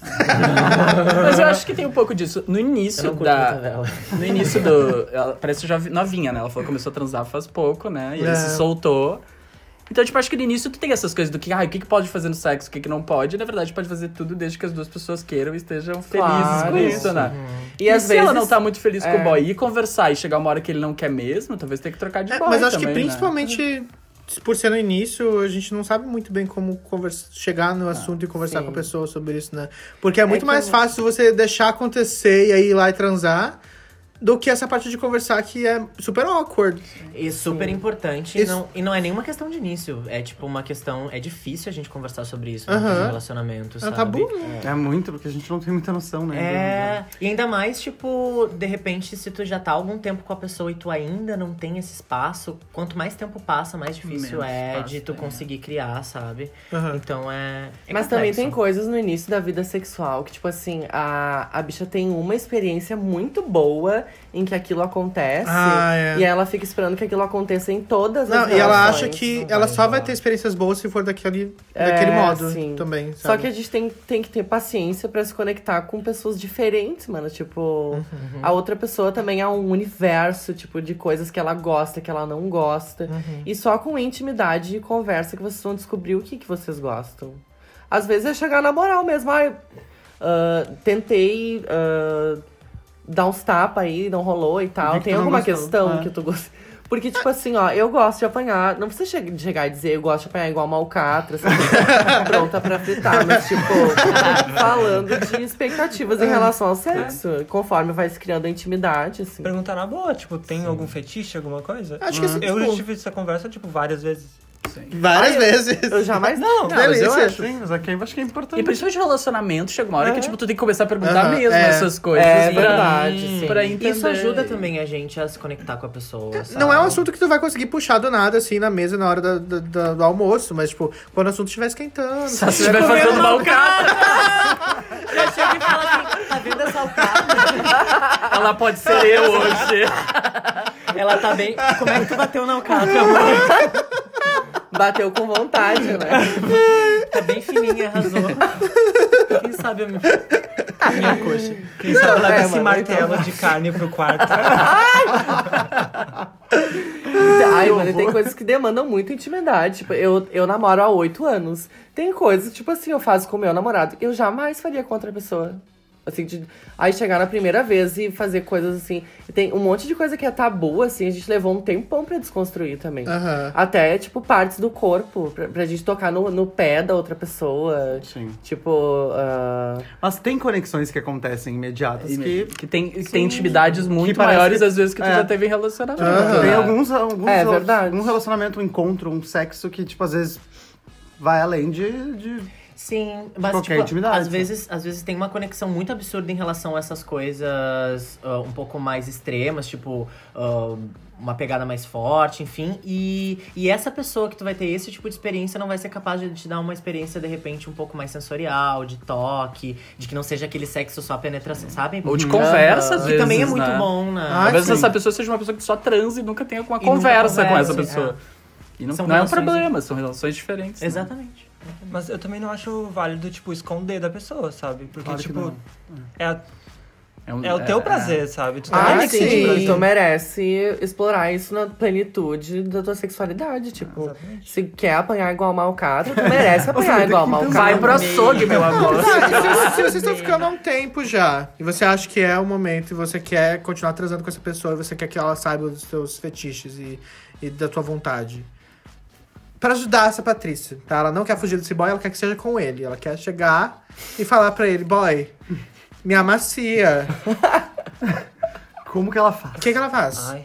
Speaker 6: Mas eu acho que tem um pouco disso. No início
Speaker 8: Eu não curto
Speaker 6: da.
Speaker 8: muita vela.
Speaker 6: No início do. Ela parece jovem, novinha, né? Ela falou que começou a transar faz pouco, né? E ele
Speaker 4: É.
Speaker 6: se soltou. Então, tipo, acho que no início tu tem essas coisas do que, ah, o que, que pode fazer no sexo, o que, que não pode. E, na verdade, pode fazer tudo desde que as duas pessoas queiram e estejam felizes
Speaker 1: Claro.
Speaker 6: com isso, né?
Speaker 1: E
Speaker 6: E,
Speaker 1: às
Speaker 6: se
Speaker 1: vezes-
Speaker 6: ela não tá muito feliz com
Speaker 1: é.
Speaker 6: o boy e conversar e chegar uma hora que ele não quer mesmo, talvez tenha que trocar de
Speaker 4: É,
Speaker 6: boy
Speaker 4: mas acho que
Speaker 6: também, né?
Speaker 4: principalmente por ser no início, a gente não sabe muito bem como conversa, chegar no assunto e conversar
Speaker 1: Ah, sim.
Speaker 4: com a pessoa sobre isso, né? Porque é muito
Speaker 1: que
Speaker 4: mais
Speaker 1: eu-
Speaker 4: fácil você deixar acontecer e aí ir lá e transar do que essa parte de conversar que é super awkward.
Speaker 8: E É super importante.
Speaker 4: Isso-
Speaker 8: Não, e não é nenhuma questão de início. É tipo uma questão. É difícil a gente conversar sobre isso
Speaker 4: Aham.
Speaker 8: no
Speaker 4: É
Speaker 8: relacionamento.
Speaker 4: um
Speaker 8: sabe?
Speaker 4: tabu,
Speaker 7: É muito, porque a gente não tem muita noção, né?
Speaker 8: É, e ainda mais, tipo, de repente, se tu já tá há algum tempo com a pessoa e tu ainda não tem esse espaço, quanto mais tempo passa, mais difícil
Speaker 6: Menos
Speaker 8: é
Speaker 6: espaço,
Speaker 8: de tu
Speaker 6: é.
Speaker 8: conseguir criar, sabe?
Speaker 4: Aham.
Speaker 8: Então é. é
Speaker 1: Mas também
Speaker 8: complexo.
Speaker 1: tem coisas no início da vida sexual que, tipo assim, a, a bicha tem uma experiência muito boa em que aquilo acontece.
Speaker 4: Ah, é.
Speaker 1: E ela fica esperando que aquilo aconteça em todas
Speaker 4: Não,
Speaker 1: as
Speaker 4: e ela
Speaker 1: relações.
Speaker 4: acha que ela só vai ter experiências boas se for daquele, daquele
Speaker 1: É,
Speaker 4: modo
Speaker 1: sim.
Speaker 4: também. Sabe?
Speaker 1: Só que a gente tem, tem que ter paciência pra se conectar com pessoas diferentes, mano. Tipo,
Speaker 4: Uhum,
Speaker 1: a outra pessoa também é um universo, tipo, de coisas que ela gosta, que ela não gosta.
Speaker 4: Uhum.
Speaker 1: E só com intimidade e conversa que vocês vão descobrir o que, que vocês gostam. Às vezes é chegar na moral mesmo. Ah, eu, ah, tentei ah, dar uns tapas aí, não rolou e
Speaker 7: Vi
Speaker 1: tal.
Speaker 7: que
Speaker 1: Tem
Speaker 7: tu não
Speaker 1: alguma
Speaker 7: gostou.
Speaker 1: questão
Speaker 7: É.
Speaker 1: que tu gosta? Porque, tipo assim, ó, eu gosto de apanhar. Não precisa che- chegar e dizer eu gosto de apanhar igual uma alcatra, assim, pronta pra fritar. Mas, tipo, falando de expectativas
Speaker 7: É.
Speaker 1: em relação ao sexo. Conforme vai se criando a intimidade, assim.
Speaker 5: Perguntar na boa, tipo, tem algum fetiche, alguma coisa?
Speaker 1: É
Speaker 4: Acho
Speaker 1: hum.
Speaker 4: que assim,
Speaker 5: Eu
Speaker 4: tipo-
Speaker 5: já tive essa conversa, tipo, várias vezes.
Speaker 4: Várias vezes.
Speaker 1: Ah, Eu jamais não.
Speaker 7: Não, mas eu
Speaker 4: Delícia.
Speaker 7: acho, hein? Mas aqui eu acho que é importante.
Speaker 6: E principalmente relacionamento, chega uma hora que, tipo, tu tem que começar a perguntar
Speaker 4: É. Aham,
Speaker 6: mesmo
Speaker 4: é.
Speaker 6: essas coisas.
Speaker 1: É
Speaker 6: pra-
Speaker 1: verdade, sim.
Speaker 6: Pra entender.
Speaker 8: Isso ajuda também a gente a se conectar com a pessoa. Sabe?
Speaker 4: Não é um assunto que tu vai conseguir puxar do nada, assim, na mesa, na hora da- da- da- do almoço, mas, tipo, quando o assunto estiver esquentando.
Speaker 6: Se estiver fazendo mal cara,
Speaker 8: Eu chego e falo assim, tá vendo essa alcatra?
Speaker 6: ela pode ser eu hoje.
Speaker 8: Ela tá bem. Como é que tu bateu na alcatra, amor?
Speaker 1: Bateu com vontade, né?
Speaker 8: Tá bem fininha, arrasou. Quem sabe eu me.
Speaker 5: Minha coxa. Quem sabe leva
Speaker 1: é,
Speaker 5: esse
Speaker 1: mano,
Speaker 5: martelo de carne pro quarto.
Speaker 1: Ai, mano, tem coisas que demandam muita intimidade. Tipo, eu, eu namoro há oito anos. Tem coisas, tipo assim, eu faço com o meu namorado. Eu jamais faria com outra pessoa. Assim, de, aí chegar na primeira vez e fazer coisas assim. Tem um monte de coisa que é tabu, assim, a gente levou um tempão pra desconstruir também.
Speaker 4: Aham.
Speaker 1: Até, tipo, partes do corpo, pra, pra gente tocar no, no pé da outra pessoa.
Speaker 7: Sim.
Speaker 1: Tipo, ah,
Speaker 7: Mas tem conexões que acontecem
Speaker 6: É
Speaker 7: imediatas que.
Speaker 6: Que tem, que tem intimidades muito
Speaker 7: parece
Speaker 6: maiores,
Speaker 7: que-
Speaker 6: às vezes, que tu
Speaker 7: é.
Speaker 6: já teve em relacionamento.
Speaker 7: Tem
Speaker 6: né?
Speaker 7: alguns, alguns,
Speaker 1: É
Speaker 7: rela-
Speaker 1: verdade.
Speaker 7: algum relacionamento, um encontro, um sexo que, tipo, às vezes vai além de. de-
Speaker 8: Sim, mas
Speaker 7: Qualquer
Speaker 8: tipo,
Speaker 7: intimidade,
Speaker 8: às
Speaker 7: sim.
Speaker 8: vezes, às vezes tem uma conexão muito absurda em relação a essas coisas ah, um pouco mais extremas, tipo ah, uma pegada mais forte, enfim. E, e essa pessoa que tu vai ter esse tipo de experiência não vai ser capaz de te dar uma experiência de repente um pouco mais sensorial, de toque, de que não seja aquele sexo só penetração, sabem?
Speaker 6: Ou de conversa, às
Speaker 8: que
Speaker 6: vezes.
Speaker 8: também é muito
Speaker 6: né?
Speaker 8: bom, né?
Speaker 4: Ah,
Speaker 6: Às vezes
Speaker 4: sim.
Speaker 6: essa pessoa seja uma pessoa que só transa e nunca tem alguma
Speaker 8: nunca
Speaker 6: conversa, com
Speaker 8: conversa,
Speaker 6: essa pessoa. E não,
Speaker 8: São
Speaker 6: não é um
Speaker 8: relações-
Speaker 6: problema, são relações diferentes. né?
Speaker 8: Exatamente.
Speaker 5: Mas eu também não acho válido, tipo, esconder da pessoa, sabe? Porque,
Speaker 7: Claro que
Speaker 5: tipo,
Speaker 7: não.
Speaker 5: é, a-
Speaker 6: um-
Speaker 5: é o teu prazer, sabe? Tu tá tipo,
Speaker 1: Ah,
Speaker 5: também tem
Speaker 1: sim,
Speaker 5: que sentir prazer.
Speaker 1: tu merece explorar isso na plenitude da tua sexualidade. Tipo, se quer apanhar igual uma alcatra, tu merece apanhar igual uma alcatra.
Speaker 6: é. Vai pro açougue, meu
Speaker 1: assim,
Speaker 6: amor.
Speaker 4: Tá, se, se vocês estão ficando há
Speaker 1: né?
Speaker 4: um tempo já, e você acha que é o momento, e você quer continuar transando com essa pessoa, e você quer que ela saiba dos seus fetiches e, e da tua vontade. Pra ajudar essa Patrícia, tá? Ela não quer fugir desse boy, ela quer que seja com ele. Ela quer chegar e falar pra ele, boy, me amacia.
Speaker 7: Como que ela faz?
Speaker 4: O que, que ela faz?
Speaker 5: Ai.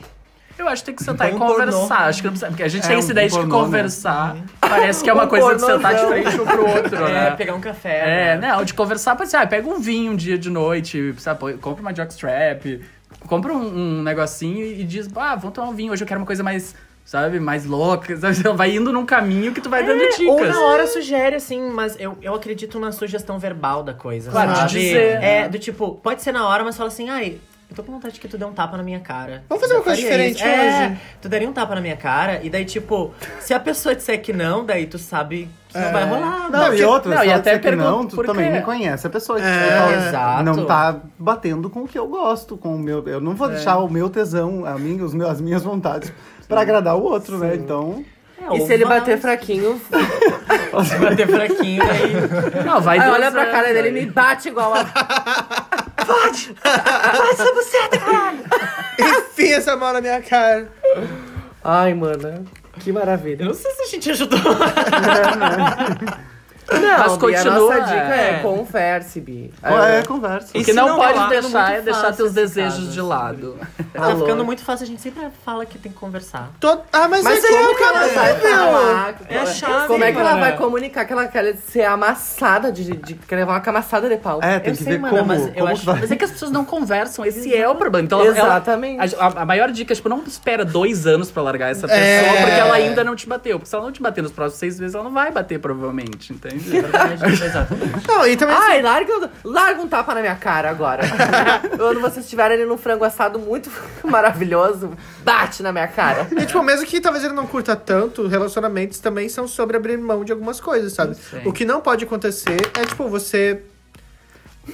Speaker 6: Eu acho que tem que sentar
Speaker 5: Um
Speaker 6: e
Speaker 5: pornô.
Speaker 6: conversar. Acho que não precisa. Porque a gente
Speaker 7: É,
Speaker 6: tem essa
Speaker 7: um
Speaker 6: ideia de que
Speaker 7: pornô, né?
Speaker 6: conversar parece que é uma coisa de sentar de frente um pro outro,
Speaker 8: É,
Speaker 6: né?
Speaker 8: pegar um café.
Speaker 6: É, né? Ou de conversar, pode ser, ah, pega um vinho um dia de noite, sabe? pô, Compra uma jockstrap, compra um, um negocinho e diz, ah, vamos tomar um vinho, hoje eu quero uma coisa mais, sabe, mais louca. sabe? Então Vai indo num caminho que tu vai dando
Speaker 8: É, Ou
Speaker 6: dicas.
Speaker 8: na hora sugere, assim, mas eu, eu acredito na sugestão verbal da coisa.
Speaker 6: Claro, de
Speaker 8: sabe?
Speaker 6: dizer, né?
Speaker 8: É, do tipo, pode ser na hora, mas fala assim, ai, eu tô com vontade que tu dê um tapa na minha cara.
Speaker 4: Vamos fazer uma
Speaker 8: Eu
Speaker 4: coisa
Speaker 8: faria
Speaker 4: diferente
Speaker 8: isso. É,
Speaker 4: hoje.
Speaker 8: tu daria um tapa na minha cara, e daí, tipo, se a pessoa disser que não, daí tu sabe que não vai rolar.
Speaker 7: Não, e outra,
Speaker 6: É. não,
Speaker 7: se
Speaker 6: e
Speaker 7: ela
Speaker 6: até
Speaker 7: disser que não,
Speaker 6: pergunto
Speaker 7: tu
Speaker 6: por
Speaker 7: também
Speaker 6: quê.
Speaker 7: não conhece a pessoa. tipo,
Speaker 4: É,
Speaker 7: ela
Speaker 8: exato.
Speaker 7: Não tá batendo com o que eu gosto, com o meu.
Speaker 6: É.
Speaker 7: Eu não vou deixar o meu tesão, a minha, os meus, as minhas vontades, pra agradar o outro, né? Então.
Speaker 8: É,
Speaker 1: e se ele bater fraquinho.
Speaker 8: se bater fraquinho,
Speaker 1: aí. Não, vai
Speaker 6: um
Speaker 1: Aí olha pra cara dele e me bate igual a.
Speaker 4: Pode! Faz essa buceta, caralho! Enfia essa mão na minha cara.
Speaker 1: Ai, mano. Que maravilha.
Speaker 8: Eu não sei se a gente ajudou.
Speaker 1: Não,
Speaker 8: Mas
Speaker 1: Mas
Speaker 8: continua,
Speaker 1: a nossa dica é,
Speaker 6: é.
Speaker 1: converse, Bi.
Speaker 6: É, converse.
Speaker 1: O
Speaker 6: E
Speaker 1: que
Speaker 6: se
Speaker 1: não,
Speaker 6: não
Speaker 1: pode
Speaker 6: rolar,
Speaker 1: deixar é
Speaker 8: muito
Speaker 1: deixar
Speaker 8: fácil
Speaker 1: teus
Speaker 8: esse
Speaker 1: desejos
Speaker 8: caso,
Speaker 1: de lado.
Speaker 8: Tá ficando muito fácil, a gente sempre fala que tem que conversar.
Speaker 4: Todo... Ah,
Speaker 1: mas Mas é como que ela vai falar?
Speaker 8: É chato.
Speaker 1: Como é que ela
Speaker 8: cara.
Speaker 1: vai comunicar que ela quer ser amassada de, de, de levar uma camaçada de pau?
Speaker 7: É, tem que ver como,
Speaker 6: mas,
Speaker 7: como vai.
Speaker 6: mas é que as pessoas não conversam, esse é o problema. Então, ela-
Speaker 1: Exatamente.
Speaker 6: ela- a, a maior dica é, tipo, não espera dois anos pra largar essa pessoa,
Speaker 1: É.
Speaker 6: porque ela ainda não te bateu. Porque se ela não te bater nos próximos seis meses, ela não vai bater, provavelmente, entende?
Speaker 4: Não, e também.
Speaker 1: Ai, larga, larga um tapa na minha cara agora. Quando vocês estiverem ali num frango assado muito maravilhoso, bate na minha cara.
Speaker 4: E, tipo, mesmo que talvez ele não curta tanto, relacionamentos também são sobre abrir mão de algumas coisas, sabe? O que não pode acontecer é, tipo, você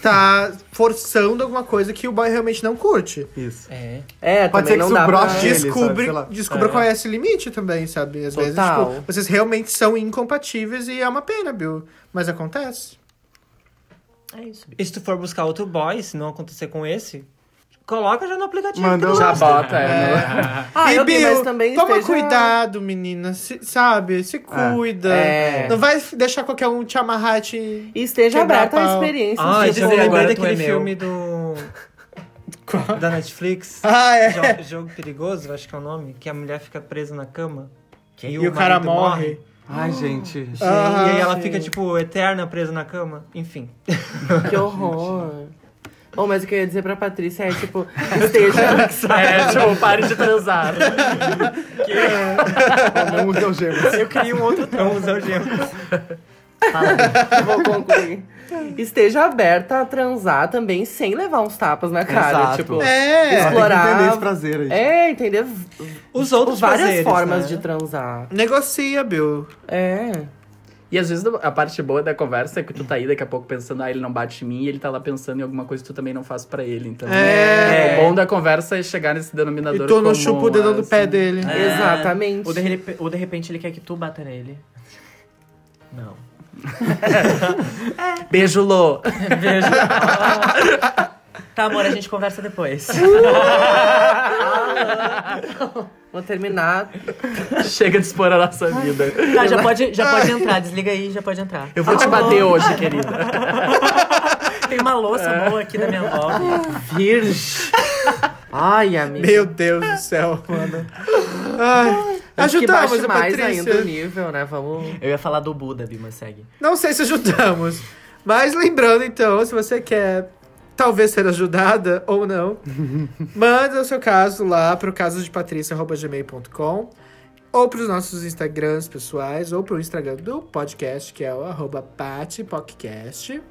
Speaker 4: tá forçando alguma coisa que o boy realmente não curte.
Speaker 7: Isso.
Speaker 8: É.
Speaker 1: É,
Speaker 7: Pode ser que isso broche ele, sabe?
Speaker 4: Descubre,
Speaker 7: Sei lá.
Speaker 4: descubra
Speaker 7: É.
Speaker 4: qual é esse limite também, sabe? Às vezes,
Speaker 1: Total.
Speaker 4: tipo, vocês realmente são incompatíveis e é uma pena, Bill. Mas acontece.
Speaker 8: É isso.
Speaker 5: E se tu for buscar outro boy, se não acontecer com esse, coloca já no aplicativo.
Speaker 4: Manda
Speaker 5: que tu
Speaker 4: já
Speaker 5: gosta.
Speaker 4: bota, é, né?
Speaker 1: Ah,
Speaker 4: e
Speaker 1: eu vi,
Speaker 4: Bill,
Speaker 1: mas também
Speaker 4: toma
Speaker 1: esteja-
Speaker 4: cuidado, menina. Se- sabe? Se
Speaker 7: Ah,
Speaker 4: cuida.
Speaker 1: É.
Speaker 4: Não vai deixar qualquer um te amarrar e te.
Speaker 1: E esteja
Speaker 4: quebrar
Speaker 1: aberta à
Speaker 4: pau.
Speaker 1: experiência. Tipo,
Speaker 5: Ah,
Speaker 1: Esse
Speaker 5: eu
Speaker 1: jogo
Speaker 5: lembrei
Speaker 1: um agora tu
Speaker 5: daquele
Speaker 1: é meu.
Speaker 5: filme do. Da Netflix.
Speaker 4: Ah, é.
Speaker 5: Jogo, Jogo Perigoso, acho que é o nome. Que a mulher fica presa na cama.
Speaker 4: E o cara
Speaker 5: marido
Speaker 4: morre.
Speaker 7: Ai, gente.
Speaker 5: Gente, e aí ela fica, tipo, eterna presa na cama. Enfim.
Speaker 1: Que horror. Bom, mas o que eu ia dizer pra Patrícia é, tipo, esteja...
Speaker 6: É, tipo, pare de transar.
Speaker 7: Não usa algemas.
Speaker 5: Eu queria um outro Não usa algemas.
Speaker 1: Vou concluir. Esteja aberta a transar também sem levar uns tapas na cara.
Speaker 7: Exato.
Speaker 1: Tipo,
Speaker 7: É,
Speaker 1: explorar.
Speaker 7: tem que entender esse prazer aí.
Speaker 1: É, entender v-
Speaker 5: Os outros
Speaker 1: várias
Speaker 6: prazeres,
Speaker 1: formas
Speaker 6: né?
Speaker 1: de transar.
Speaker 4: Negocia, Bill.
Speaker 1: É.
Speaker 6: E às vezes a parte boa da conversa é que tu tá aí daqui a pouco pensando, ah, ele não bate em mim, e ele tá lá pensando em alguma coisa que tu também não faz pra ele. Então,
Speaker 4: É.
Speaker 6: o bom da conversa é chegar nesse denominador.
Speaker 4: E tu não
Speaker 6: comum,
Speaker 4: chupa o dedão do
Speaker 6: assim.
Speaker 4: pé dele.
Speaker 8: É.
Speaker 1: Exatamente.
Speaker 8: Ou de, rep- ou de repente ele quer que tu bata nele. Não.
Speaker 6: Beijo, Lô.
Speaker 8: Beijo. tá, amor, a gente conversa depois.
Speaker 1: Vou terminar.
Speaker 6: Chega de expor a nossa vida.
Speaker 8: Tá, já pode, já pode entrar, desliga aí, já pode entrar.
Speaker 6: Eu vou te bater hoje, querida.
Speaker 8: Tem uma louça boa aqui na minha volta.
Speaker 1: Virgem. Ai, amiga.
Speaker 4: Meu Deus do céu, mano. Ai,
Speaker 1: Acho que
Speaker 4: ajudamos
Speaker 1: baixe
Speaker 4: a
Speaker 1: mais
Speaker 4: é Patrícia.
Speaker 1: ainda o nível, né? Vamos...
Speaker 8: Eu ia falar do Buda, Bi, mas segue.
Speaker 4: Não sei se ajudamos. Mas lembrando, então, se você quer talvez ser ajudada ou não, manda o seu caso lá pro casosdepatrícia.gmail.com ou pros nossos Instagrams pessoais, ou pro Instagram do podcast, que é o arroba patipodcast.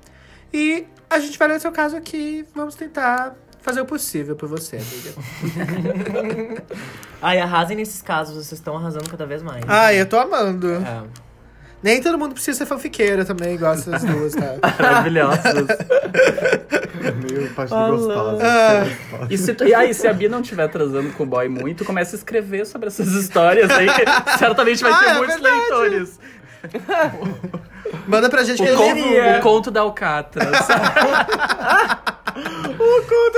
Speaker 4: E a gente vai ler o seu caso aqui vamos tentar fazer o possível por você, amiga.
Speaker 8: Ai, arrasem nesses casos, vocês estão arrasando cada vez mais.
Speaker 4: Ai, eu tô amando.
Speaker 8: É.
Speaker 4: Nem todo mundo precisa ser fanfiqueira também, igual essas duas, tá?
Speaker 6: Maravilhosas.
Speaker 7: Meio
Speaker 6: Olá.
Speaker 7: pastor gostosa.
Speaker 4: Ah.
Speaker 6: E se, tu- e aí, se a Bia não estiver transando com o boy muito, começa a escrever sobre essas histórias aí, que certamente vai
Speaker 4: Ah,
Speaker 6: ter
Speaker 4: é
Speaker 6: muitos
Speaker 4: verdade.
Speaker 6: leitores.
Speaker 4: Manda pra gente que
Speaker 6: O
Speaker 4: eu
Speaker 6: conto,
Speaker 4: leria.
Speaker 6: o conto da Alcatra. sabe?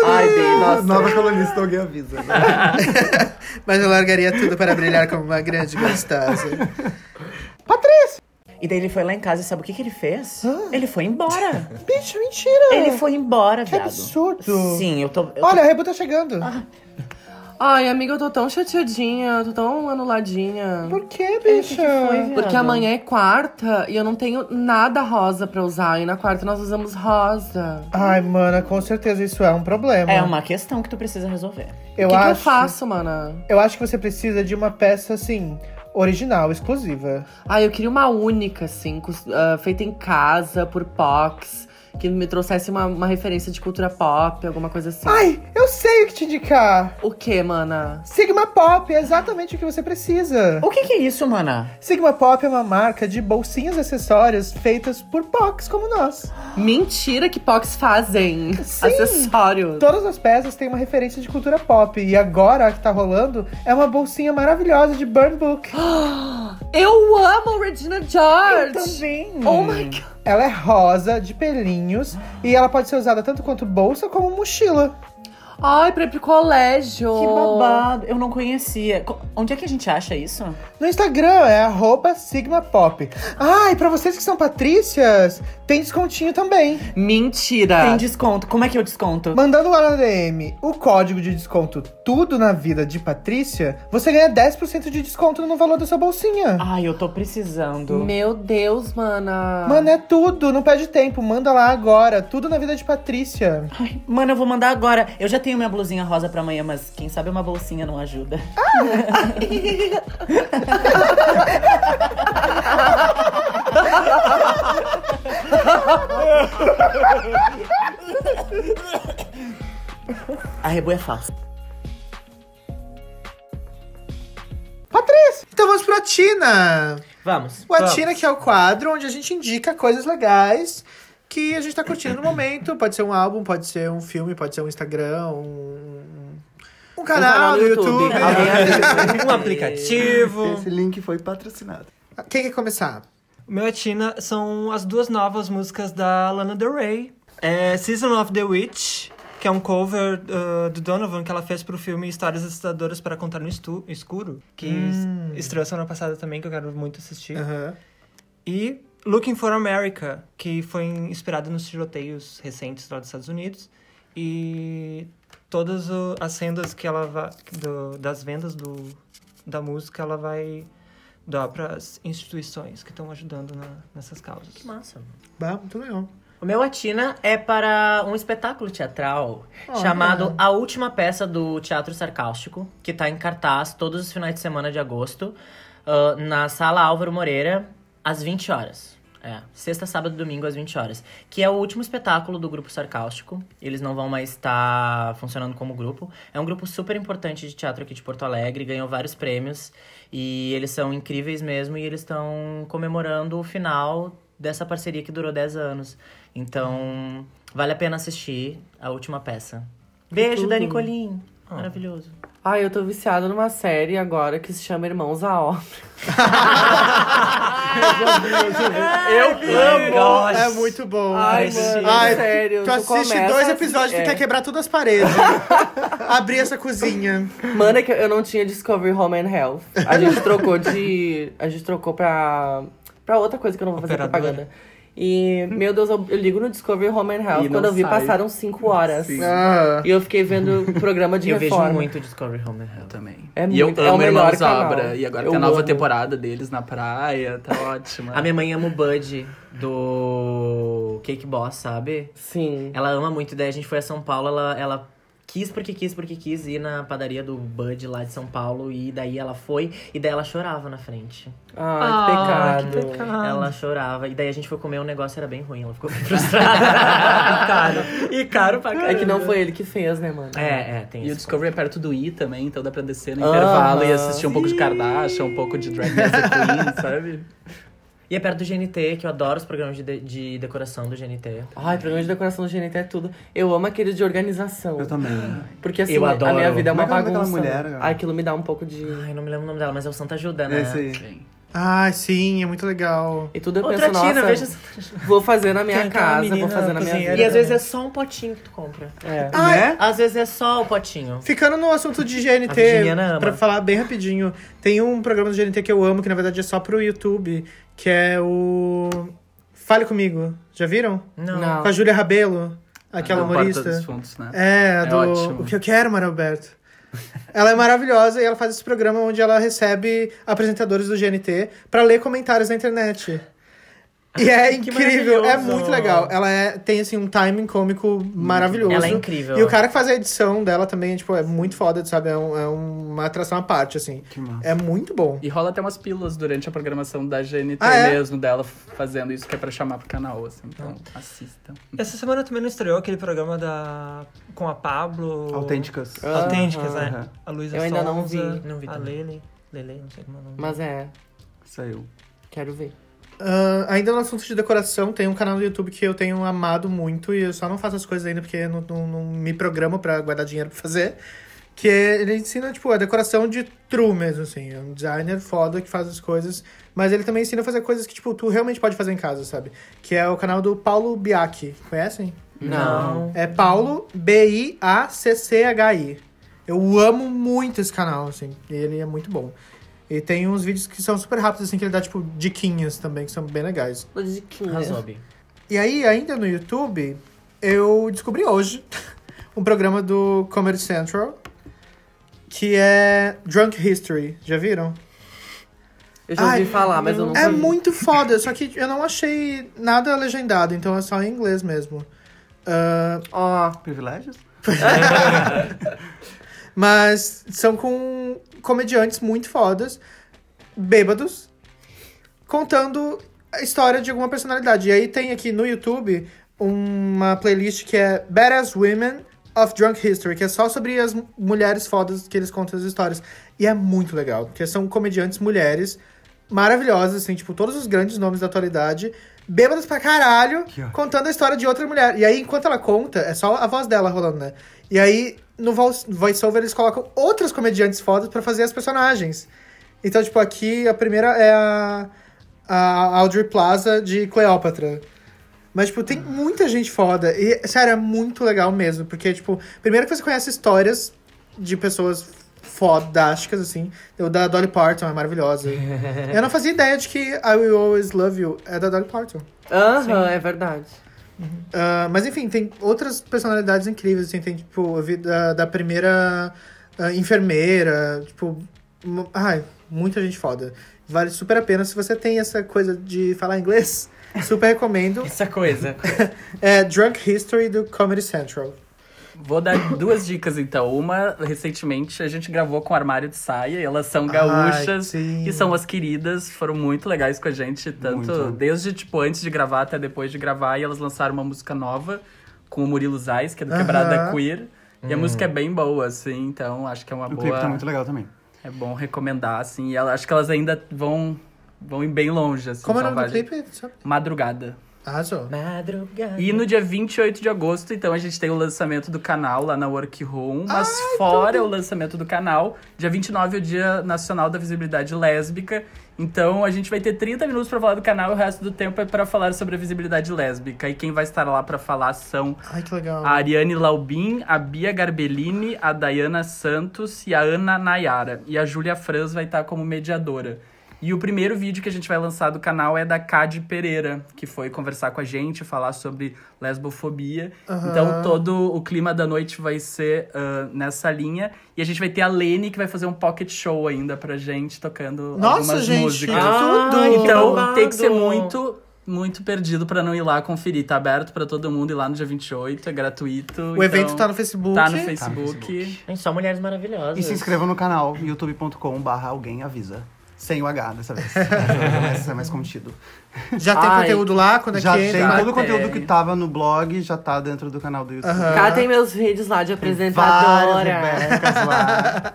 Speaker 1: Ai, bem, nossa.
Speaker 7: Nova colunista, alguém avisa. né?
Speaker 4: Mas eu largaria tudo para brilhar como uma grande gostosa.
Speaker 8: E daí ele foi lá em casa e sabe o que, que ele fez? Ele foi embora.
Speaker 4: Bicho, mentira!
Speaker 8: Ele foi embora,
Speaker 4: Que
Speaker 8: viado.
Speaker 4: absurdo!
Speaker 8: Sim, eu tô. eu
Speaker 4: Olha, a Rebo tá chegando.
Speaker 1: Ai, amiga, eu tô tão chateadinha. eu Tô tão anuladinha.
Speaker 4: Por que, bicha?
Speaker 1: Porque
Speaker 8: viado?
Speaker 1: amanhã é quarta e eu não tenho nada rosa pra usar. E na quarta nós usamos rosa.
Speaker 4: Ai, mana, com certeza isso é um problema.
Speaker 8: É uma questão que tu precisa resolver.
Speaker 4: Eu
Speaker 1: o que, que eu
Speaker 4: acho.
Speaker 1: faço, mana?
Speaker 4: eu acho que você precisa de uma peça assim. Original, exclusiva.
Speaker 1: ah, Ai, eu queria uma única, assim, cos- ah, feita em casa, por Pox. que me trouxesse uma, uma referência de cultura pop, alguma coisa assim.
Speaker 4: Ai, eu sei o que te indicar.
Speaker 1: O que, mana?
Speaker 4: Sigma Pop é exatamente o que você precisa.
Speaker 3: O que, que é isso, mana?
Speaker 4: Sigma Pop é uma marca de bolsinhas acessórias feitas por POCs como nós.
Speaker 1: Mentira que POCs fazem
Speaker 4: Sim.
Speaker 1: acessórios.
Speaker 4: Todas as peças têm uma referência de cultura pop. E agora a que tá rolando é uma bolsinha maravilhosa de Burn Book.
Speaker 1: Eu amo Regina George!
Speaker 4: Eu também.
Speaker 1: Oh my god!
Speaker 4: Ela é rosa, de pelinhos, e ela pode ser usada tanto quanto bolsa como mochila.
Speaker 1: Ai, pra ir pro colégio!
Speaker 3: Que babado. Eu não conhecia. Co- Onde é que a gente acha isso?
Speaker 4: No Instagram é arroba sigmapop. Ah, e pra vocês que são patrícias, tem descontinho também.
Speaker 1: Mentira!
Speaker 3: Tem desconto. Como é que eu desconto?
Speaker 4: Mandando lá na DM o código de desconto Tudo na Vida de Patrícia, você ganha 10% de desconto no valor da sua bolsinha.
Speaker 3: Ai, eu tô precisando.
Speaker 1: Meu Deus, mana!
Speaker 4: Mano, é tudo, não perde tempo, manda lá agora. Tudo na vida de Patrícia.
Speaker 3: Mano, eu vou mandar agora. Eu já tenho minha blusinha rosa pra amanhã, mas quem sabe uma bolsinha não ajuda. Arrebu é falsa.
Speaker 4: Patrícia! Então vamos pra Tina.
Speaker 8: Vamos.
Speaker 4: O Atina, que é o quadro onde a gente indica coisas legais que a gente tá curtindo no momento. Pode ser um álbum, pode ser um filme, pode ser um Instagram, um, um canal,
Speaker 1: canal
Speaker 4: no
Speaker 1: no
Speaker 4: YouTube.
Speaker 5: É.
Speaker 1: YouTube.
Speaker 5: Um aplicativo.
Speaker 7: Esse link foi patrocinado.
Speaker 4: Quem quer começar?
Speaker 5: O meu Atina são as duas novas músicas da Lana Del Rey. É Season of the Witch, que é um cover uh, do Donovan que ela fez pro filme Histórias Assustadoras para Contar no Estu- Escuro, que es- estreou semana passada também, que eu quero muito assistir.
Speaker 4: Aham.
Speaker 5: E Looking for America, que foi inspirado nos tiroteios recentes lá dos Estados Unidos. E todas o- as rendas que ela vai, do- das vendas do, da música, ela vai dar para as instituições que estão ajudando na- nessas causas.
Speaker 8: Massa.
Speaker 4: Bah, muito legal.
Speaker 8: O meu Atina é para um espetáculo teatral chamado A Última Peça do Teatro Sarcástico, que está em cartaz todos os finais de semana de agosto, ah, na Sala Álvaro Moreira, às 20 horas. É, sexta, sábado, domingo, às 20 horas. Que é o último espetáculo do grupo Sarcástico. Eles não vão mais estar funcionando como grupo. É um grupo super importante de teatro aqui de Porto Alegre, ganhou vários prêmios. E eles são incríveis mesmo, e eles estão comemorando o final dessa parceria que durou 10 anos. Então, vale a pena assistir a última peça. Beijo,
Speaker 1: tudo.
Speaker 8: Dani Colim. Maravilhoso.
Speaker 1: Ai, eu tô viciada numa série agora que se chama Irmãos à Obra.
Speaker 4: Eu amo! É muito bom.
Speaker 1: Ai, mano,
Speaker 4: Ai,
Speaker 1: sério.
Speaker 4: Tu assiste
Speaker 1: começa
Speaker 4: dois
Speaker 1: a-
Speaker 4: episódios e tu
Speaker 1: é.
Speaker 4: quer quebrar todas as paredes. Abrir essa cozinha.
Speaker 1: Mano, é que eu não tinha Discovery Home and Health. A gente trocou de. A gente trocou pra. pra outra coisa que eu não vou fazer
Speaker 5: Operadora.
Speaker 1: propaganda. E, meu Deus, eu, eu ligo no Discovery Home and Health.
Speaker 11: E não
Speaker 1: Quando eu vi,
Speaker 11: sai.
Speaker 1: passaram cinco horas.
Speaker 4: Ah.
Speaker 1: E eu fiquei vendo o programa de
Speaker 8: eu
Speaker 1: reforma.
Speaker 8: vejo muito Discovery Home and Health.
Speaker 11: Também.
Speaker 1: É
Speaker 11: e eu
Speaker 1: muito- é o
Speaker 11: amo
Speaker 1: melhor
Speaker 11: Irmãos
Speaker 1: canal.
Speaker 11: Abra. E agora
Speaker 1: Eu
Speaker 11: tem a nova
Speaker 1: amo. Ah,
Speaker 11: temporada deles na praia, tá ótima.
Speaker 8: A minha mãe ama o Bud do Cake Boss, sabe?
Speaker 1: Sim.
Speaker 8: Ela ama muito, daí a gente foi a São Paulo, ela, ela quis porque quis, porque quis ir na padaria do Bud lá de São Paulo, e daí ela foi, e daí ela chorava na frente.
Speaker 5: Ah,
Speaker 1: Ai, que pecado.
Speaker 8: Ela chorava, e daí a gente foi comer um negócio, era bem ruim, ela ficou bem frustrada. e caro pra caramba.
Speaker 1: É que não foi ele que fez, né, mano?
Speaker 8: É, é, tem
Speaker 11: E o
Speaker 8: isso.
Speaker 11: Discovery é perto do I também, então dá pra descer no
Speaker 1: Aham.
Speaker 11: intervalo e assistir um pouco de Kardashian, um pouco de Drag Race Queen, sabe?
Speaker 8: E é perto do GNT, que eu adoro os programas de, de- de decoração do GNT.
Speaker 1: Ai, programa de decoração do GNT é tudo. Eu amo aquele de organização.
Speaker 7: Eu também.
Speaker 1: Porque assim,
Speaker 8: Eu
Speaker 1: a
Speaker 8: adoro.
Speaker 1: minha vida é uma
Speaker 7: Como é que é o nome
Speaker 1: bagunça.
Speaker 7: daquela mulher?
Speaker 1: Ai, aquilo me dá um pouco de.
Speaker 8: Ai, não me lembro o nome dela, mas é o Santa Ajuda, né?
Speaker 7: Esse aí.
Speaker 4: Ah, sim, é muito legal.
Speaker 1: E tudo eu
Speaker 8: Outra
Speaker 1: penso,
Speaker 8: tina,
Speaker 1: nossa,
Speaker 8: veja Santa Ajuda.
Speaker 1: vou fazer na minha
Speaker 5: Tem aquela
Speaker 1: casa, vou
Speaker 5: menina
Speaker 1: fazer na minha
Speaker 5: cozinheira
Speaker 1: vida.
Speaker 8: E às vezes é só um potinho que tu compra.
Speaker 1: É.
Speaker 4: Ah,
Speaker 8: Às vezes é só o potinho.
Speaker 4: Ficando no assunto de
Speaker 8: A
Speaker 4: GNT,
Speaker 8: Virginiana ama.
Speaker 4: pra falar bem rapidinho, tem um programa do GNT que eu amo, que na verdade é só pro YouTube, que é o Fale Comigo. Já viram?
Speaker 8: Não.
Speaker 1: Não.
Speaker 4: Com a Júlia Rabelo,
Speaker 6: Ah,
Speaker 4: aquela
Speaker 11: Na Porta
Speaker 4: humorista.
Speaker 11: dos Fundos, né?
Speaker 4: É, a
Speaker 11: É
Speaker 4: do
Speaker 11: ótimo.
Speaker 4: O que eu quero, Mário Alberto. Ela é maravilhosa e ela faz esse programa onde ela recebe apresentadores do GNT pra ler comentários na internet. E é
Speaker 3: Que
Speaker 4: incrível, é
Speaker 3: maravilhoso.
Speaker 4: muito legal. Ela é- tem, assim, um timing cômico maravilhoso.
Speaker 3: Ela é incrível.
Speaker 4: E o cara que faz a edição dela também, tipo, é muito foda, sabe? É, um- é uma atração à parte, assim. É muito bom.
Speaker 6: E rola até umas pílulas durante a programação da GNT
Speaker 4: Ah, é?
Speaker 6: mesmo, dela fazendo isso, que é pra chamar pro canal, assim. Então, assistam.
Speaker 5: Essa semana também não estreou aquele programa da com a Pablo.
Speaker 7: É Autênticas. Ah,
Speaker 5: Autênticas,
Speaker 7: Aham.
Speaker 5: né? A Luísa
Speaker 1: Eu ainda não
Speaker 5: Sonza,
Speaker 1: vi.
Speaker 3: Não vi
Speaker 5: a
Speaker 3: também.
Speaker 5: Lele. Lele, não sei como é o nome.
Speaker 1: Mas é,
Speaker 7: Saiu.
Speaker 1: quero ver.
Speaker 4: Ah, ainda no assunto de decoração, tem um canal do YouTube que eu tenho amado muito e eu só não faço as coisas ainda porque eu não, não- não me programo pra guardar dinheiro pra fazer. Que ele ensina, tipo, a decoração de true mesmo, assim. É um designer foda que faz as coisas. Mas ele também ensina a fazer coisas que, tipo, tu realmente pode fazer em casa, sabe? Que é o canal do Paulo Biaki. Conhecem?
Speaker 3: Não.
Speaker 4: É Paulo B-I-A-C-C-H-I. Eu amo muito esse canal, assim. Ele é muito bom. E tem uns vídeos que são super rápidos, assim, que ele dá, tipo, diquinhas também, que são bem legais.
Speaker 3: Razobi.
Speaker 4: E aí, ainda no YouTube, eu descobri hoje um programa do Comedy Central que é Drunk History. Já viram?
Speaker 1: Eu já ouvi falar, mas eu não
Speaker 4: É
Speaker 1: vi.
Speaker 4: muito foda, só que eu não achei nada legendado, então é só em inglês mesmo. Ah,
Speaker 1: Ó,
Speaker 7: Privilégios?
Speaker 4: Mas são com comediantes muito fodas, bêbados, contando a história de alguma personalidade. E aí tem aqui no YouTube uma playlist que é Badass Women of Drunk History, que é só sobre as mu- mulheres fodas que eles contam as histórias. E é muito legal, porque são comediantes mulheres maravilhosas, assim, tipo, todos os grandes nomes da atualidade, bêbadas pra caralho, contando a história de outra mulher. E aí, enquanto ela conta, é só a voz dela rolando, né? E aí, no voice- voiceover, eles colocam outras comediantes fodas pra fazer as personagens. Então, tipo, aqui a primeira é a, a Audrey Plaza de Cleópatra. Mas, tipo, tem muita gente foda. E, sério, é muito legal mesmo. Porque, tipo, primeiro que você conhece histórias de pessoas fodásticas, assim. O da Dolly Parton é maravilhosa. Eu não fazia ideia de que I Will Always Love You é da Dolly Parton.
Speaker 1: Aham, é verdade.
Speaker 4: Ah, mas enfim, tem outras personalidades incríveis, assim, tem, tipo, eu vi da, da primeira ah, enfermeira, tipo, mu- ai, muita gente foda. Vale super a pena se você tem essa coisa de falar inglês, super recomendo.
Speaker 17: Essa coisa.
Speaker 4: É Drunk History do Comedy Central.
Speaker 6: Vou dar duas dicas, então. Uma, recentemente, a gente gravou com o Armário de Saia, e elas são
Speaker 4: Ai,
Speaker 6: gaúchas,
Speaker 4: sim.
Speaker 6: e são as queridas, foram muito legais com a gente, tanto
Speaker 7: Muito.
Speaker 6: desde, tipo, antes de gravar até depois de gravar, e elas lançaram uma música nova com o Murilo Zais, que é do
Speaker 4: Aham. Hum.
Speaker 6: Quebrada Queer, e a música é bem boa, assim, então acho que é uma
Speaker 7: O
Speaker 6: boa...
Speaker 7: clipe tá muito legal também.
Speaker 6: É bom recomendar, assim, e ela- acho que elas ainda vão, vão ir bem longe, assim.
Speaker 4: Como é o
Speaker 6: são
Speaker 4: nome do
Speaker 6: várias-
Speaker 4: clipe? Sabe?
Speaker 6: Madrugada.
Speaker 4: Arrasou.
Speaker 3: Madrugada.
Speaker 6: E no dia 28 de agosto, então, a gente tem o lançamento do canal lá na Workroom. Mas fora o lançamento do canal, dia 29 é o Dia Nacional da Visibilidade Lésbica. Então, a gente vai ter 30 minutos pra falar do canal e o resto do tempo é pra falar sobre a visibilidade lésbica. E quem vai estar lá pra falar são
Speaker 4: Ai, que legal.
Speaker 6: a Ariane Laubin, a Bia Garbellini, a Dayana Santos e a Ana Nayara. E a Júlia Franz vai estar como mediadora. E o primeiro vídeo que a gente vai lançar do canal é da Cade Pereira, que foi conversar com a gente, falar sobre lesbofobia.
Speaker 4: Aham.
Speaker 6: Então todo o clima da noite vai ser ah, nessa linha. E a gente vai ter a Lene, que vai fazer um pocket show ainda pra gente, tocando
Speaker 4: Nossa,
Speaker 6: algumas
Speaker 4: gente,
Speaker 6: músicas.
Speaker 4: tudo!
Speaker 6: Então tem que ser muito, muito perdido pra não ir lá conferir. Tá aberto pra todo mundo ir lá no dia 28, é gratuito.
Speaker 4: O evento tá no Facebook.
Speaker 6: Tá no Facebook.
Speaker 3: Gente, só mulheres maravilhosas.
Speaker 7: E se inscreva no canal youtube.com barra alguém avisa. Sem o H dessa vez. Essa é mais contido.
Speaker 4: Já tem
Speaker 1: Ai,
Speaker 4: conteúdo lá? Quando é
Speaker 7: já
Speaker 4: que entra?
Speaker 7: tem todo o conteúdo
Speaker 6: tem.
Speaker 7: que tava no blog, já tá dentro do canal do YouTube.
Speaker 4: Aham.
Speaker 1: Cá tem meus vídeos lá de
Speaker 7: Várias
Speaker 1: apresentadora.
Speaker 7: Rebecas lá.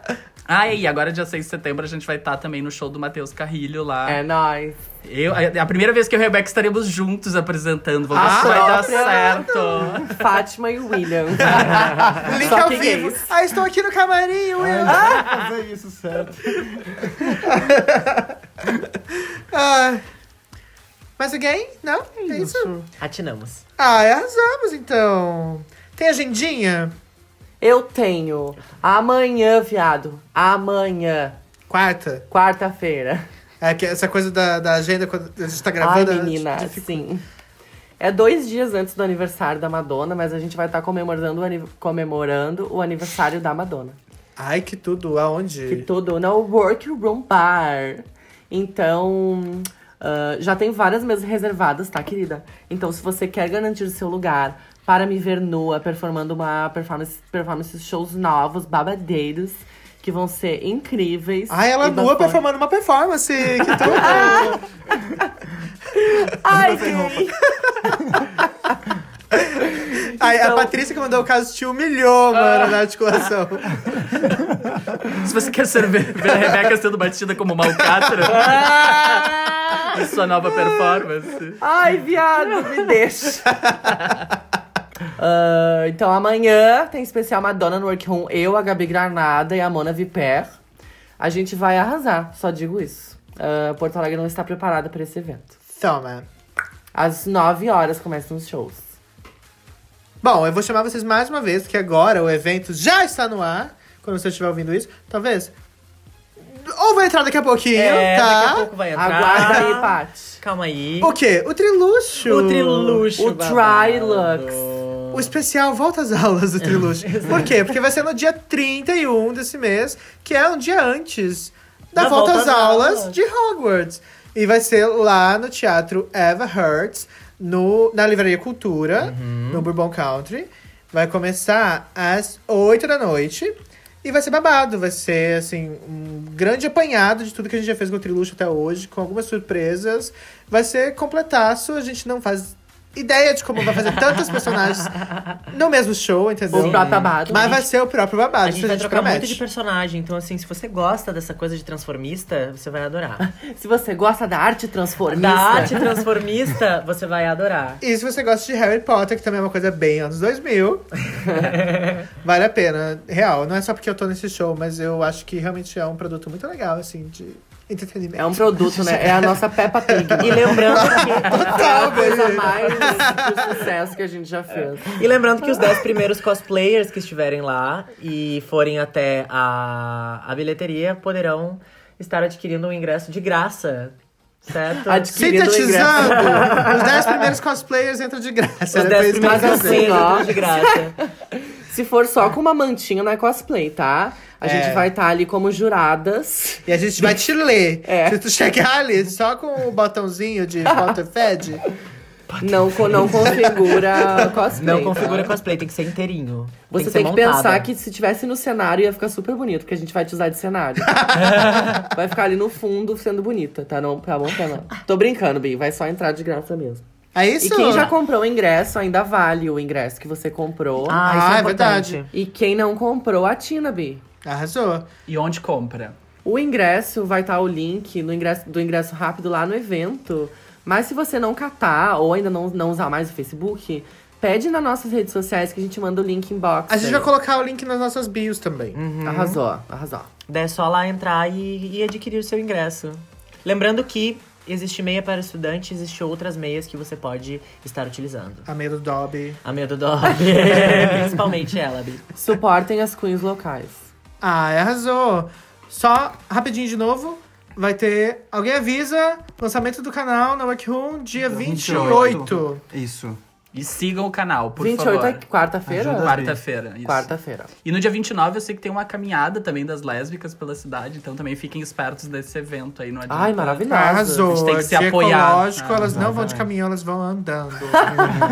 Speaker 6: Ah, e agora dia 6 de setembro a gente vai estar também no show do Matheus Carrilho lá.
Speaker 1: É nóis.
Speaker 6: Eu, a, a primeira vez que eu e o Rebeca estaremos juntos apresentando. Vamos ver
Speaker 1: Ah,
Speaker 6: se vai dar
Speaker 1: própria.
Speaker 6: certo.
Speaker 1: Fátima e William.
Speaker 4: Link
Speaker 1: Só
Speaker 4: ao
Speaker 1: que é
Speaker 4: vivo.
Speaker 1: gays.
Speaker 4: Ah, estou aqui no camarim, Will.
Speaker 7: Ah! Fazer isso certo.
Speaker 4: Ah. Mais alguém? Não? É isso?
Speaker 3: Atinamos.
Speaker 4: Ah, arrasamos então. Tem agendinha?
Speaker 1: Eu tenho amanhã, viado. Amanhã,
Speaker 4: Quarta.
Speaker 1: quarta-feira.
Speaker 4: É que essa coisa da, da agenda quando a gente tá
Speaker 1: Ai,
Speaker 4: gravando.
Speaker 1: menina,
Speaker 4: a gente dificulta.
Speaker 1: sim. É dois dias antes do aniversário da Madonna, mas a gente vai estar comemorando, o ani- comemorando o aniversário da Madonna.
Speaker 4: Ai, que
Speaker 1: é
Speaker 4: tudo. Aonde?
Speaker 1: Que tudo no Workroom Bar. Então, Ah, já tem várias mesas reservadas, tá, querida? Então, se você quer garantir o seu lugar para me ver nua performando uma performance, performance shows novos, babadeiros, que vão ser incríveis.
Speaker 4: Ah, ela
Speaker 1: e
Speaker 4: nua
Speaker 1: bafonas.
Speaker 4: performando uma performance. Que tudo!
Speaker 1: Ai,
Speaker 4: Ai, A Patrícia que mandou o caso te humilhou, mano, na articulação.
Speaker 6: Se você quer ser, ver, ver a Rebeca sendo batida como malcatra
Speaker 1: Ah!
Speaker 6: em sua nova performance.
Speaker 1: Ai, viado, me deixa. Ah, então amanhã tem especial Madonna no Workroom. Eu, a Gabi Granada e a Mona Viper. A gente vai arrasar, só digo isso. Ah, Porto Alegre não está preparada para esse evento.
Speaker 4: Toma.
Speaker 1: Às 9 horas começam os shows.
Speaker 4: Bom, eu vou chamar vocês mais uma vez, porque agora o evento já está no ar. Quando você estiver ouvindo isso, talvez. Ou vai entrar daqui a pouquinho,
Speaker 8: É,
Speaker 4: tá?
Speaker 8: daqui a pouco vai entrar.
Speaker 1: Aguarda aí, Paty.
Speaker 8: Calma aí.
Speaker 4: O quê? O Triluxo.
Speaker 8: O Triluxo,
Speaker 1: O Trilux.
Speaker 4: O especial volta às aulas do Triluxo. Por quê? Porque vai ser no dia 31 desse mês, que é um dia antes da, volta, às aulas, de Hogwarts. E vai ser lá no Teatro Eva Hertz, no, na Livraria Cultura, no Bourbon Country. Vai começar às 8 da noite. E vai ser babado, vai ser, assim, um grande apanhado de tudo que a gente já fez com o Triluxo até hoje, com algumas surpresas. Vai ser completaço, a gente não faz ideia de como vai fazer tantos personagens no mesmo show, entendeu?
Speaker 1: O
Speaker 8: tá
Speaker 1: próprio babado.
Speaker 4: Mas vai ser o próprio babado,
Speaker 8: A
Speaker 4: isso
Speaker 8: gente vai trocar
Speaker 4: promete.
Speaker 8: muito de personagem, então assim, se você gosta dessa coisa de transformista, você vai adorar.
Speaker 1: Se você gosta da arte transformista,
Speaker 8: da arte transformista, você vai adorar.
Speaker 4: E se você gosta de Harry Potter, que também é uma coisa bem anos 2000, vale a pena. Real, não é só porque eu tô nesse show, mas eu acho que realmente é um produto muito legal, assim, de entretenimento.
Speaker 1: é um produto, né? É a nossa Peppa Pig.
Speaker 8: E lembrando que,
Speaker 1: é a coisa mais de sucesso que a gente já fez.
Speaker 8: e lembrando que os 10 primeiros cosplayers que estiverem lá e forem até a, a bilheteria poderão estar adquirindo um ingresso de graça, certo?
Speaker 1: Adquirindo o ingresso.
Speaker 4: Sintetizando, os 10 primeiros cosplayers entram de graça.
Speaker 8: Os
Speaker 4: era
Speaker 8: 10
Speaker 4: isso que eu
Speaker 8: primeiros
Speaker 4: ia
Speaker 1: Mas assim,
Speaker 4: dizer.
Speaker 8: cosplayers
Speaker 1: ó.
Speaker 8: entram de graça.
Speaker 1: Se for só com uma mantinha, não é cosplay, tá? A
Speaker 4: É.
Speaker 1: gente vai estar ali como juradas.
Speaker 4: E a gente vai te ler.
Speaker 1: É.
Speaker 4: Se tu chegar ali só com o botãozinho de Potter Fed,
Speaker 1: Não, co- não configura cosplay.
Speaker 8: Não
Speaker 1: tá?
Speaker 8: configura cosplay, tem que ser inteirinho.
Speaker 1: Você
Speaker 8: ser
Speaker 1: tem que, pensar
Speaker 8: montada.
Speaker 1: que se tivesse no cenário ia ficar super bonito, porque a gente vai te usar de cenário. vai ficar ali no fundo sendo bonita, tá? Não, tá bom, tá não. Tô brincando, Bi, vai só entrar de graça mesmo.
Speaker 4: é isso?
Speaker 1: E quem já comprou o ingresso ainda vale o ingresso que você comprou.
Speaker 8: Ah, isso
Speaker 4: Ah,
Speaker 8: é
Speaker 4: é verdade.
Speaker 8: importante.
Speaker 1: E quem não comprou, atina, Bi.
Speaker 4: Arrasou.
Speaker 6: E onde compra?
Speaker 1: O ingresso vai estar o link no ingresso, do ingresso rápido lá no evento. Mas se você não catar ou ainda não, não usar mais o Facebook, pede nas nossas redes sociais que a gente manda o link inbox.
Speaker 4: A gente vai colocar o link nas nossas bios também.
Speaker 1: Uhum. Arrasou, arrasou.
Speaker 8: Daí é só lá entrar e, e adquirir o seu ingresso. Lembrando que existe meia para estudante, existe outras meias que você pode estar utilizando.
Speaker 4: A meio do Dobby.
Speaker 8: A meia do Dobby, principalmente ela, Bi.
Speaker 1: Suportem as queens locais.
Speaker 4: Ah, arrasou. Só rapidinho de novo. Vai ter. Alguém avisa? Lançamento do canal na Workroom, dia 28.
Speaker 2: 28. Isso.
Speaker 6: E sigam o canal, por
Speaker 1: 28
Speaker 6: favor.
Speaker 1: é quarta-feira?
Speaker 6: Quarta-feira, isso.
Speaker 1: Quarta-feira.
Speaker 6: E no dia 29 eu sei que tem uma caminhada também das lésbicas pela cidade, então também fiquem espertos desse evento aí, não adianta.
Speaker 1: Ai, maravilhoso.
Speaker 4: Arrasou.
Speaker 6: A gente tem que se
Speaker 4: Dia
Speaker 6: apoiar.
Speaker 4: ecológico,
Speaker 6: Ah,
Speaker 4: elas não vão de caminhão, elas vão andando.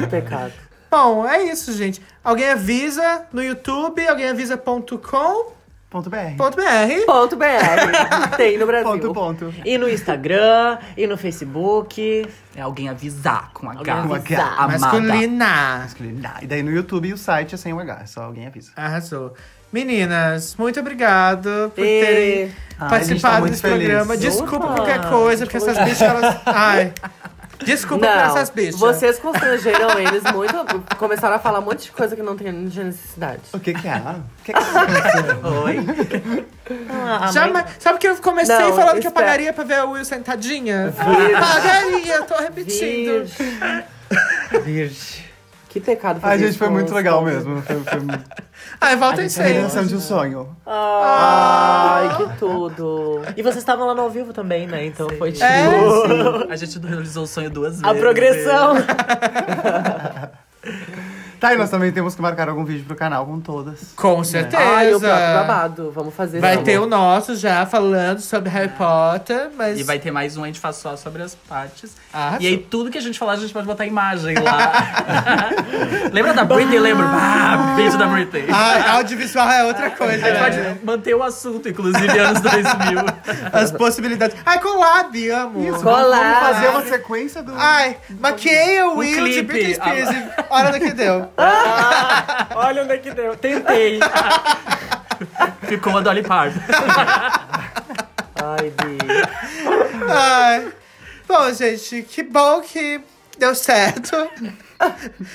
Speaker 1: Que pecado.
Speaker 4: Bom, é isso, gente. Alguém avisa no YouTube, alguém avisa.com.br.
Speaker 7: Ponto BR.
Speaker 1: Ponto BR. Tem no Brasil.
Speaker 7: Ponto, ponto.
Speaker 8: E no Instagram, e no Facebook.
Speaker 6: É alguém avisar com a
Speaker 8: Alguém
Speaker 6: garra.
Speaker 7: avisar.
Speaker 6: Amada.
Speaker 4: Masculina.
Speaker 7: Ah, E daí no YouTube o site é sem o H, é só alguém avisa.
Speaker 4: Arrasou. Meninas, muito obrigado por
Speaker 1: E-
Speaker 4: terem
Speaker 7: a gente tá
Speaker 4: participado
Speaker 7: muito
Speaker 4: desse
Speaker 7: feliz.
Speaker 4: programa. Desculpa qualquer coisa, porque essas bichas, elas... Ai, desculpa por essas bichas.
Speaker 1: vocês constrangeram eles muito. Começaram a falar um monte de coisa que não tem necessidade.
Speaker 7: O que que é? O que que é?
Speaker 8: Ah, a
Speaker 4: Já,
Speaker 8: mãe-
Speaker 4: mas- Sabe que eu comecei
Speaker 1: Não,
Speaker 4: falando que eu
Speaker 1: espera.
Speaker 4: pagaria pra ver a Will sentadinha? pagaria, eu tô repetindo.
Speaker 1: Virgem.
Speaker 7: Virgem.
Speaker 1: Que pecado fazer
Speaker 7: Ai, gente,
Speaker 1: isso
Speaker 7: foi
Speaker 1: com
Speaker 7: muito
Speaker 1: os
Speaker 7: legal
Speaker 1: pobres.
Speaker 7: mesmo. Foi, foi uma
Speaker 4: Ai, volta em
Speaker 1: tá
Speaker 4: seis.
Speaker 7: realização de um sonho.
Speaker 1: Ai, que tudo.
Speaker 8: Ah, E vocês estavam lá no ao vivo também, né? Então foi tipo.
Speaker 4: É,
Speaker 6: A gente realizou o sonho duas
Speaker 8: A
Speaker 6: vezes.
Speaker 8: progressão.
Speaker 7: Tá, e nós também temos que marcar algum vídeo pro canal com todas.
Speaker 4: Com certeza.
Speaker 1: Ai, o próprio né? babado. Vamos fazer
Speaker 4: Vai
Speaker 1: isso.
Speaker 4: ter um o nosso já falando sobre Harry Potter, mas. Ah,
Speaker 6: E vai ter mais um, a gente faz só sobre as partes.
Speaker 4: Arrasou.
Speaker 6: E aí, tudo que a gente falar, a gente pode botar imagem lá. lembra da Britney? Lembro. Ah, beijo da Britney.
Speaker 4: Ah, audiovisual é outra coisa.
Speaker 6: A gente
Speaker 4: né?
Speaker 6: pode manter o assunto, inclusive, anos 2000.
Speaker 4: As possibilidades. Ai, collab, amo.
Speaker 7: Isso, vamos- vamos fazer uma sequência do.
Speaker 4: Ai, maquei o
Speaker 6: Um
Speaker 4: Will de
Speaker 6: clipe.
Speaker 4: Britney Spears. e Olha onde que deu.
Speaker 5: Olha onde é que deu. Tentei.
Speaker 6: Ficou a Dolly Parton.
Speaker 1: Ai, Bi.
Speaker 4: Ai. Bom, gente, que bom que deu certo.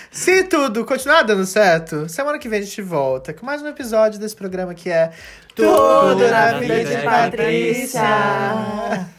Speaker 4: Se tudo continuar dando certo, semana que vem a gente volta com mais um episódio desse programa que é
Speaker 18: Tudo na Vida de Patrícia.